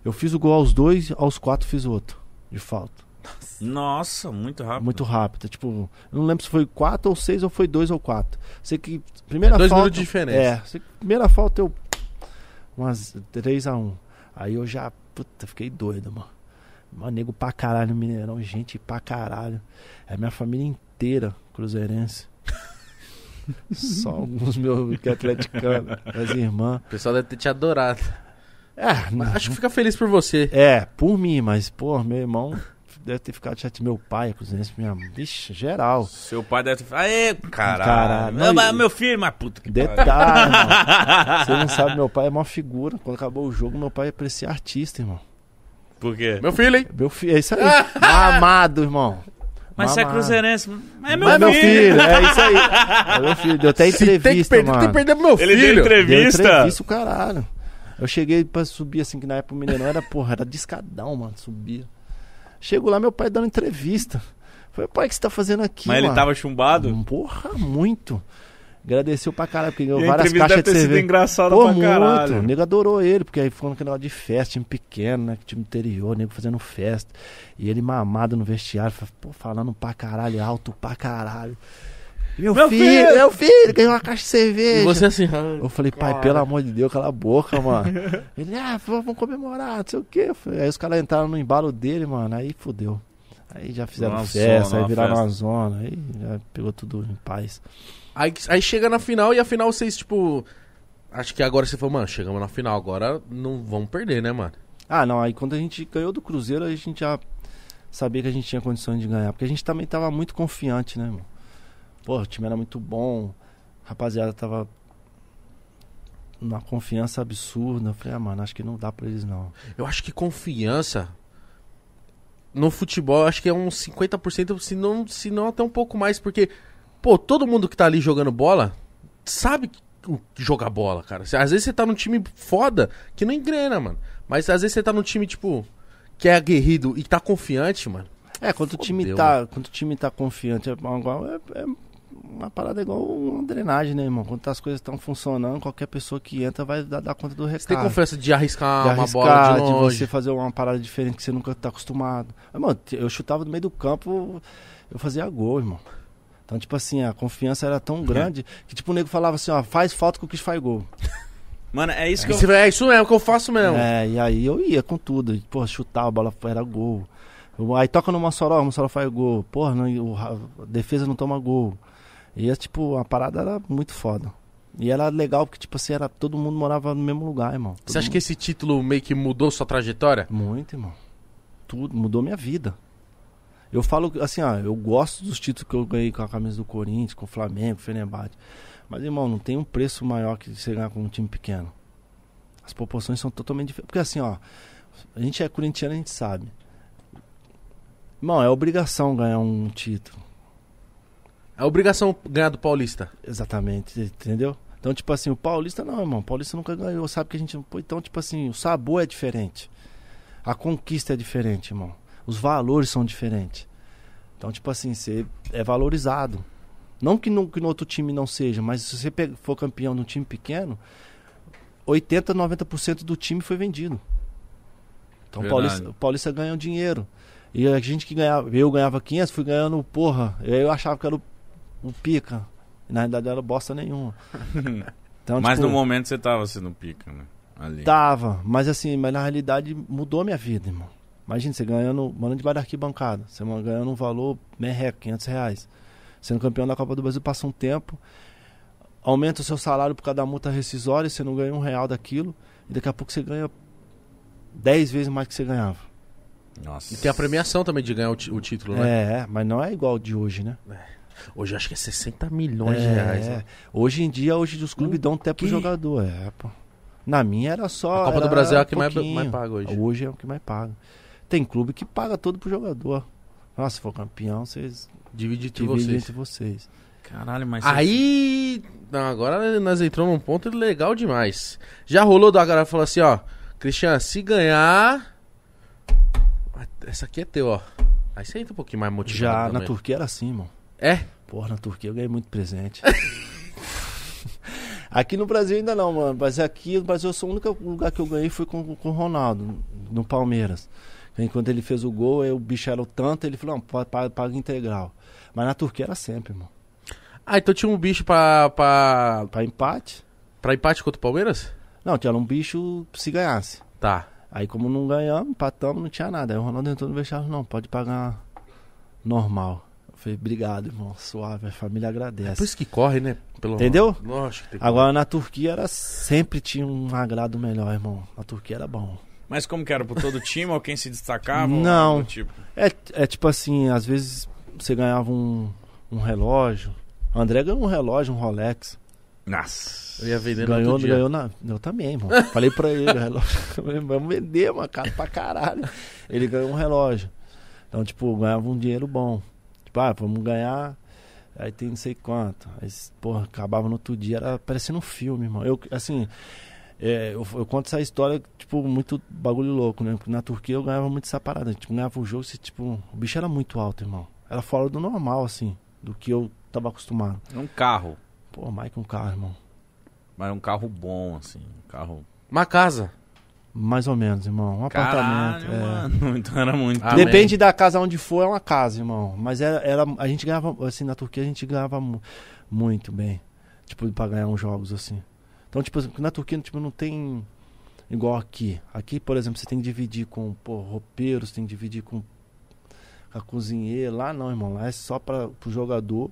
Eu fiz o gol aos dois, aos quatro fiz outro, de falta.
Nossa, muito rápido.
Muito rápido. Tipo, eu não lembro se foi 4 ou 6 ou foi 2 ou 4. Sei que. Primeira
É dois
falta,
minutos de diferença.
É, sei que primeira falta eu. Umas 3x1. Aí eu já. Puta, fiquei doido, mano. Mano, nego pra caralho, Mineirão, gente pra caralho. É minha família inteira cruzeirense. Só alguns meus que é atleticano, as irmãs.
O pessoal deve ter te adorado.
É, não-
Acho que fica feliz por você.
é, por mim, mas, pô, meu irmão deve ter ficado chateado. Meu pai é cruzeirense, minha. Vixe, geral.
Seu pai deve ter falado, aê, caralho.
Caralho,
Meu,
não,
mas
e-
meu filho, mas puta que pariu.
Detalhe, irmão. Você não sabe, meu pai é uma figura. Quando acabou o jogo, meu pai é pra esse artista, irmão.
Por quê?
Meu filho, hein?
Meu filho, é isso aí. Amado, irmão.
Mas você é
Mamado.
cruzeirense. Mas é meu
Mas
filho.
meu filho, é isso aí. É meu filho, deu até
Se tem que
entrevista,
perder, tem
mano.
que perder pro meu
Ele deu
filho.
Deu
entrevista.
entrevista, o caralho. Eu cheguei pra subir, assim, que na época o Mineirão era, porra, era discadão, mano, subia. Chego lá, meu pai dando entrevista. Falei, pai, o que você tá fazendo aqui,
Mas ele
mano?
tava chumbado.
Porra, muito. Agradeceu pra caralho, porque ganhou
E a
várias
entrevista deve
caixas de
ter sido
cerveja.
engraçada
Pô,
pra
muito. O
caralho.
nego adorou ele, porque aí ficou naquele negócio de festa, time pequeno, né? Time interior, nego fazendo festa. E ele mamado no vestiário, fa- pô, falando pra caralho, alto pra caralho. Meu,
Meu
filho,
filho!
meu filho, ganhou uma caixa de cerveja.
E você assim,
Eu falei, pai, pelo amor de Deus, cala a boca, mano. ele, ah, v- vamos comemorar, não sei o quê. Eu falei, Aí os caras entraram no embalo dele, mano, aí fudeu. Aí já fizeram
Uma
festa,
zona,
aí
uma
viraram
festa.
uma zona, aí já pegou tudo em paz.
Aí, aí chega na final e a final vocês, tipo. Acho que agora você falou, mano, chegamos na final, agora não vamos perder, né, mano?
Ah, não, aí quando a gente ganhou do Cruzeiro, a gente já sabia que a gente tinha condições de ganhar. Porque a gente também tava muito confiante, né, irmão? Pô, o time era muito bom, a rapaziada tava numa confiança absurda. Eu falei, ah, mano, acho que não dá pra eles não.
Eu acho que confiança no futebol, eu acho que é uns 50%, se não, se não até um pouco mais, porque, pô, todo mundo que tá ali jogando bola sabe o- jogar bola, cara. Cê- Às vezes você tá num time foda que não engrena, mano. Mas às vezes você tá num time, tipo, que é aguerrido e tá confiante, mano.
É, quando o time
Fodeu, né?
tá, quando o time tá confiante, é, igual- é- é uma parada igual uma drenagem, né, irmão? Quando as coisas estão funcionando, qualquer pessoa que entra vai dar, dar conta do recado.
Você tem confiança de arriscar,
Ah, de
uma bola
arriscar,
de
de,
longe.
você fazer uma parada diferente que você nunca tá acostumado. Mas, mano, te- eu chutava no meio do campo, eu fazia gol, irmão. Então, tipo assim, a confiança era tão grande que, tipo, o nego falava assim, ó, faz falta que o Chris faz gol.
Mano, é isso que
E
eu...
você fala, é isso mesmo que eu faço mesmo.
É, e aí eu ia com tudo. E, Pô, chutava, a bola era gol. Eu- Aí toca no Mossoró, o Mossoró faz gol. Porra, não, o Ra- a defesa não toma gol. E, é, tipo, a parada era muito foda. E era legal porque, tipo assim, era, todo mundo morava no mesmo lugar, irmão.
Você acha que esse título meio que mudou sua trajetória?
Muito, irmão. Tudo mudou minha vida. Eu falo que, assim, ó, eu gosto dos títulos que eu ganhei com a camisa do Corinthians, com o Flamengo, com o Fenerbahçe. Mas, irmão, não tem um preço maior que você ganhar com um time pequeno. As proporções são totalmente diferentes. Porque assim, ó, a gente é corintiano, a gente sabe. Irmão, é obrigação ganhar um título.
É obrigação ganhar do Paulista.
Exatamente, entendeu? Então, tipo assim, o Paulista não, irmão. O Paulista nunca ganhou, sabe que a gente. não- Pô, então, tipo assim, o sabor é diferente. A conquista é diferente, irmão. Os valores são diferentes. Então, tipo assim, você é valorizado. Não que no, que no outro time não seja, mas se você pe- for campeão num time pequeno, 80, 90% do time foi vendido. Então, o
Verdade.
Paulista, o Paulista ganha um dinheiro. E a gente que ganhava, eu ganhava 500, fui ganhando, porra. E aí eu achava que era o, o pica. E na realidade era bosta nenhuma. Então,
Mas
tipo, Tá.
no momento você tava sendo pica, né? Ali.
Tava, mas assim, mas na realidade mudou minha vida, irmão. Imagina, você ganhando, morando debaixo da arquibancada, você ganhando um valor merreco, 500 reais. Sendo campeão da Copa do Brasil, passa um tempo, aumenta o seu salário por cada multa rescisória, você não ganha um real daquilo, e daqui a pouco você ganha 10 vezes mais que você ganhava.
Nossa.
E tem a premiação também de ganhar o, ti- o título, né?
É, é, mas não é igual de hoje, né?
Hoje eu acho que é 60 milhões de
É,
reais. né?
Hoje em dia, hoje os clubes dão até pro
que-
jogador. É, pô. Na minha era só.
A Copa do
era
Brasil é a que mais-
um pouquinho.
mais paga hoje.
Hoje é o que mais paga. Tem clube que paga todo pro jogador. Nossa, se for campeão, vocês
Divide entre
dividem
vocês.
entre vocês.
Caralho, mas.
Aí. Não, agora nós entramos num ponto legal demais. Já rolou da galera falou assim, ó. Cristian, se ganhar. Essa aqui é teu, ó. Aí você entra um pouquinho mais motivado.
Já na
também.
Turquia era assim, mano.
É?
Porra, na Turquia eu ganhei muito presente. aqui no Brasil ainda não, mano. Mas aqui no Brasil eu sou o único lugar que eu ganhei foi com, com o Ronaldo, no Palmeiras. Enquanto ele fez o gol, aí o bicho era o tanto, ele falou, não, pa- pa- paga integral. Mas na Turquia era sempre, mano.
Ah, então tinha um bicho pra, pra,
Pra empate,
pra empate contra o Palmeiras?
não, tinha lá um bicho se ganhasse.
Tá.
Aí como não ganhamos, empatamos, não tinha nada. Aí o Ronaldo entrou no vestiário, não, pode pagar normal. Eu falei, obrigado, irmão, suave, a família
Por
agradece.
isso que corre, né? Pelo
Entendeu?
Lógico que tem
Agora na Turquia era sempre tinha um agrado melhor, irmão. Na Turquia era bom.
Mas como que era? Por todo time ou quem se destacava? ou
Não.
algo do tipo?
É, é tipo assim, às vezes você ganhava um, um relógio. O André ganhou um relógio, um Rolex.
Nossa.
Eu ia vender no
Ganhou,
outro dia.
ganhou na. Eu também, irmão. Falei pra ele, o relógio. Eu falei, Vamos vender, mano, cara, pra caralho. Ele ganhou um relógio. Então, tipo, ganhava um dinheiro bom. Tipo, ah, vamos ganhar. Aí tem não sei quanto. Aí, porra, acabava no outro dia, era parecendo um filme, irmão. Eu, assim, é, eu, eu conto essa história, tipo, muito bagulho louco, né? Porque na Turquia eu ganhava muito essa parada. Tipo, ganhava o jogo, se, tipo, o bicho era muito alto, irmão. Era fora do normal, assim, do que eu tava acostumado.
Um carro.
Pô, Michael Carr, irmão.
Mas um carro bom, assim. Um carro.
Uma casa.
Mais ou menos, irmão. Um
Caralho,
apartamento. é.
mano. Então era muito.
Ah, Amém.
Depende da casa onde for, é uma casa, irmão. Mas era, era- a gente ganhava, assim, na Turquia a gente ganhava mu- muito bem. Tipo, pra ganhar uns jogos, assim. Então, tipo, assim, na Turquia, tipo, não tem igual aqui. Aqui, por exemplo, você tem que dividir com, pô, roupeiros, tem que dividir com a cozinheira. Lá não, irmão. Lá é só pra, pro jogador.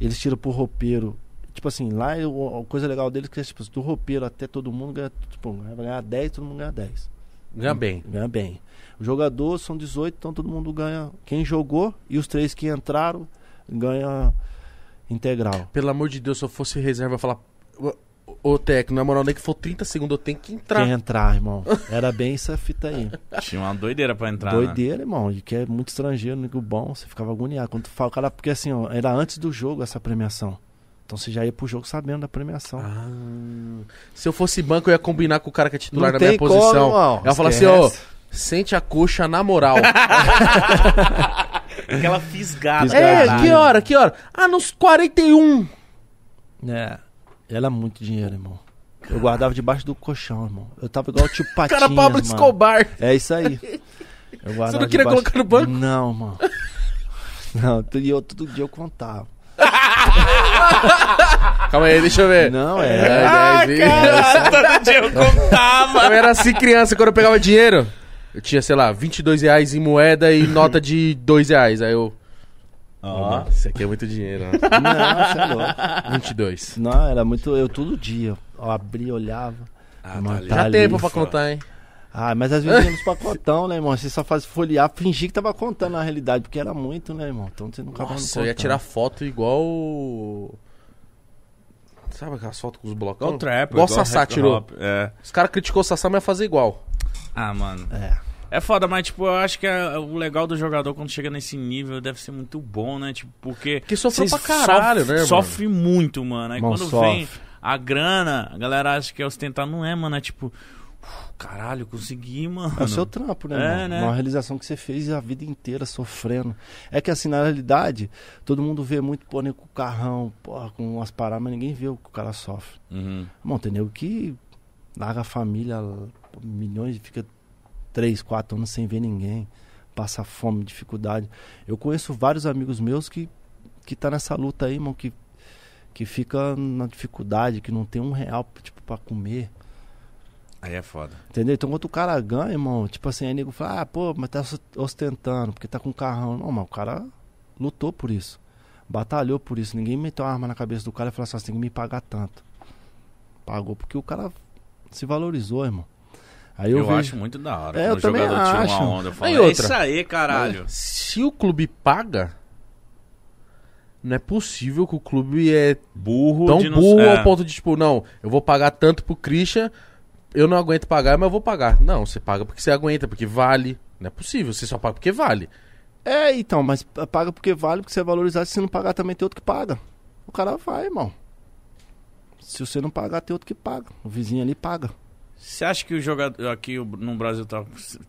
Eles tiram pro roupeiro. Tipo assim, lá é o- a coisa legal deles é que, tipo, do roupeiro até todo mundo ganha, tipo, vai ganhar 10, todo mundo ganha 10
Ganha bem.
ganha bem. O jogador são 18, então todo mundo ganha. Quem jogou e os três que entraram ganha integral.
Pelo amor de Deus, se eu fosse reserva, eu ia falar. "Ô, Ô, Tec, na moral, nem que for 30 segundos, eu tenho que entrar.
Quem é? entrar, irmão. Era bem essa fita aí.
Tinha uma doideira pra entrar. né?
Ah. Doideira, irmão. E que é muito estrangeiro, nego bom. Você ficava agoniado. Quando tu fala, o cara, porque assim, ó, era antes do jogo essa premiação. Então você já ia pro jogo sabendo da premiação.
Ah, se eu fosse banco, eu ia combinar com o cara que é titular da
Não tem
minha
como,
posição.
irmão.
eu ia falar assim,
Esquece.
ô, sente a coxa na moral.
Aquela fisgada.
é,
Caralho.
que hora, que hora? Ah, nos 41.
É. Era muito dinheiro, irmão. Eu guardava debaixo do colchão, irmão. Eu tava igual tipo
O
patinhas,
cara Pablo
mano.
Escobar.
É isso aí. Eu guardava
Você não queria
debaixo-
colocar no banco?
Não, mano. Não, tu- e eu, todo dia eu contava.
Calma aí, deixa eu ver.
Não,
É,
é.
dez e-
Todo dia eu contava.
Eu era assim criança, quando eu pegava dinheiro, eu tinha, sei lá, 22 reais em moeda e nota de 2 reais. Aí eu...
Ó.
Isso aqui é muito dinheiro, né?
Não, você é louco.
22.
Não, era muito. Eu todo dia. Eu abria, olhava.
Ah, tá
Mano,
ali.
Já
Ali,
tempo pra
fala.
contar, hein?
Ah, mas às vezes ia nos pacotão, né, irmão? Você só faz folhear, fingir que tava contando na realidade, porque era muito, né, irmão? Então você não
é
acabava
Nossa,
contando.
eu ia tirar foto igual. o- Sabe aquelas fotos com os blocão?
Igual o trap,
Igual o
igual
Sassá
hip
tirou.
hop, É.
Os caras criticou o Sassá, mas ia fazer igual.
Ah, mano.
É.
É foda, mas, tipo, eu acho que é- o legal do jogador quando chega nesse nível deve ser muito bom, né? Tipo, porque.
Porque sofreu
vocês
pra caralho,
sof-
né, mano?
Sofre muito, mano. Aí
Irmão,
quando
sofre.
vem a grana, a galera acha que é ostentar. Não é, mano. É tipo. "Uf, Caralho, consegui, mano.
É o seu trampo, né,
É,
irmão?
né?
Uma realização que você fez a vida inteira sofrendo. É que assim, na realidade, todo mundo vê muito pô, nego com carrão, porra, com umas paradas, mas ninguém vê o que o cara sofre.
Uhum.
Bom, tem nego que larga a família, pô, milhões, e fica 3, 4 anos sem ver ninguém, passa fome, dificuldade. Eu conheço vários amigos meus que que tá nessa luta aí, irmão, que que fica na dificuldade, que não tem um real tipo para comer.
Aí é foda.
Entendeu? Então, quando o cara ganha, irmão, tipo assim, aí o nego fala, ah, pô, mas tá ostentando, porque tá com um carrão. Não, mas o cara lutou por isso. Batalhou por isso. Ninguém meteu a arma na cabeça do cara e falou assim, "Você tem que me pagar tanto. Pagou porque o cara se valorizou, irmão. Aí eu,
Eu,
vejo...
acho muito da hora.
É,
quando
eu
o
também
jogador tira
acho.
uma onda. Eu falo,
Aí
é
outra.
isso aí, caralho.
Se o clube paga, não é possível que o clube é
Burro
tão
de não
burro
é.
ao ponto de, tipo, não, eu vou pagar tanto pro Christian, eu não aguento pagar, mas eu vou pagar. Não, você paga porque você aguenta, porque vale. Não é possível, você só paga porque vale.
É, então, mas paga porque vale, porque você é valorizado. Se você não pagar, também tem outro que paga. O cara vai, irmão. Se você não pagar, tem outro que paga. O vizinho ali paga.
Você acha que o jogador aqui o- no Brasil tá,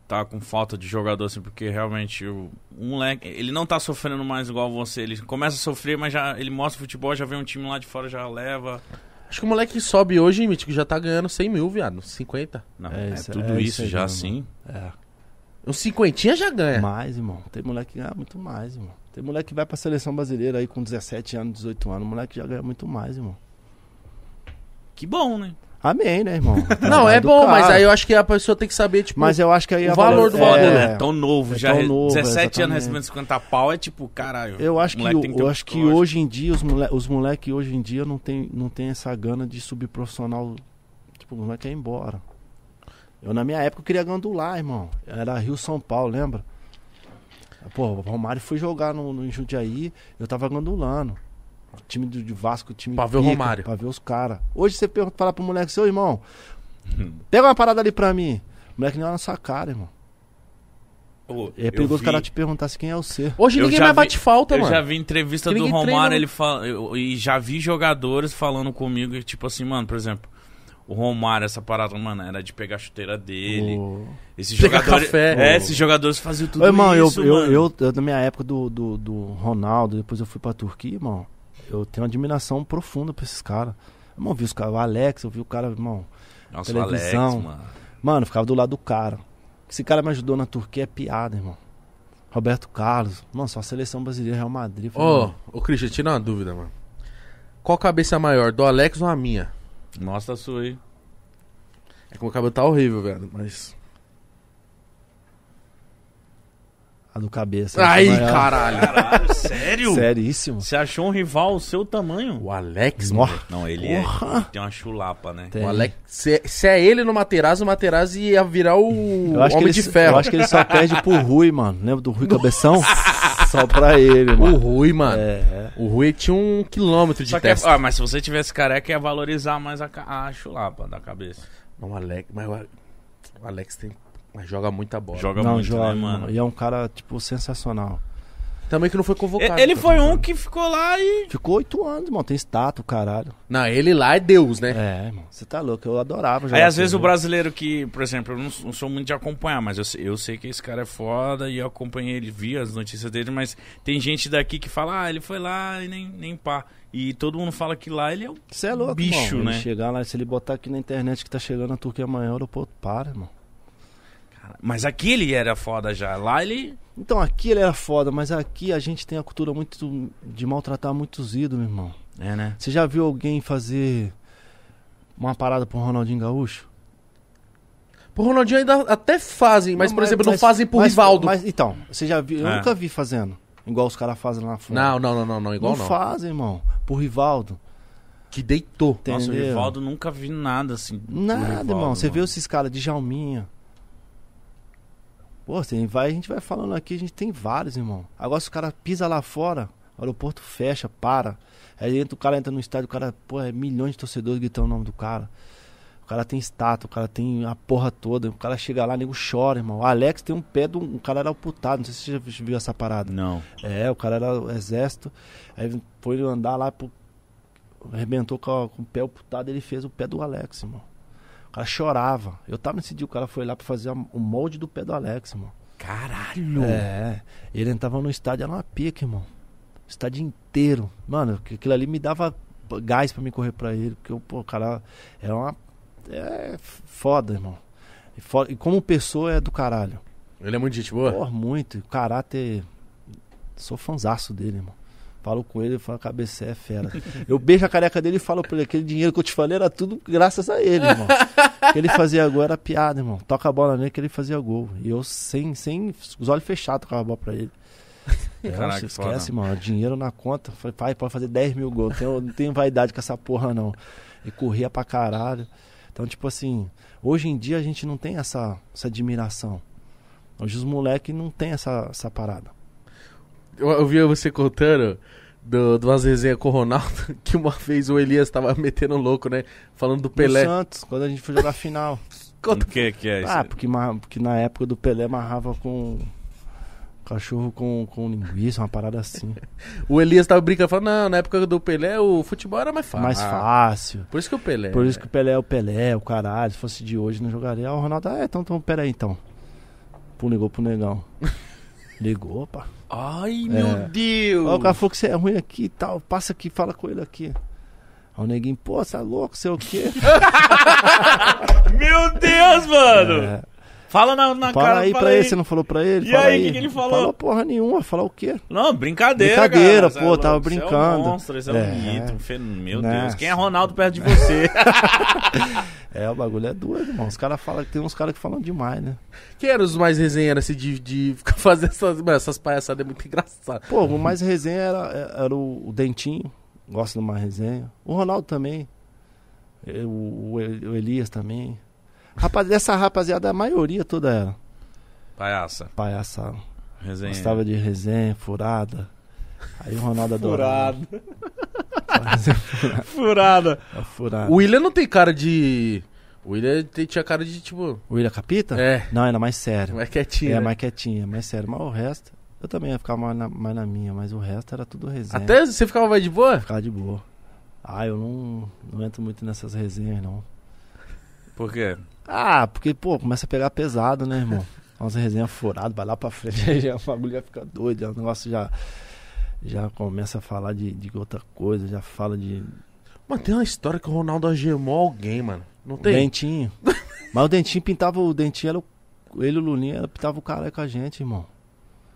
tá com falta de jogador assim, porque realmente o o moleque, ele não tá sofrendo mais igual você, ele começa a sofrer, mas já ele mostra o futebol, já vem um time lá de fora já leva.
Acho que o moleque que sobe hoje, Mítico, já tá ganhando 100 mil, viado. 50.
Não,
É
é,
isso-
tudo
é isso
isso
aí,
já
mano.
assim.
É.
Uns 50 já ganha.
Mais, irmão. Tem moleque que ganha muito mais, irmão. Tem moleque que vai pra seleção brasileira aí com 17 anos, 18 anos. O moleque já ganha muito mais, irmão.
Que bom, né?
Amém, né, irmão?
Não, é
do
bom, mas
cara.
aí eu acho que a pessoa tem que saber, tipo.
Mas é- eu acho que aí
O
a
valor do
valor-
modo,
Foda,
é,
né? Tão novo,
é
já
tão
re-
novo,
17 anos
exatamente.
recebendo 50 pau é tipo, caralho.
Eu acho que,
moleque
o-
tem
eu
ter um
acho que
psicológico.
hoje em dia os moleques os moleque hoje em dia não tem, não tem essa gana de subir profissional. Tipo, o moleque quer ir embora. Eu na minha época eu queria gandular, irmão. Era Rio São Paulo, lembra? Pô, o Romário foi jogar no, no em Jundiaí, eu tava gandulando. O time do, de Vasco, o time
Pra ver o
pica,
Romário.
Pra ver os caras. Hoje você pergunta falar pro moleque, seu irmão, pega uma parada ali pra mim. O moleque nem olha na sua cara, irmão.
Pô,
É
eu
perigoso o
vi-
cara te perguntar se quem é o C.
Hoje
Eu
ninguém
já
mais
vi-
bate falta,
eu
mano.
já vi entrevista
Que
do
ninguém
Romário,
né?
treina,
ele fala. eu- e já vi jogadores falando comigo, e tipo assim, mano, por exemplo, o Romário, essa parada, mano, era de pegar a chuteira dele.
Ô.
Esses
Pegar
jogadores.
café.
É, esses jogadores faziam tudo
Ô, irmão, eu-
isso.
eu,
mano.
eu, eu, na minha época do, do, do Ronaldo, depois eu fui pra Turquia, irmão, eu tenho uma admiração profunda pra esses caras. Irmão, eu vi os caras, o Alex, eu vi o cara, irmão.
Nossa, o Alex,
televisão.
mano.
Mano, eu ficava do lado do cara. Esse cara me ajudou na Turquia, é piada, irmão. Roberto Carlos, mano, só a seleção brasileira, Real Madrid. falei,
Ô,
mano,
ô, Christian, tira uma dúvida, mano. Qual cabeça maior, do Alex ou a minha?
Mostra a sua aí.
É que o meu cabelo tá horrível, velho, mas.
a do cabeça.
Ai,
essa é maior-
caralho.
Caralho, sério?
Seríssimo.
Você achou um rival o seu tamanho?
O Alex,
Nó.
mano.
Não, ele é. ele tem uma chulapa, né?
Tem.
O Alex, se, se é ele no Materazzi, o Materazzi ia virar o
Eu acho, que
Homem
ele,
de Ferro.
eu acho que ele só perde pro Rui, mano. Lembra do Rui Cabeção? só pra ele,
O
mano.
Rui, mano.
É,
O Rui tinha um quilômetro de
Só que é-
testa.
ah, mas se você tivesse careca, ia valorizar mais a, ca- a chulapa da cabeça.
Não, o Alex, mas o Ale- o Alex tem, mas joga muita bola.
Joga
não,
muito,
joga,
né, mano?
E é um cara, tipo, sensacional.
Também que não foi convocado.
Ele
tá
foi um
falando.
que ficou lá e.
Ficou oito anos, irmão. Tem estátua, caralho.
Não, ele lá é Deus, né?
É, irmão. Você tá louco. Eu adorava jogar.
Aí às vezes
com
o
ele.
brasileiro que, por exemplo, eu não, não sou muito de acompanhar, mas eu, sei- eu sei que esse cara é foda e eu acompanhei ele, vi as notícias dele, mas tem gente daqui que fala, ah, ele foi lá e nem, nem pá. E todo mundo fala que lá ele é o.
Você é louco,
bicho,
irmão. Ele
né?
chegar lá, se ele botar aqui na internet que tá chegando a Turquia amanhã, o aeroporto para, irmão.
Mas aqui ele era foda já. Lá ele.
Então aqui ele era foda, mas aqui a gente tem a cultura muito de maltratar muitos ídolos, irmão.
É, né?
Você já viu alguém fazer uma parada pro Ronaldinho Gaúcho?
Pro Ronaldinho ainda até fazem, mas,
Não,
por exemplo, não fazem pro
mas-
Rivaldo.
Mas, então, você já viu? Eu
É.
nunca vi fazendo. Igual os caras fazem lá fora.
Não, não, não, não, não, igual
não
não.
fazem, irmão. Pro Rivaldo.
Que deitou.
Nossa, o
Entendeu?
Rivaldo nunca vi nada assim. do
Nada,
Rivaldo,
irmão. Você
mano.
vê esses caras de Jalminha. Pô, assim, vai, a gente vai falando aqui, a gente tem vários, irmão. Agora se o cara pisa lá fora, o aeroporto fecha, para. Aí entra, o cara entra no estádio, o cara, pô, é milhões de torcedores gritando o nome do cara. O cara tem estátua, o cara tem a porra toda. O cara chega lá, nego chora, irmão. O Alex tem um pé de um. O cara era amputado, não sei se você já viu essa parada.
Não.
É, o cara era o exército. Aí foi andar lá, pro... arrebentou com, a- com o pé amputado, ele fez o pé do Alex, irmão. O cara chorava. Eu tava nesse dia, o cara foi lá pra fazer a- o molde do pé do Alex, irmão.
Caralho!
É, ele entrava no estádio, era uma pica, irmão. O estádio inteiro. Mano, que- aquilo ali me dava p- gás pra me correr pra ele, porque eu, pô, o cara era uma. É f- foda, irmão. E, fo- e como pessoa é do caralho.
Ele é muito gente boa.
Pô, muito. O caráter. Sou fanzaço dele, irmão. Falo com ele, eu falo, cabeça você é fera. Eu beijo a careca dele e falo pra ele, aquele dinheiro que eu te falei era tudo graças a ele, irmão. O que ele fazia gol era piada, irmão. Toca a bola nele que ele fazia gol. E eu sem, sem os olhos fechados tocava a bola pra ele. É,
Caraca,
você
que
esquece,
foda.
mano. Dinheiro na conta. Falei, pai, pode fazer 10 mil gols. Tenho- não tenho vaidade com essa porra, não. E corria pra caralho. Então, tipo assim, hoje em dia a gente não tem essa, essa admiração. Hoje os moleques não tem essa, essa parada.
Eu, eu vi você contando do, de umas resenhas com o Ronaldo, que uma vez o Elias tava metendo louco, né? Falando do
Pelé.
Pelé.
No Santos, quando a gente foi jogar a final.
Conta-
O que que é isso?
Ah, porque, ma- porque na época do Pelé amarrava com cachorro com, com linguiça, uma parada assim.
O Elias tava brincando, falando, não, na época do Pelé o futebol era mais fácil. Ah,
Mais fácil.
Por isso que o Pelé.
Por isso que o Pelé é o Pelé, o caralho. Se fosse de hoje, não jogaria. Ah, o Ronaldo, ah, é, então, então, peraí, então. Pum, ligou pro negão. Ligou, pá.
Ai,
É.
meu Deus!
Ó, o cara falou que você é ruim aqui e tal. Passa aqui, fala com ele aqui. Aí o neguinho, pô, você é louco, sei o quê.
Meu Deus, mano!
É,
Fala na, na cara
fala aí
fala
pra ele, você não falou pra ele?
E
Fala
aí, que que ele falou?
Falou porra nenhuma, falar o quê?
Não, brincadeira, cara.
Brincadeira, pô,
Você é louco,
tava
você É
brincando.
um monstro, esse é, um
É.
mito, um fenômeno. Meu
Nossa.
Deus, quem é Ronaldo perto de você?
É, o bagulho é doido, irmão. Os caras falam, tem uns caras que falam demais, né?
Quem era os mais resenha assim, de, de ficar fazendo essas, mano, essas palhaçadas? É muito engraçado.
Pô, o mais resenha era, era o o Dentinho, gosta de uma resenha. O Ronaldo também. Eh, O, o El- o Elias também. Rapaz, dessa rapaziada, a maioria toda era
Palhaça.
palhaçada.
Resenha.
Gostava de resenha, furada. Aí o Ronaldo adorava.
Furada. Furada.
A furada.
O William não tem cara de. O William te- tinha cara de tipo.
O William Capita?
É,
Não, era mais sério.
mais quietinho.
Tá. É,
né?
mais quietinha, mais sério. Mas o resto, eu também ia ficar mais na, mais na minha, mas o resto era tudo resenha.
Até você ficava mais de boa?
Ficava de boa. Ah, eu não, não entro muito nessas resenhas, não.
Por quê?
Ah, porque, pô, começa a pegar pesado, né, irmão? Umas resenhas furadas, vai lá pra frente, aí já, o bagulho já fica doido, já, o negócio já, já começa a falar de, de outra coisa, já fala de
Mano, tem uma história que o Ronaldo agemou alguém, mano. Não tem?
dentinho. Mas o dentinho pintava, o dentinho era o, ele e o Lulinha era- pintava o cara com a gente, irmão.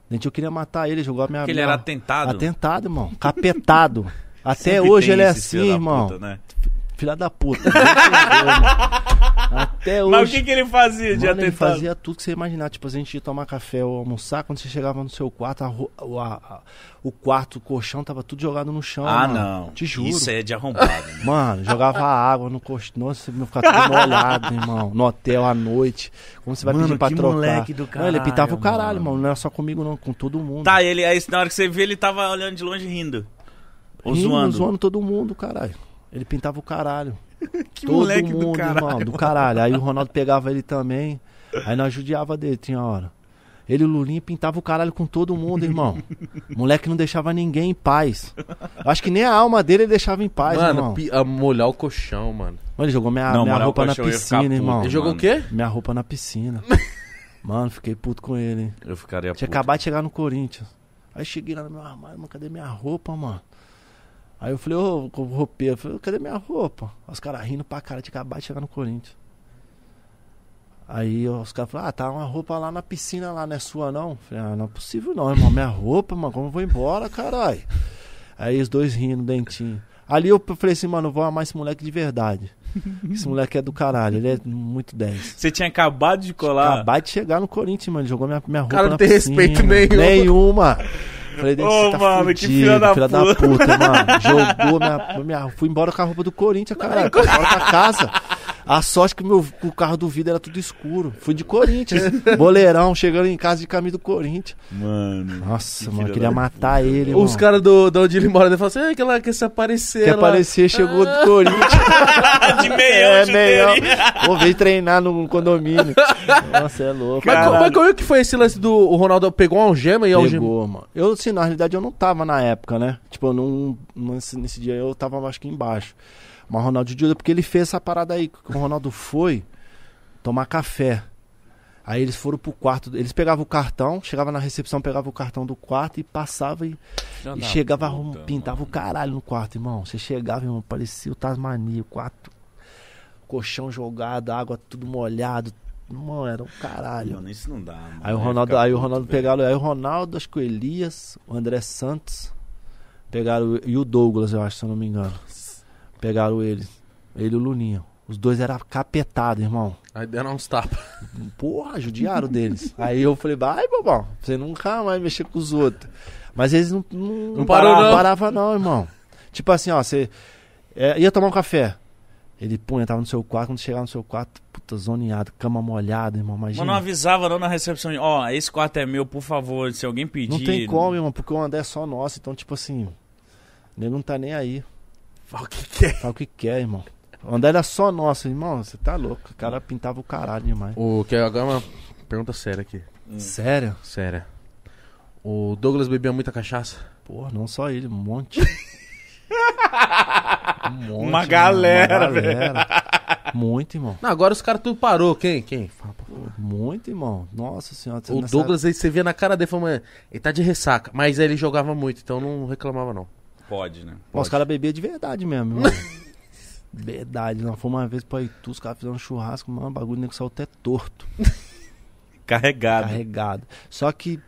O dentinho queria matar ele, jogou a minha
Porque ele
minha-
era atentado.
atentado, irmão, capetado. Até
Sempre
hoje
tem
ele é
esses filha
assim,
da
irmão.
puta, né?
Filha da puta. Deus te perdoe, irmão. Até hoje.
Mas o que, que ele fazia de
Mano, ele
atentado?
fazia tudo que você imaginar. Tipo, a gente ia tomar café ou almoçar. Quando você chegava no seu quarto, a ro- o, a- a- o quarto, o colchão, tava tudo jogado no chão.
Ah,
mano.
não.
Te juro.
Isso é de arrombado. né?
Mano, jogava água no colchão. Nossa, meu ficava tudo molhado, irmão. No hotel à noite. Como você vai
Mano,
pedir pra
que
trocar?
moleque do
não, ele pitava o
caralho,
caralho,
mano.
mano. Não era só comigo, não. Com todo mundo.
tá, ele aí na hora que você vê, ele tava olhando de longe rindo. Ou
Rindo,
zoando.
zoando todo mundo, caralho. Ele pintava o caralho.
Que
todo
moleque
mundo,
do caralho.
irmão, do caralho. Aí o Ronaldo pegava ele também. Aí nós judiava dele, tinha hora. Ele e o Lulinha pintava o caralho com todo mundo, irmão. Moleque não deixava ninguém em paz. Acho que nem a alma dele ele deixava em paz, irmão.
mano, pi- a molhar o colchão, mano.
Mano, ele jogou minha,
Não,
minha
moral,
roupa na
poxa, eu ia ficar
piscina,
puto.
irmão.
Ele jogou
mano.
o quê?
Minha roupa na piscina. Mano, fiquei puto com ele, hein.
Eu ficaria
Tinha
puto.
acabado de chegar no Corinthians. Aí cheguei lá no meu armário, mano, cadê minha roupa, mano? Aí eu falei, ô, com o roupeiro, eu falei, cadê minha roupa? Aí Os caras rindo pra cara, tinha acabado de chegar no Corinthians. Aí os caras falaram, ah, tá uma roupa lá na piscina lá, não é sua não? Eu Falei, ah, não é possível não, irmão, minha roupa, mano, como eu vou embora, caralho? Aí os dois rindo, dentinho. Ali eu falei assim, mano, eu vou amar esse moleque de verdade. Esse moleque é do caralho, ele é muito 10.
Você tinha acabado de colar.
Acabar de chegar no Corinthians, mano. Ele Jogou minha, minha roupa
Cara, não
na
tem
piscina.
respeito nenhum.
Nenhuma. Falei, Deus,
Ô,
você tá
mano, que
fudido,
filha da puta."
mano. Jogou minha, minha... Fui embora com a roupa do Corinthians, cara. Fui embora pra casa. A sorte que o meu, o carro do vidro era tudo escuro. Fui de Corinthians. Boleirão, chegando em casa de caminho do Corinthians.
Mano.
Nossa,
Que
mano,
filha
queria
da
matar ele, mano.
Os caras do, de onde ele mora, ele fala assim, ah, que ela quer se aparecer.
que
ela-
aparecer, chegou do Corinthians.
Ah, de meião,
É, melhor.
chuteirinho.
Pô, veio treinar no condomínio. Nossa, é louco.
Mas, co-
Caralho.
mas como é que foi esse lance do o Ronaldo pegou uma algema e algemou?
Pegou, mano. Eu, assim, na realidade, eu não tava na época, né? Tipo, eu não. Nesse, nesse dia eu tava, acho que embaixo. Mas o Ronaldo Judas, porque ele fez essa parada aí. que O Ronaldo foi tomar café. Aí eles foram pro quarto. Eles pegavam o cartão, chegava na recepção, pegava o cartão do quarto e passava e, e chegava, arrum- pintava o caralho no quarto, irmão. Você chegava, irmão, parecia o Tasmania, o quarto. Colchão jogado, água tudo molhado. Mano, era um caralho.
Mano, isso não dá, mano.
Aí o
Vai
Ronaldo,
ficar
aí o
puto,
Ronaldo
velho.
pegaram, aí o Ronaldo, acho que o Elias, o André Santos, Pegaram. E o Douglas, eu acho, se eu não me engano. Pegaram ele. Ele e o Luninho. Os dois eram capetados, irmão.
Aí deram uns tapas.
Porra, judiaram deles. Aí eu falei, vai, bobão, você nunca mais mexer com os outros. Mas eles não, não,
Não parou,
paravam,
não.
paravam não, irmão. Tipo assim, ó, você é, ia tomar um café. Ele, punha, tava no seu quarto, quando chegava no seu quarto, puta, zoneado, cama molhada, irmão, imagina.
Mas não avisava não na recepção. Ó, esse quarto é meu, por favor, se alguém pedir.
Não tem como, irmão, porque o André é só nosso, então, tipo assim, ele não tá nem aí.
Fala o que que é.
Fala o que quer, irmão. O André era só nosso, irmão, você tá louco. O cara pintava o caralho demais.
O que agora é uma pergunta séria aqui.
Hum.
Sério?
Séria. O Douglas bebia muita cachaça?
Porra, não só ele, um monte. Um monte,
Uma galera,
galera. Muito, irmão.
Não, agora os caras tudo parou. Quem? Quem? Fala, pô.
Muito, irmão. Nossa senhora. você
O
não sabe-
Douglas, aí você via na cara dele, falou, mano, ele tá de ressaca. Mas ele jogava muito, então não reclamava não.
Pode, né?
Pô, os caras bebiam de verdade mesmo, irmão. verdade. Nós fomos uma vez pra Itu, os caras fizeram um churrasco, mano, o bagulho, o nego saiu até torto,
Carregado.
carregado. Só que,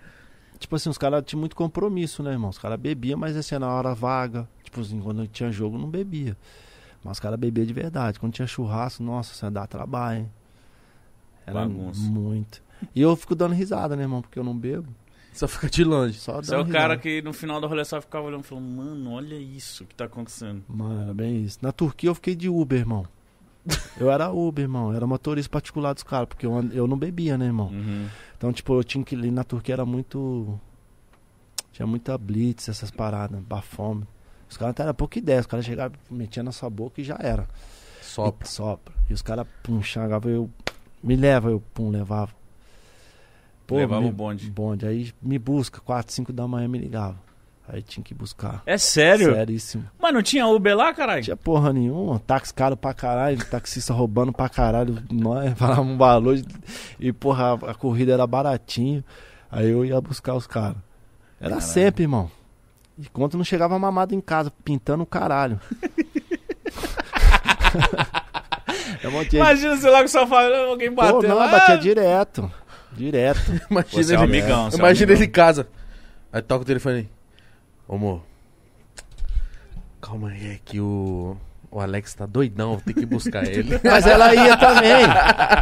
tipo assim, os caras tinham muito compromisso, né, irmão? Os caras bebiam, mas assim, na hora vaga. Tipo assim, quando tinha jogo, não bebia. Mas os caras bebiam de verdade. Quando tinha churrasco, nossa, você dá trabalho, hein? Era
Bagunça.
muito. E eu fico dando risada, né, irmão? Porque eu não bebo.
Só fica de longe.
Só
Você é
dando
o
risada.
cara que no final da rolê só ficava olhando e falando, mano, olha isso que tá acontecendo.
Mano, era bem isso. Na Turquia eu fiquei de Uber, irmão. Eu era Uber, irmão. Eu era motorista particular dos caras, porque eu, and- eu não bebia, né, irmão?
Uhum.
Então, tipo, eu tinha que. Na Turquia era muito. Tinha muita blitz, essas paradas, bafome. Os caras até eram pouca ideia. Os caras chegavam, metiam na sua boca e já era.
Só.
E, sopra. E os caras, pum, chagavam, eu. Me leva, eu, pum, levava.
Levava
me-
o bonde.
Bonde. Aí me busca, 4, 5 da manhã me ligava. Aí tinha que buscar.
É sério?
Seríssimo.
Mas não tinha Uber lá, caralho?
Tinha porra nenhuma, táxi caro pra caralho, taxista roubando pra caralho, nós falávamos um valor de- e porra, a, a corrida era baratinho. Aí eu ia buscar os caras. Era
Caralho.
sempre, irmão. Enquanto não chegava mamado em casa, pintando o caralho. é um monte de...
Imagina, sei lá, que só fala, alguém bateu.
Pô, não, é
lá.
batia direto. Direto.
Imagina
Você é um
ele,
amigão, você é um
imagina
amigão.
ele em casa. Aí toca o telefone aí. Ô, amor. Calma aí, é que o... O Alex tá doidão, vou ter que buscar ele.
Mas ela ia também.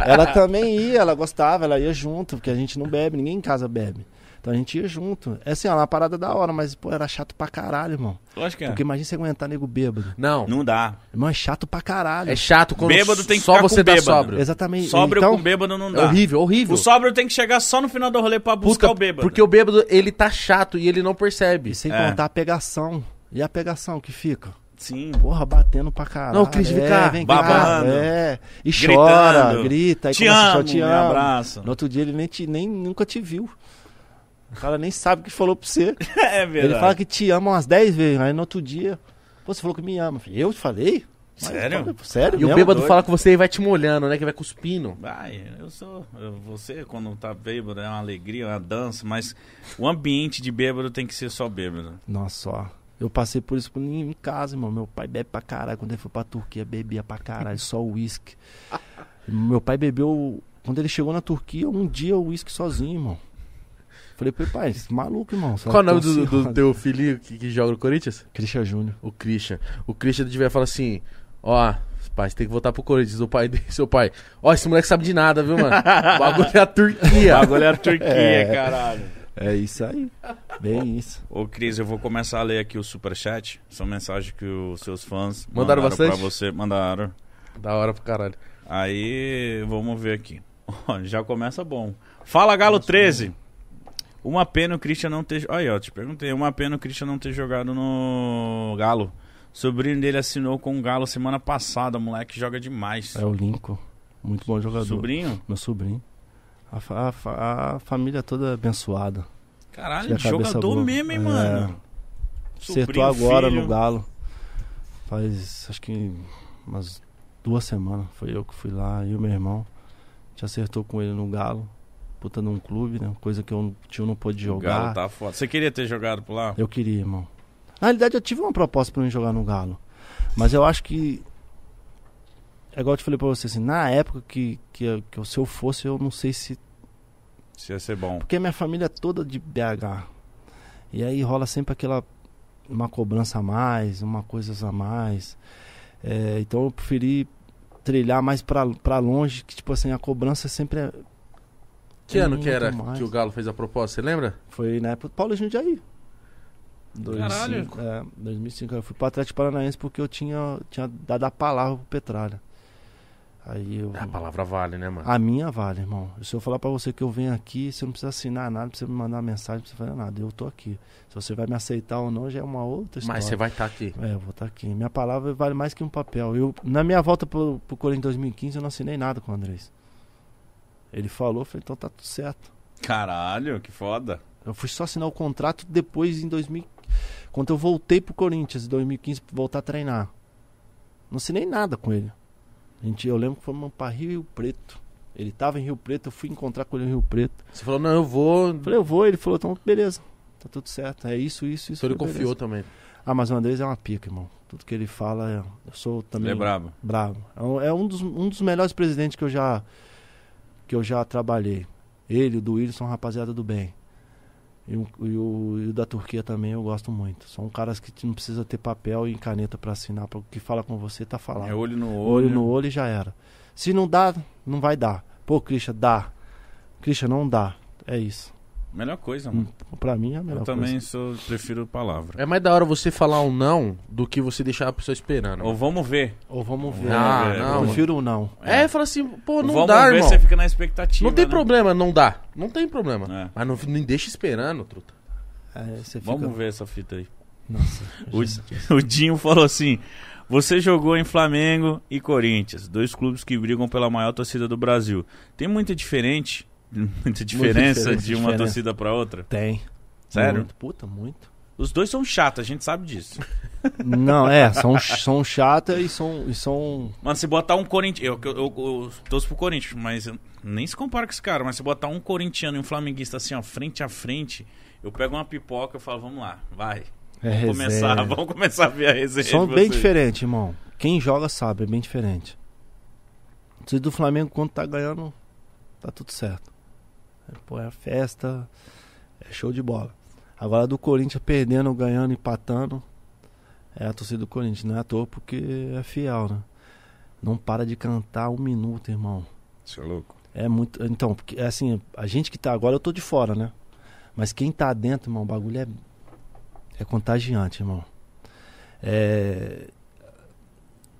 Ela também ia, ela gostava, ela ia junto, porque a gente não bebe, ninguém em casa bebe. Então a gente ia junto. É assim, ó, uma parada da hora, mas, pô, era chato pra caralho, irmão.
Lógico que é.
Porque imagina você aguentar nego bêbado.
Não,
Não dá.
Irmão, é chato pra caralho.
é chato quando
Bêbado tem que
só
ficar com
você dá
bêbado.
sóbrio.
Exatamente.
Sóbrio
então,
com bêbado não
É
dá.
horrível, horrível.
O sóbrio tem que chegar só no final do rolê pra buscar
Puta,
o bêbado.
Porque o bêbado, ele tá chato e ele não percebe.
E sem
É.
contar a pegação. E a pegação que fica?
Sim.
Porra, batendo pra caralho.
Não, Cris, vem
é,
cá.
vem cá,
Babando.
É. E
Gritando.
chora, grita. Aí
Te
começa a
amo,
chorar, te
me
amo.
abraça.
No outro dia ele nem, te, nem nunca te viu. O cara nem sabe o que falou pra você.
É verdade.
Ele fala que te ama umas 10 vezes, aí no outro dia. Pô, você falou que me ama. Eu falei, Eu te falei? Mas,
Sério?
fala- sério?
E o
mesmo?
bêbado
doido.
fala com você e vai te molhando, né? Que vai cuspindo.
Vai, eu sou. eu- Você, quando tá bêbado, é uma alegria, é uma dança, mas o ambiente de bêbado tem que ser só bêbado.
Nossa, ó. Eu passei por isso em em casa, irmão. Meu pai bebe pra caralho. Quando ele foi pra Turquia, bebia pra caralho, só uísque. Meu pai bebeu. Quando ele chegou na Turquia, um dia o uísque sozinho, irmão. Falei pro ele, pai, esse maluco, irmão.
Qual é o nome do, do teu filhinho que, que joga no Corinthians?
Christian Júnior.
O Christian. O Christian devia falar assim: Ó, pai, você tem que voltar pro Corinthians. O pai dele, seu pai. Ó, esse moleque sabe de nada, viu, mano? O bagulho é a Turquia.
Agora é a Turquia,
É.
caralho.
É isso aí. Bem isso.
Ô, Cris, eu vou começar a ler aqui o superchat. São mensagens que os seus fãs
Mandaram
pra
bastante?
você. Mandaram.
da hora pro caralho.
Aí, vamos ver aqui. Ó, já começa bom. Fala, Galo 13. Uma pena o Christian não ter... Aí, ó, te perguntei. Uma pena o Christian não ter jogado no Galo. Sobrinho dele assinou com o Galo semana passada. Moleque joga demais.
É o Lincoln. Muito bom jogador.
Sobrinho?
Meu sobrinho. A, fa- a fa- a família toda abençoada.
Caralho,
Tinha cabeça
jogador
boa.
mesmo, hein,
É.
mano?
Acertou agora no Galo. Faz acho que umas duas semanas. Foi eu que fui lá e o meu irmão. A gente acertou com ele no Galo. Puta num clube, né? Coisa que eu, não- o tio não pôde
O Galo
jogar.
tá foda. Você queria ter jogado por lá?
Eu queria, irmão. Na realidade, eu tive uma proposta pra mim jogar no Galo. Mas eu acho que. É igual eu te falei pra você, assim, na época que, que, eu- que eu- se eu fosse, eu não sei se
Se ia ser bom.
Porque minha família é toda de BH. E aí rola sempre aquela uma cobrança a mais, uma coisa a mais. É, então eu preferi trilhar mais pra, pra longe, que tipo assim, a cobrança sempre é.
Que ano que
muito
era
mais.
que o Galo fez a proposta, você lembra?
Foi na época do Paulo Jundiaí.
Caralho.
2005, é, 2005. Eu fui pro Atlético Paranaense porque eu tinha, tinha dado a palavra pro Petralha. Aí eu.
A palavra vale, né, mano?
A minha vale, irmão. Se eu falar pra você que eu venho aqui, você não precisa assinar nada, não precisa me mandar mensagem, não precisa fazer nada. Eu tô aqui. Se você vai me aceitar ou não, já é uma outra história.
Mas você vai estar aqui.
É, eu vou estar aqui. Minha palavra vale mais que um papel. Eu, na minha volta pro, pro Corinthians em 2015, eu não assinei nada com o Andrés. Ele falou, eu falei, então tá tudo certo.
Caralho, que foda.
Eu fui só assinar o contrato depois em 2000. Quando eu voltei pro Corinthians em 2015 pra voltar a treinar. Não assinei nada com ele. A gente, eu lembro que fomos pra Rio Preto. Ele tava em Rio Preto, eu fui encontrar com ele em Rio Preto.
Você falou, não, eu vou.
Falei, eu vou, ele falou, então beleza, tá tudo certo. É isso, isso, isso.
Então ele
Falei,
confiou
beleza.
também.
Ah, mas o Andrés é uma pica, irmão. Tudo que ele fala, é- eu sou também.
Ele é brabo.
Bravo. É um- É um dos, um dos melhores presidentes que eu já que eu já trabalhei. Ele, o do Wilson, são rapaziada do bem. E, o- e o, e o da Turquia também eu gosto muito. São caras que não precisa ter papel e caneta pra assinar, porque o que fala com você tá falando.
É olho no olho.
olho no olho e já era. Se não dá, não vai dar. Pô, Christian, dá. Christian, não dá. É isso.
Melhor coisa, mano.
Pra mim é a melhor
Eu
coisa.
também sou, prefiro palavra.
É mais da hora você falar um não do que você deixar a pessoa esperando.
Ou vamos ver.
Ou vamos ver.
Ah,
é,
não.
eu prefiro o não.
É, fala assim, pô, não
vamos
dá,
ver,
irmão.
você fica na expectativa.
Não tem
né?
problema, não dá. Não tem problema.
É.
Mas é não, não deixa esperando, truta.
É, você fica...
Vamos ver essa fita aí.
Nossa,
O, o Dinho falou assim: Você jogou em Flamengo e Corinthians, dois clubes que brigam pela maior torcida do Brasil. Tem muita diferente, muita diferença
diferença,
de uma
diferença.
torcida pra outra?
tem.
Sério?
Muito, puta, muito.
Os dois são chatos, a gente sabe disso.
Não, é, são, são chata e são, e são.
Mano, se botar um corintiano. Eu, eu, eu, eu torço pro Corinthians, mas eu nem se compara com esse cara. Mas se botar um corintiano e um flamenguista assim, ó, frente a frente, eu pego uma pipoca e falo, vamos lá, vai.
É
Vamos começar,
resenha.
vamos começar a ver a resenha.
São
de
bem
vocês.
diferentes, irmão. Quem joga sabe, é bem diferente. Se do Flamengo, quando tá ganhando, tá tudo certo. É, Pô, é festa, é show de bola. Agora do Corinthians perdendo, ganhando, empatando, é a torcida do Corinthians, não é à toa porque é fiel, né? Não para de cantar um minuto, irmão.
Você é louco.
É muito. Então, porque, assim, a gente que tá agora, eu tô de fora, né? Mas quem tá dentro, irmão, o bagulho é. É contagiante, irmão. É.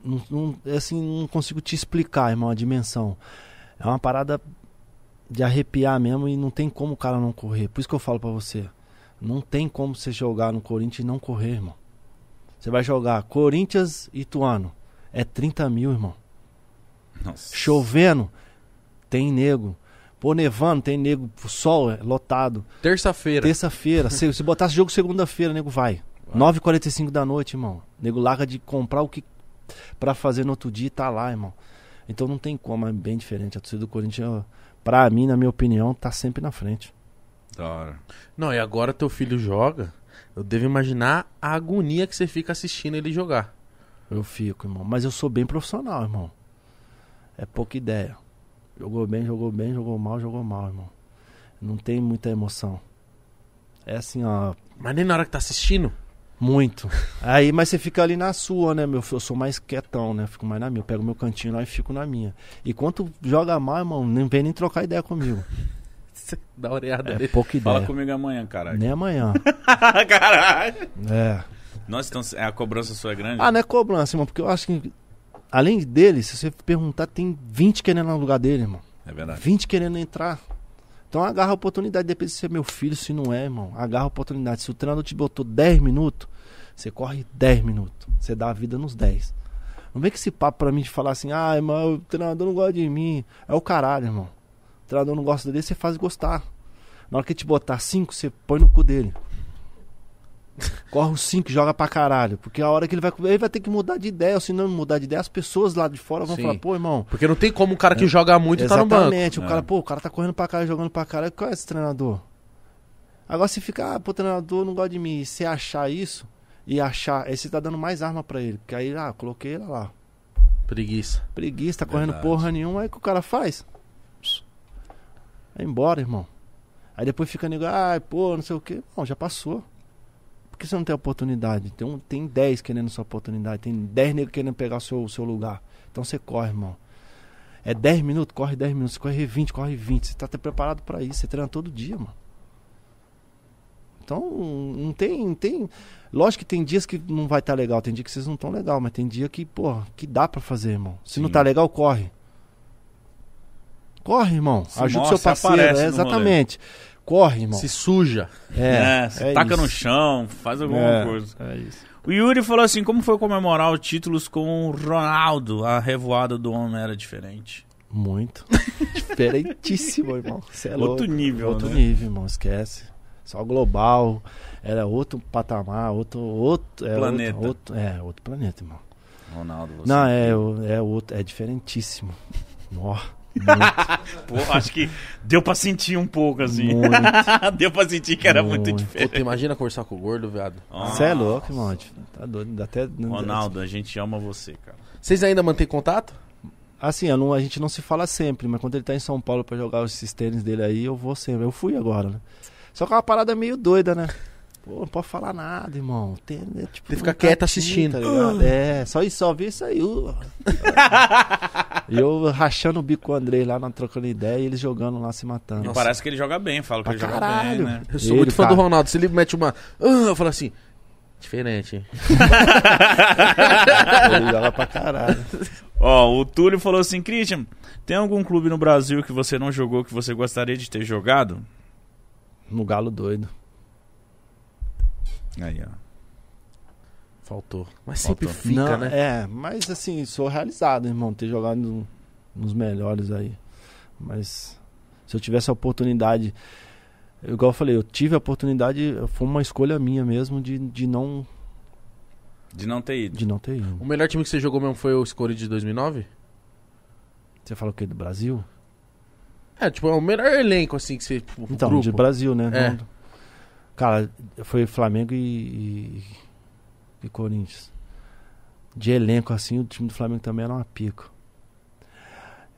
Não, não- é assim, não consigo te explicar, irmão, a dimensão. É uma parada de arrepiar mesmo e não tem como o cara não correr. Por isso que eu falo pra você. Não tem como você jogar no Corinthians e não correr, irmão. Você vai jogar Corinthians e Ituano. É 30 mil, irmão.
Nossa.
Chovendo, tem nego. Pô, nevando, tem nego. O sol é lotado.
Terça-feira.
Terça-feira, se, se botasse jogo segunda-feira, nego vai. 9h45 da noite, irmão. Nego larga de comprar o que pra fazer no outro dia e tá lá, irmão. Então não tem como, é bem diferente. A torcida do Corinthians, ó, pra mim, na minha opinião, tá sempre na frente.
Da hora.
Não, e agora teu filho joga. Eu devo imaginar a agonia que você fica assistindo ele jogar.
Eu fico, irmão. Mas eu sou bem profissional, irmão. É pouca ideia. Jogou bem, jogou bem, jogou mal, jogou mal, irmão. Não tem muita emoção. É assim, ó,
Mas nem na hora que tá assistindo.
Muito. Aí, mas você fica ali na sua, né, meu? Eu sou mais quietão, né? Fico mais na minha. Eu pego meu cantinho lá e fico na minha. E quanto joga mal, irmão, nem vem nem trocar ideia comigo.
Dá oreada
É
dele.
pouca
Fala
ideia.
comigo amanhã, caralho.
Nem amanhã.
caralho.
É.
Nossa, então a cobrança sua é grande?
Ah, não é cobrança, irmão, porque eu acho que. Além dele, se você perguntar, tem 20 querendo no lugar dele, irmão.
É verdade.
20 querendo entrar. Então agarra a oportunidade, depende se é meu filho, se não é, irmão. Agarra a oportunidade. Se o treinador te botou 10 minutos, você corre 10 minutos. Você dá a vida nos 10. Não vem com esse papo pra mim de falar assim, ah, irmão, o treinador não gosta de mim. É o caralho, irmão. O treinador não gosta dele, você faz gostar. Na hora que ele te botar 5, você põe no cu dele. Corre os 5, joga pra caralho. Porque a hora que ele vai. Ele vai ter que mudar de ideia. ou Se não mudar de ideia, as pessoas lá de fora vão
Sim.
falar, pô, irmão,
Porque não tem como um cara que joga muito estar tá no banco.
Exatamente. O
É.
cara, pô, o cara tá correndo pra cara, jogando pra cara. Qual é esse treinador? Agora se ficar, ah, pô, treinador não gosta de mim. E se achar isso e achar, aí você tá dando mais arma pra ele. Porque aí, ah, coloquei ele lá.
Preguiça.
Preguiça, tá correndo
Verdade.
porra nenhuma. Aí o que o cara faz? Vai embora, irmão. Aí depois fica nego, ah, pô, não sei o quê. Não, já passou. Porque que você não tem oportunidade? Tem, um, tem 10 querendo sua oportunidade, tem 10 negros querendo pegar o seu, o seu lugar. Então você corre, irmão. É 10 minutos, corre 10 minutos, corre 20, corre 20. Você tá até preparado para isso, você treina todo dia, mano. Então, não tem, não tem. Lógico que tem dias que não vai estar tá legal, tem dia que vocês não estão legal, mas tem dia que, pô, que dá para fazer, irmão. Se não
Sim.
tá legal, corre. Corre, irmão.
Se
Ajuda o
mostra,
seu
se
parceiro.
aparece
é,
no
exatamente. Corre, irmão.
Se suja.
É, você taca no
isso.
chão, faz alguma
É,
coisa.
É isso.
O Yuri falou assim: como foi comemorar os títulos com o Ronaldo? A revoada do homem era diferente.
Muito. Diferentíssimo, irmão. Você é
Outro
louco.
nível,
Outro
né?
nível, irmão. Esquece. Só global. Era outro patamar, outro. outro é,
Planeta.
Outro, outro- é, outro planeta, irmão.
Ronaldo, você.
Não, é, o- é outro. É diferentíssimo. Nó.
Pô, acho que deu pra sentir um pouco assim.
Muito.
deu pra sentir que era muito
Muito.
Pô,
diferente.
tu imagina conversar com o gordo, viado.
Nossa.
Você é louco, irmão. Tá doido. dá Até.
Ronaldo, a gente ama você, cara.
Vocês ainda mantêm contato?
Assim, eu não- a gente não se fala sempre, mas quando ele tá em São Paulo pra jogar esses tênis dele aí, eu vou sempre. Eu fui agora, né? Só que é uma parada meio doida, né? Pô, não pode falar nada, irmão. Tênis, é, tipo,
Tem que ficar
um
quieto
cantinho,
assistindo.
tá ligado? é, só isso, só vi isso aí. uh. E eu rachando o bico com o Andrei lá, não trocando ideia, e eles jogando lá, se matando.
E parece que ele joga bem, fala que
Pra
ele joga
caralho.
bem, né?
Eu sou
Ele,
muito fã
cara.
do Ronaldo. Se ele mete uma. "Ah", eu falo assim. Diferente, hein?
Ele joga pra caralho.
Ó, o Túlio falou assim: Christian, tem algum clube no Brasil que você não jogou que você gostaria de ter jogado?
No galo doido.
Aí, ó.
Faltou. Mas
Faltou.
sempre fica,
Não,
né?
É, mas assim, sou realizado, irmão, ter jogado no- nos melhores aí. Mas se eu tivesse a oportunidade, igual eu falei, eu tive a oportunidade, foi uma escolha minha mesmo de, de, não,
De não ter ido.
de não ter ido.
O melhor time que você jogou mesmo foi o Score de 2009?
Você fala o quê? Do Brasil?
É, tipo, é o melhor elenco, assim, que você. o
Então,
grupo.
de Brasil, né?
É.
Não- cara, foi Flamengo e, e, e Corinthians. De elenco, assim, o time do Flamengo também era uma pica.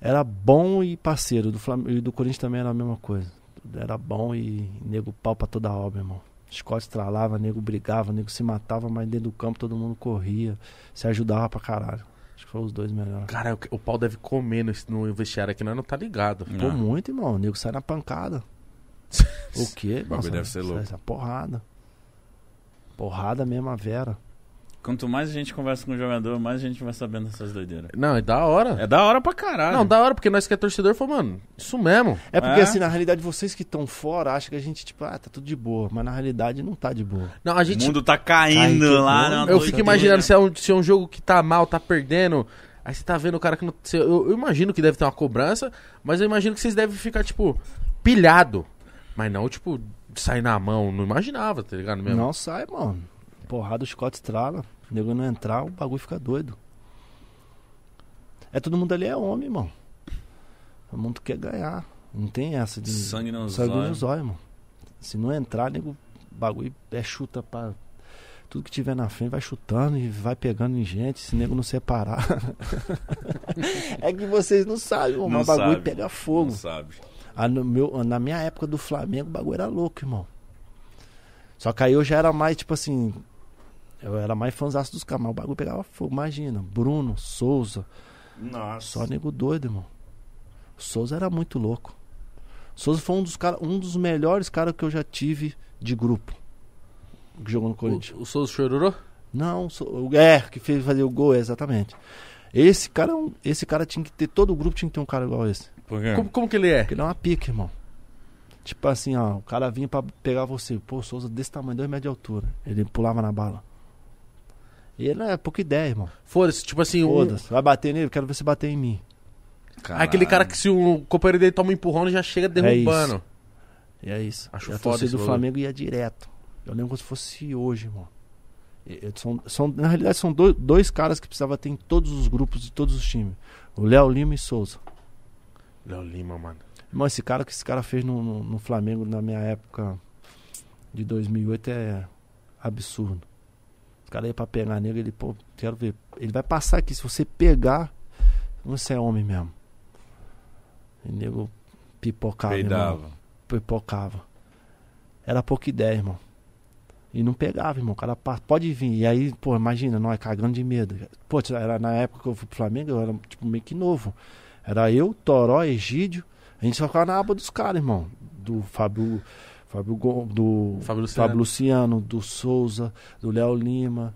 Era bom e parceiro. Do Flamengo, e do Corinthians também era a mesma coisa. Era bom e nego pau pra toda obra, irmão. Scott estralava, nego brigava, nego se matava, mas dentro do campo todo mundo corria, se ajudava pra caralho. Acho que foram os dois melhores.
Cara, é o- o pau deve comer no, no vestiário aqui, nós não tá ligado.
Pô,
Ah.
muito, irmão. O nego sai na pancada. o quê?
bagulho deve ser louco.
Essa porrada. Porrada mesmo, a Vera.
Quanto mais a gente conversa com o jogador, mais a gente vai sabendo dessas doideiras.
Não, é da hora.
É da hora pra caralho.
Não, da hora, porque nós que é torcedor, falou, mano, isso mesmo.
É porque,
É?
assim, na realidade, vocês que estão fora acham que a gente, tipo, ah, tá tudo de boa. Mas na realidade não tá de boa.
Não, a
O
gente.
mundo tá
Cai
caindo
tudo.
lá. né? Uma
Eu fico
doideira.
imaginando se é, um, se é um jogo que tá mal, tá perdendo. Aí você tá vendo o cara que não. você- Eu, eu imagino que deve ter uma cobrança, mas eu imagino que vocês devem ficar, tipo, pilhado. Mas não, tipo, sair na mão. Não imaginava, tá ligado mesmo?
Não sai, mano. Porrada, o Scott estrala. O nego não entrar, o bagulho fica doido. É todo mundo ali é homem, irmão. Todo mundo quer ganhar. Não tem essa de.
Sangue nos
Sangue
olhos.
nos olhos, mano. Se não entrar, nego, bagulho é chuta pra. Tudo que tiver na frente vai chutando e vai pegando em gente, se nego não separar. é que vocês não sabem, mano.
Não
mas o bagulho
sabe.
pega
Não
fogo.
sabe.
Ah, no meu, na minha época do Flamengo, o bagulho era louco, irmão. Só que aí eu já era mais, tipo assim. Eu era mais fãzaço dos caras, mas o bagulho pegava fogo. Imagina, Bruno, Souza,
Nossa.
só nego doido, irmão. O Souza era muito louco. O Souza foi um dos, cara, um dos melhores caras que eu já tive de grupo. Que jogou no Corinthians.
O, o Souza chororô?
Não, o Sou- o- é, que fez fazer o gol, é, exatamente. Esse cara, é um- esse cara tinha que ter, todo o grupo tinha que ter um cara igual esse.
Por quê?
Como, como que ele é?
Porque ele é uma pica, irmão. Tipo assim, ó, o cara vinha pra pegar você. Pô, Souza desse tamanho, dois metros de altura. Ele pulava na bala. E ele é pouca ideia, irmão.
Foda-se, tipo assim, um,
Foda-se. Vai bater nele? Quero ver você bater em mim.
Ah, Aquele cara que se o companheiro dele toma um empurrão, ele já
É
chega derrubando.
E é isso.
Acho
e a
foda
torcida
esse
do
bagulho.
Flamengo ia direto. Eu lembro como se fosse hoje, irmão. E- e São, são, na realidade, são do- dois caras que precisava ter em todos os grupos de todos os times. O Léo Lima e Souza.
Léo Lima, mano.
Irmão, esse cara que esse cara fez no, no- no Flamengo na minha época de 2008 é absurdo. Os caras iam pra pegar nele, ele, pô, quero ver. Ele vai passar aqui, se você pegar, você é homem mesmo. E nego pipocava, irmão
peidava.
pipocava. Era pouca ideia, irmão. E não pegava, irmão. O cara pa- pode vir. E aí, pô, imagina, nós cagando de medo. Pô, tira- era na época que eu fui pro Flamengo, eu era tipo meio que novo. Era eu, Toró, Egídio. A gente só ficava na aba dos caras, irmão. Do Fábio. Fábio Go- do
Fábio Luciano.
Fábio Luciano, do Souza, do Léo Lima.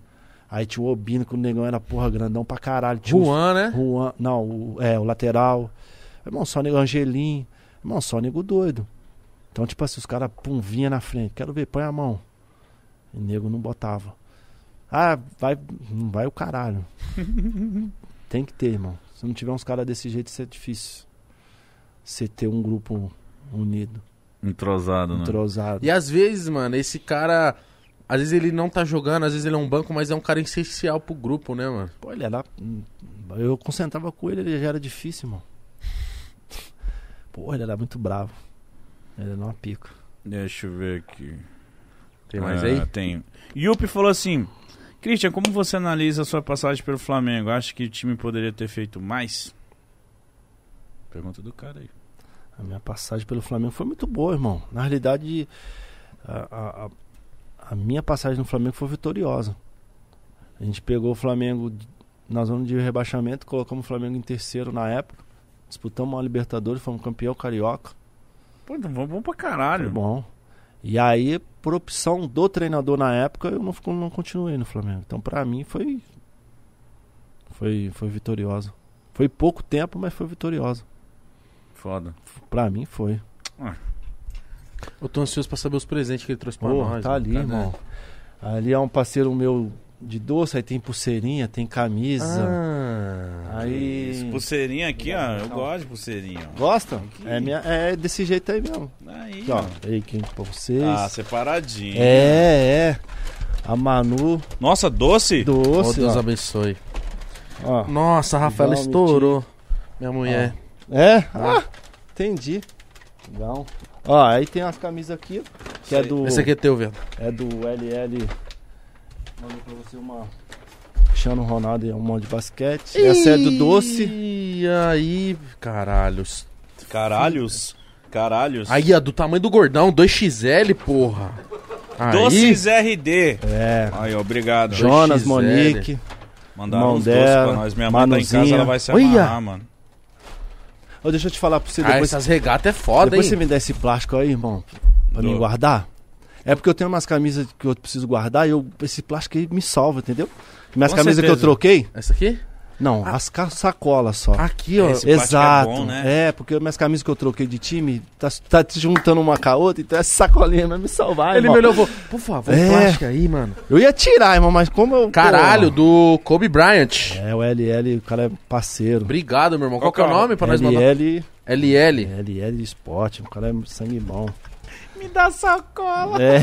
Aí tinha o Obino, que o negão era porra grandão pra caralho. Tinha o
Juan, né?
Juan, não, o, é, o lateral. Irmão, só nego Angelim. Irmão, só nego doido. Então, tipo assim, os caras, pum, vinha na frente. Quero ver, põe a mão. E nego não botava. Ah, vai, não vai o caralho. Tem que ter, irmão. Se não tiver uns caras desse jeito, isso é difícil. Você ter um grupo unido,
Entrosado, né?
entrosado.
E às vezes, mano, esse cara. Às vezes ele não tá jogando, às vezes ele é um banco, mas é um cara essencial pro grupo, né, mano?
Pô, ele era. Eu concentrava com ele, ele já era difícil, irmão. Pô, ele era muito bravo. Ele era uma pica.
Deixa eu ver aqui.
Tem mais
Ah,
aí?
Tem. Yupi falou assim: Christian, como você analisa a sua passagem pelo Flamengo? Acha que o time poderia ter feito mais? Pergunta do cara aí.
A minha passagem pelo Flamengo foi muito boa, irmão. Na realidade, a, a- a- a minha passagem no Flamengo foi vitoriosa. A gente pegou o Flamengo na zona de rebaixamento, colocamos o Flamengo em terceiro na época. Disputamos a Libertadores, fomos campeão carioca.
Pô, então vamos vamos pra
Foi
caralho.
bom. E aí, por opção do treinador na época, eu não, fico- não continuei no Flamengo. Então, pra mim, foi. Foi, foi vitoriosa. Foi pouco tempo, mas foi vitoriosa.
Foda.
Pra mim, foi.
Eu tô ansioso pra saber os presentes que ele trouxe pra
Pô,
nós.
tá
mano.
ali,
Cadê?
irmão. Ali é um parceiro meu de doce, aí tem pulseirinha, tem camisa.
Ah,
aí.
Isso, pulseirinha aqui, ó. Eu gosto de pulseirinha. ó.
Gosta? É, minha, é desse jeito aí mesmo.
Aí,
Aqui, ó. Aí, quente pra vocês.
ó. Ah, separadinho.
é, é. A Manu
Nossa, doce?
oh,
doce.
Deus
ó.
abençoe.
Ó.
Nossa, a Rafaela
Igual,
estourou. Minha mulher.
É? Ah, entendi. Legal. Ó, aí tem as camisas aqui, que é
Sei.
do.
Esse aqui é teu, velho.
É do LL. Mandei pra você uma. Cristiano Ronaldo e um monte de basquete. Essa é do doce.
E aí, caralhos.
Caralhos. Caralhos.
Aí, ó, do tamanho do gordão, 2XL, porra. Aí,
Doces RD.
É.
Aí, ó, obrigado.
Jo-
Jonas,
2XL.
Monique.
Mandaram
Mão
uns doces
dela,
pra nós. Minha mãe tá em casa,
Manuzinha.
ela vai se
Olha!
amarrar, mano.
Ô, deixa eu te falar pra você
Ah,
depois.
essas regatas é foda,
depois
hein?
você me dá esse plástico aí, irmão. Pra
Dou.
mim guardar. É porque eu tenho umas camisas que eu preciso guardar e eu, esse plástico aí me salva, entendeu? Minhas
Com
camisas que eu
certeza. Ah.
troquei.
Essa aqui?
Não, as ca- sacolas só.
Aqui, ó.
Esse plástico é
Exato.
bom, né?
É, porque minhas camisas que eu troquei de time tá, tá se juntando uma com a outra, então essa sacolinha vai me salvar,
Ele
irmão.
me olhou e falou, por favor,
É.
plástico aí, mano.
Eu ia tirar, irmão, mas como eu.
Caralho,
pô,
do Kobe Bryant.
É, o LL, o cara é parceiro.
Obrigado, meu irmão. Qual,
Qual
que é o
que é o-
nome pra nós mandar?
LL,
LL.
LL Esporte, o cara é sangue bom.
Me dá sacola.
É.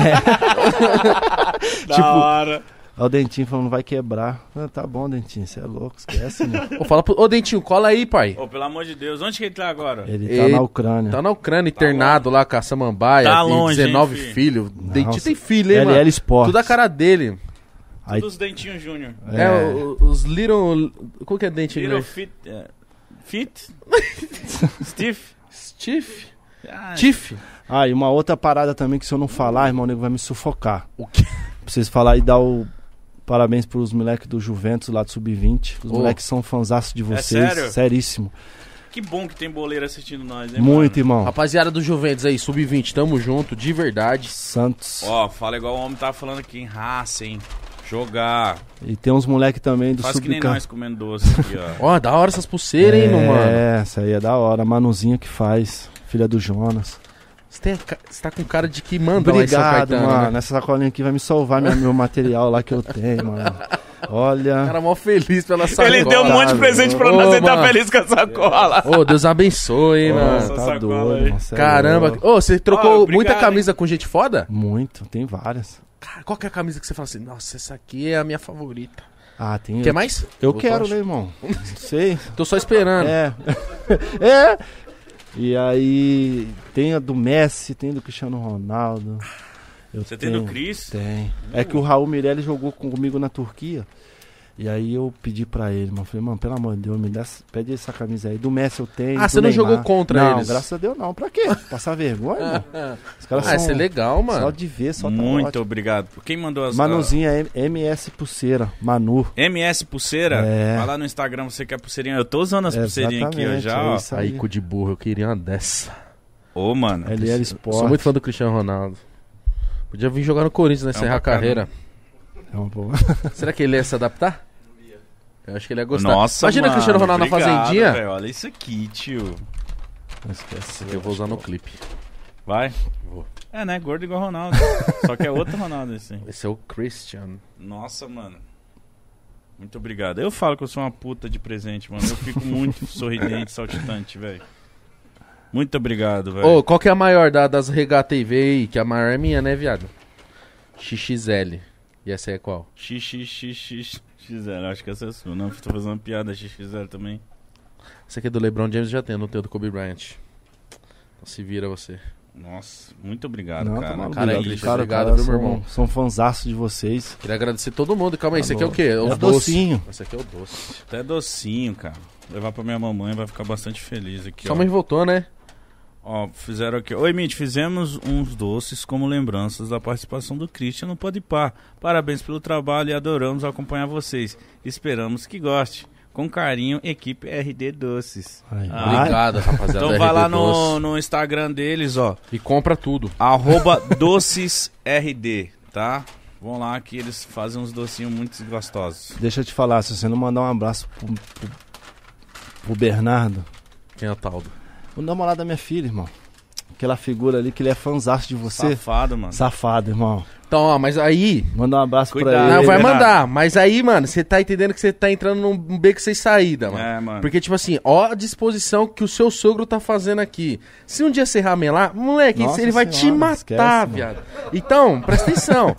Da
Tipo-
hora.
Aí o Dentinho falou, não vai quebrar. Ah, tá bom, Dentinho, você é louco, esquece, né?
Ô, fala pro... Ô, Dentinho, cola aí, pai.
Ô, pelo amor de Deus, onde que ele tá agora?
Ele tá
Ele
na Ucrânia.
Tá na Ucrânia, internado lá com a Samambaia.
Tá
tem
longe, hein,
19
filho?
filhos. Dentinho tem filho, hein, mano?
LL Esporte.
Tudo a cara dele.
tá Aí,
Dos dentinhos júnior.
É, o- os Little. Qual que é Dentinho?
Little
Little...
Fit. é, fit? Steve?
Stiff?
Ah,
Tiff?
Ah, e uma outra parada também que se eu não falar, irmão, o nego vai me sufocar.
O quê?
Pra vocês falar e dar o parabéns pros moleques do Juventus lá do Sub-20. Os
Ô. É
moleques são fanzaços de vocês.
sério?
Seríssimo.
Que bom que tem boleiro assistindo nós, hein?
Muito,
mano?
irmão.
Rapaziada do Juventus aí, sub-20, tamo junto, de verdade.
Santos.
Ó, fala igual o homem tava falando aqui, em raça, hein? Jogar.
E tem uns moleques também do
Faz que nem
Sub-14.
nós comendo doce aqui, ó.
Ó, da hora essas pulseiras, hein, meu mano?
É, essa aí é da hora. A Manuzinha que faz. Filha do Jonas.
Você tem a ca- você tá com cara de que manda lá em São
Obrigado,
Caetano,
mano.
né?
Essa sacolinha aqui vai me salvar minha- meu material lá que eu tenho, mano.
O
Olha.
cara é mó feliz pela sacola.
ele deu um monte de presente
Ô,
pra nós, ele tá
mano.
feliz com a sacola.
Ô, Deus abençoe, hein,
Ô,
mano.
Nossa,
tá
sacola aí.
doido, irmão, cê é
Caramba.
louco.
Ô, você trocou
Ó, obrigado,
muita
hein.
camisa com gente foda?
Muito, tem várias.
Cara, qual que é a camisa que você fala assim? Nossa, essa aqui é a minha favorita.
Ah, tem.
Quer mais?
Eu
Vou
quero,
baixo.
né, irmão? Não sei.
Tô só esperando.
É. é. E aí tem a do Messi, tem do Cristiano Ronaldo. Eu
Você tem
tenho-
do Cris?
Tem. É que o Raul Mirelli jogou com- comigo na Turquia. E aí eu pedi pra ele, mano. Falei, mano, pelo amor de Deus, me dá, essa- pede essa camisa aí. Do Messi eu tenho.
Ah,
do
você não
Neymar.
jogou contra
não,
eles?
graças a Deus não. Pra quê? Passar vergonha, mano? Os caras
Ah, isso
são
é legal,
só
mano.
de ver, só tá
Muito
ótimo.
obrigado. Quem mandou as
Manuzinha, M- MS Pulseira, Manu.
a- MS Pulseira?
É.
Vai lá no Instagram, você quer pulseirinha. Eu tô usando as
É,
pulseirinhas aqui ó,
exatamente,
já, ó.
é isso
Aí, cu de burro, eu queria uma dessa.
Ô, mano.
LL
Eu
Sport.
sou muito fã do Cristiano Ronaldo. Podia vir jogar no Corinthians, né? Encerrar a
bacana.
carreira.
É uma boa.
Será que ele ia se adaptar? Eu acho que ele ia gostar.
Nossa,
Imagina
mano,
o Cristiano Ronaldo na
obrigado,
fazendinha.
velho. olha isso aqui, tio.
Não esquece.
Eu vou usar no clipe.
Vai.
Vou.
É, né? Gordo igual Ronaldo. Só que é outro Ronaldo, assim.
Esse é o Christian.
Nossa, mano. Muito obrigado. Eu falo que eu sou uma puta de presente, mano. Eu fico muito sorridente, saltitante, velho. Muito obrigado, velho.
Ô, qual que é a maior da, das regata TV aí? Que a maior é minha, né, viado? XXL. E essa aí é qual?
XXXXL, acho que essa é a sua. Não, tô fazendo uma piada XXL também.
Essa aqui é do LeBron James, já tem, eu não tenho do Kobe Bryant. Então se vira você.
Nossa, muito obrigado,
não,
cara.
tá maluco.
cara,
Cara,
é
isso.
cara. obrigado,
cara,
viu,
são,
meu irmão?
São fãzaço de vocês.
Queria agradecer todo mundo. Calma aí, esse aqui é o quê?
É
Os
o
doces.
docinho.
Esse aqui é o doce.
Até docinho, cara. Vou Levar pra minha mamãe, vai ficar bastante feliz aqui,
Sua
ó.
mãe voltou, né?
Ó, fizeram aqui. Oi, Mitch, fizemos uns doces como lembranças da participação do Christian no Podpah. Parabéns pelo trabalho e adoramos acompanhar vocês. Esperamos que goste. Com carinho, equipe RD Doces.
Aí,
Ah,
vai.
Obrigado, rapaziada.
Então
da
vai
RD
lá no,
Doce.
no Instagram deles, ó.
E compra tudo.
Arroba docesrd, tá? Vão lá que eles fazem uns docinhos muito gostosos.
Deixa eu te falar, se você não mandar um abraço pro, pro- pro Bernardo,
Quem é o Taldo?
o namorado da minha filha, irmão. Aquela figura ali que ele é fãzaço de você.
Safado, mano.
Safado, irmão.
Então, ó, mas aí.
Manda um abraço
Cuidado.
pra
Não,
ele.
vai
Bernardo.
mandar. Mas aí, mano, você tá entendendo que você tá entrando num beco sem saída, mano.
É,
Ah.
mano.
Porque, tipo assim, ó a disposição que o seu sogro tá fazendo aqui. Se um dia você ramelar, moleque,
Nossa
ele vai te
senhora,
matar,
esquece, mano.
viado. Então, presta atenção.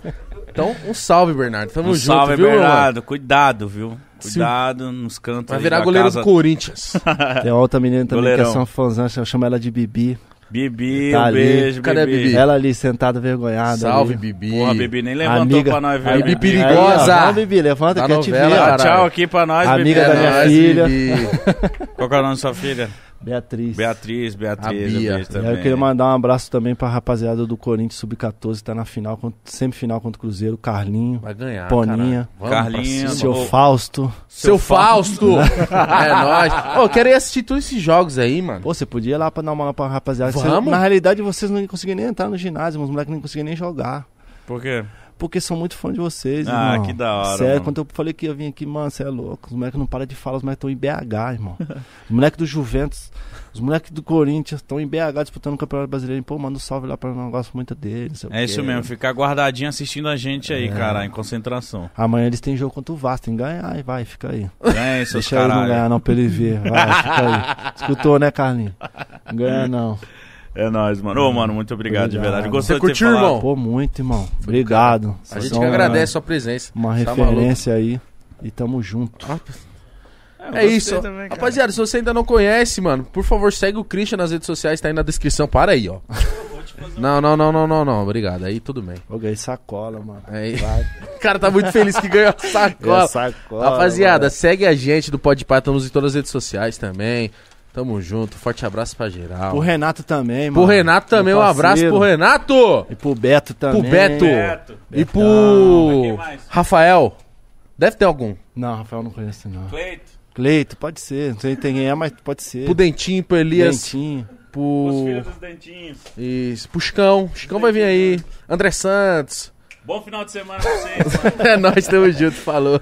Então, um salve, Bernardo. Tamo
Um
junto,
salve,
viu, mano?
Bernardo. Cuidado, viu?
Se-
Cuidado nos cantos
Vai
aí
virar
da
goleiro
casa.
do Corinthians.
Tem uma outra menina também que
Goleirão.
é são fãzã, eu chamo ela de Bibi.
Bibi,
Tá
um
ali.
beijo,
Cadê a
Bibi.
Bibi?
Ela ali sentada, vergonhada.
salve,
ali.
Bibi.
Porra, a Bibi nem levantou
Amiga.
pra nós ver.
Aí,
Bibi.
Bibi, perigosa.
Aí, ó, vai, Bibi, levanta
Da
que eu te vi.
novela,
ó.
Dá tchau
caralho.
aqui pra nós,
Amiga
Bibi. né?
da minha
É nóis,
filha.
Bibi.
Qual que é o nome da sua filha?
Beatriz.
Beatriz, Beatriz.
A
um
Bia.
beijo
E aí
também.
eu queria mandar um abraço também pra rapaziada do Corinthians Sub-14, tá na final, contra- semifinal contra o Cruzeiro, Carlinho,
Vai ganhar,
Boninha.
caralho. Vamos pra
Carlinhos.
cima.
seu
ô.
Fausto.
Seu Fausto! é nóis. Ô, quero ir assistir todos esses jogos aí, mano.
Pô, você podia ir lá pra dar uma aula pra rapaziada. Você-
Vamos?
na realidade, vocês não conseguiam nem entrar no ginásio, os moleques não conseguiam nem jogar.
Por quê?
Porque são muito fã de vocês,
Ah,
irmão.
que da hora,
Sério,
mano.
quando eu falei que eu vim aqui, mano, você é louco. Os moleques não param de falar, os moleques estão em BH, irmão. Os moleques do Juventus, os moleques do Corinthians estão em BH disputando o Campeonato Brasileiro. Pô, manda um salve lá pra nós, gosto muito deles.
É isso mesmo, ficar guardadinho assistindo a gente aí, cara, em concentração.
Amanhã eles têm jogo contra o Vasco, tem que ganhar e vai, fica aí.
É isso,
Deixa eles não
caralho.
ganhar não pra ele ver, vai, fica aí. Escutou, né, Carlinhos? Não ganha não.
É nóis, mano. Ô, mano, muito obrigado, de
Obrigado.
verdade. Gostou
Você
de ter
curtiu,
falado?
irmão?
Pô, muito, irmão. Obrigado.
A gente
São
que
uma-
agradece a sua presença.
Uma
Tá maluco.
referência aí e tamo junto.
eu
É
gostei
isso.
também, cara.
Rapaziada, se você ainda não conhece, mano, por favor, segue o Christian nas redes sociais, tá aí na descrição. Para aí, ó. Não, não, não, não, não, não. Obrigado. Aí tudo bem.
Eu ganhei sacola, mano.
Aí...
Vai.
O cara tá muito feliz que ganhou a sacola.
É sacola,
Rapaziada,
mano.
segue a gente do Podpah, estamos em todas as redes sociais também. Tamo junto, forte abraço pra geral.
Pro Renato também, mano.
Pro Renato também, um
Meu
abraço
parceiro.
pro Renato!
E pro Beto também.
Pro Beto.
Beto.
E
Quem
pro
mais?
Rafael. Deve ter algum.
Não, Rafael não conhece, não.
Cleito,
Cleito, pode ser. Não sei quem é, mas pode ser.
Pro Dentinho, pro Elias,
Dentinho.
os
pro.
filhos dos dentinhos.
Isso, pro Chicão. Chicão vai vir aí. André Santos.
Bom final de semana pra vocês.
É nóis, tamo junto, falou.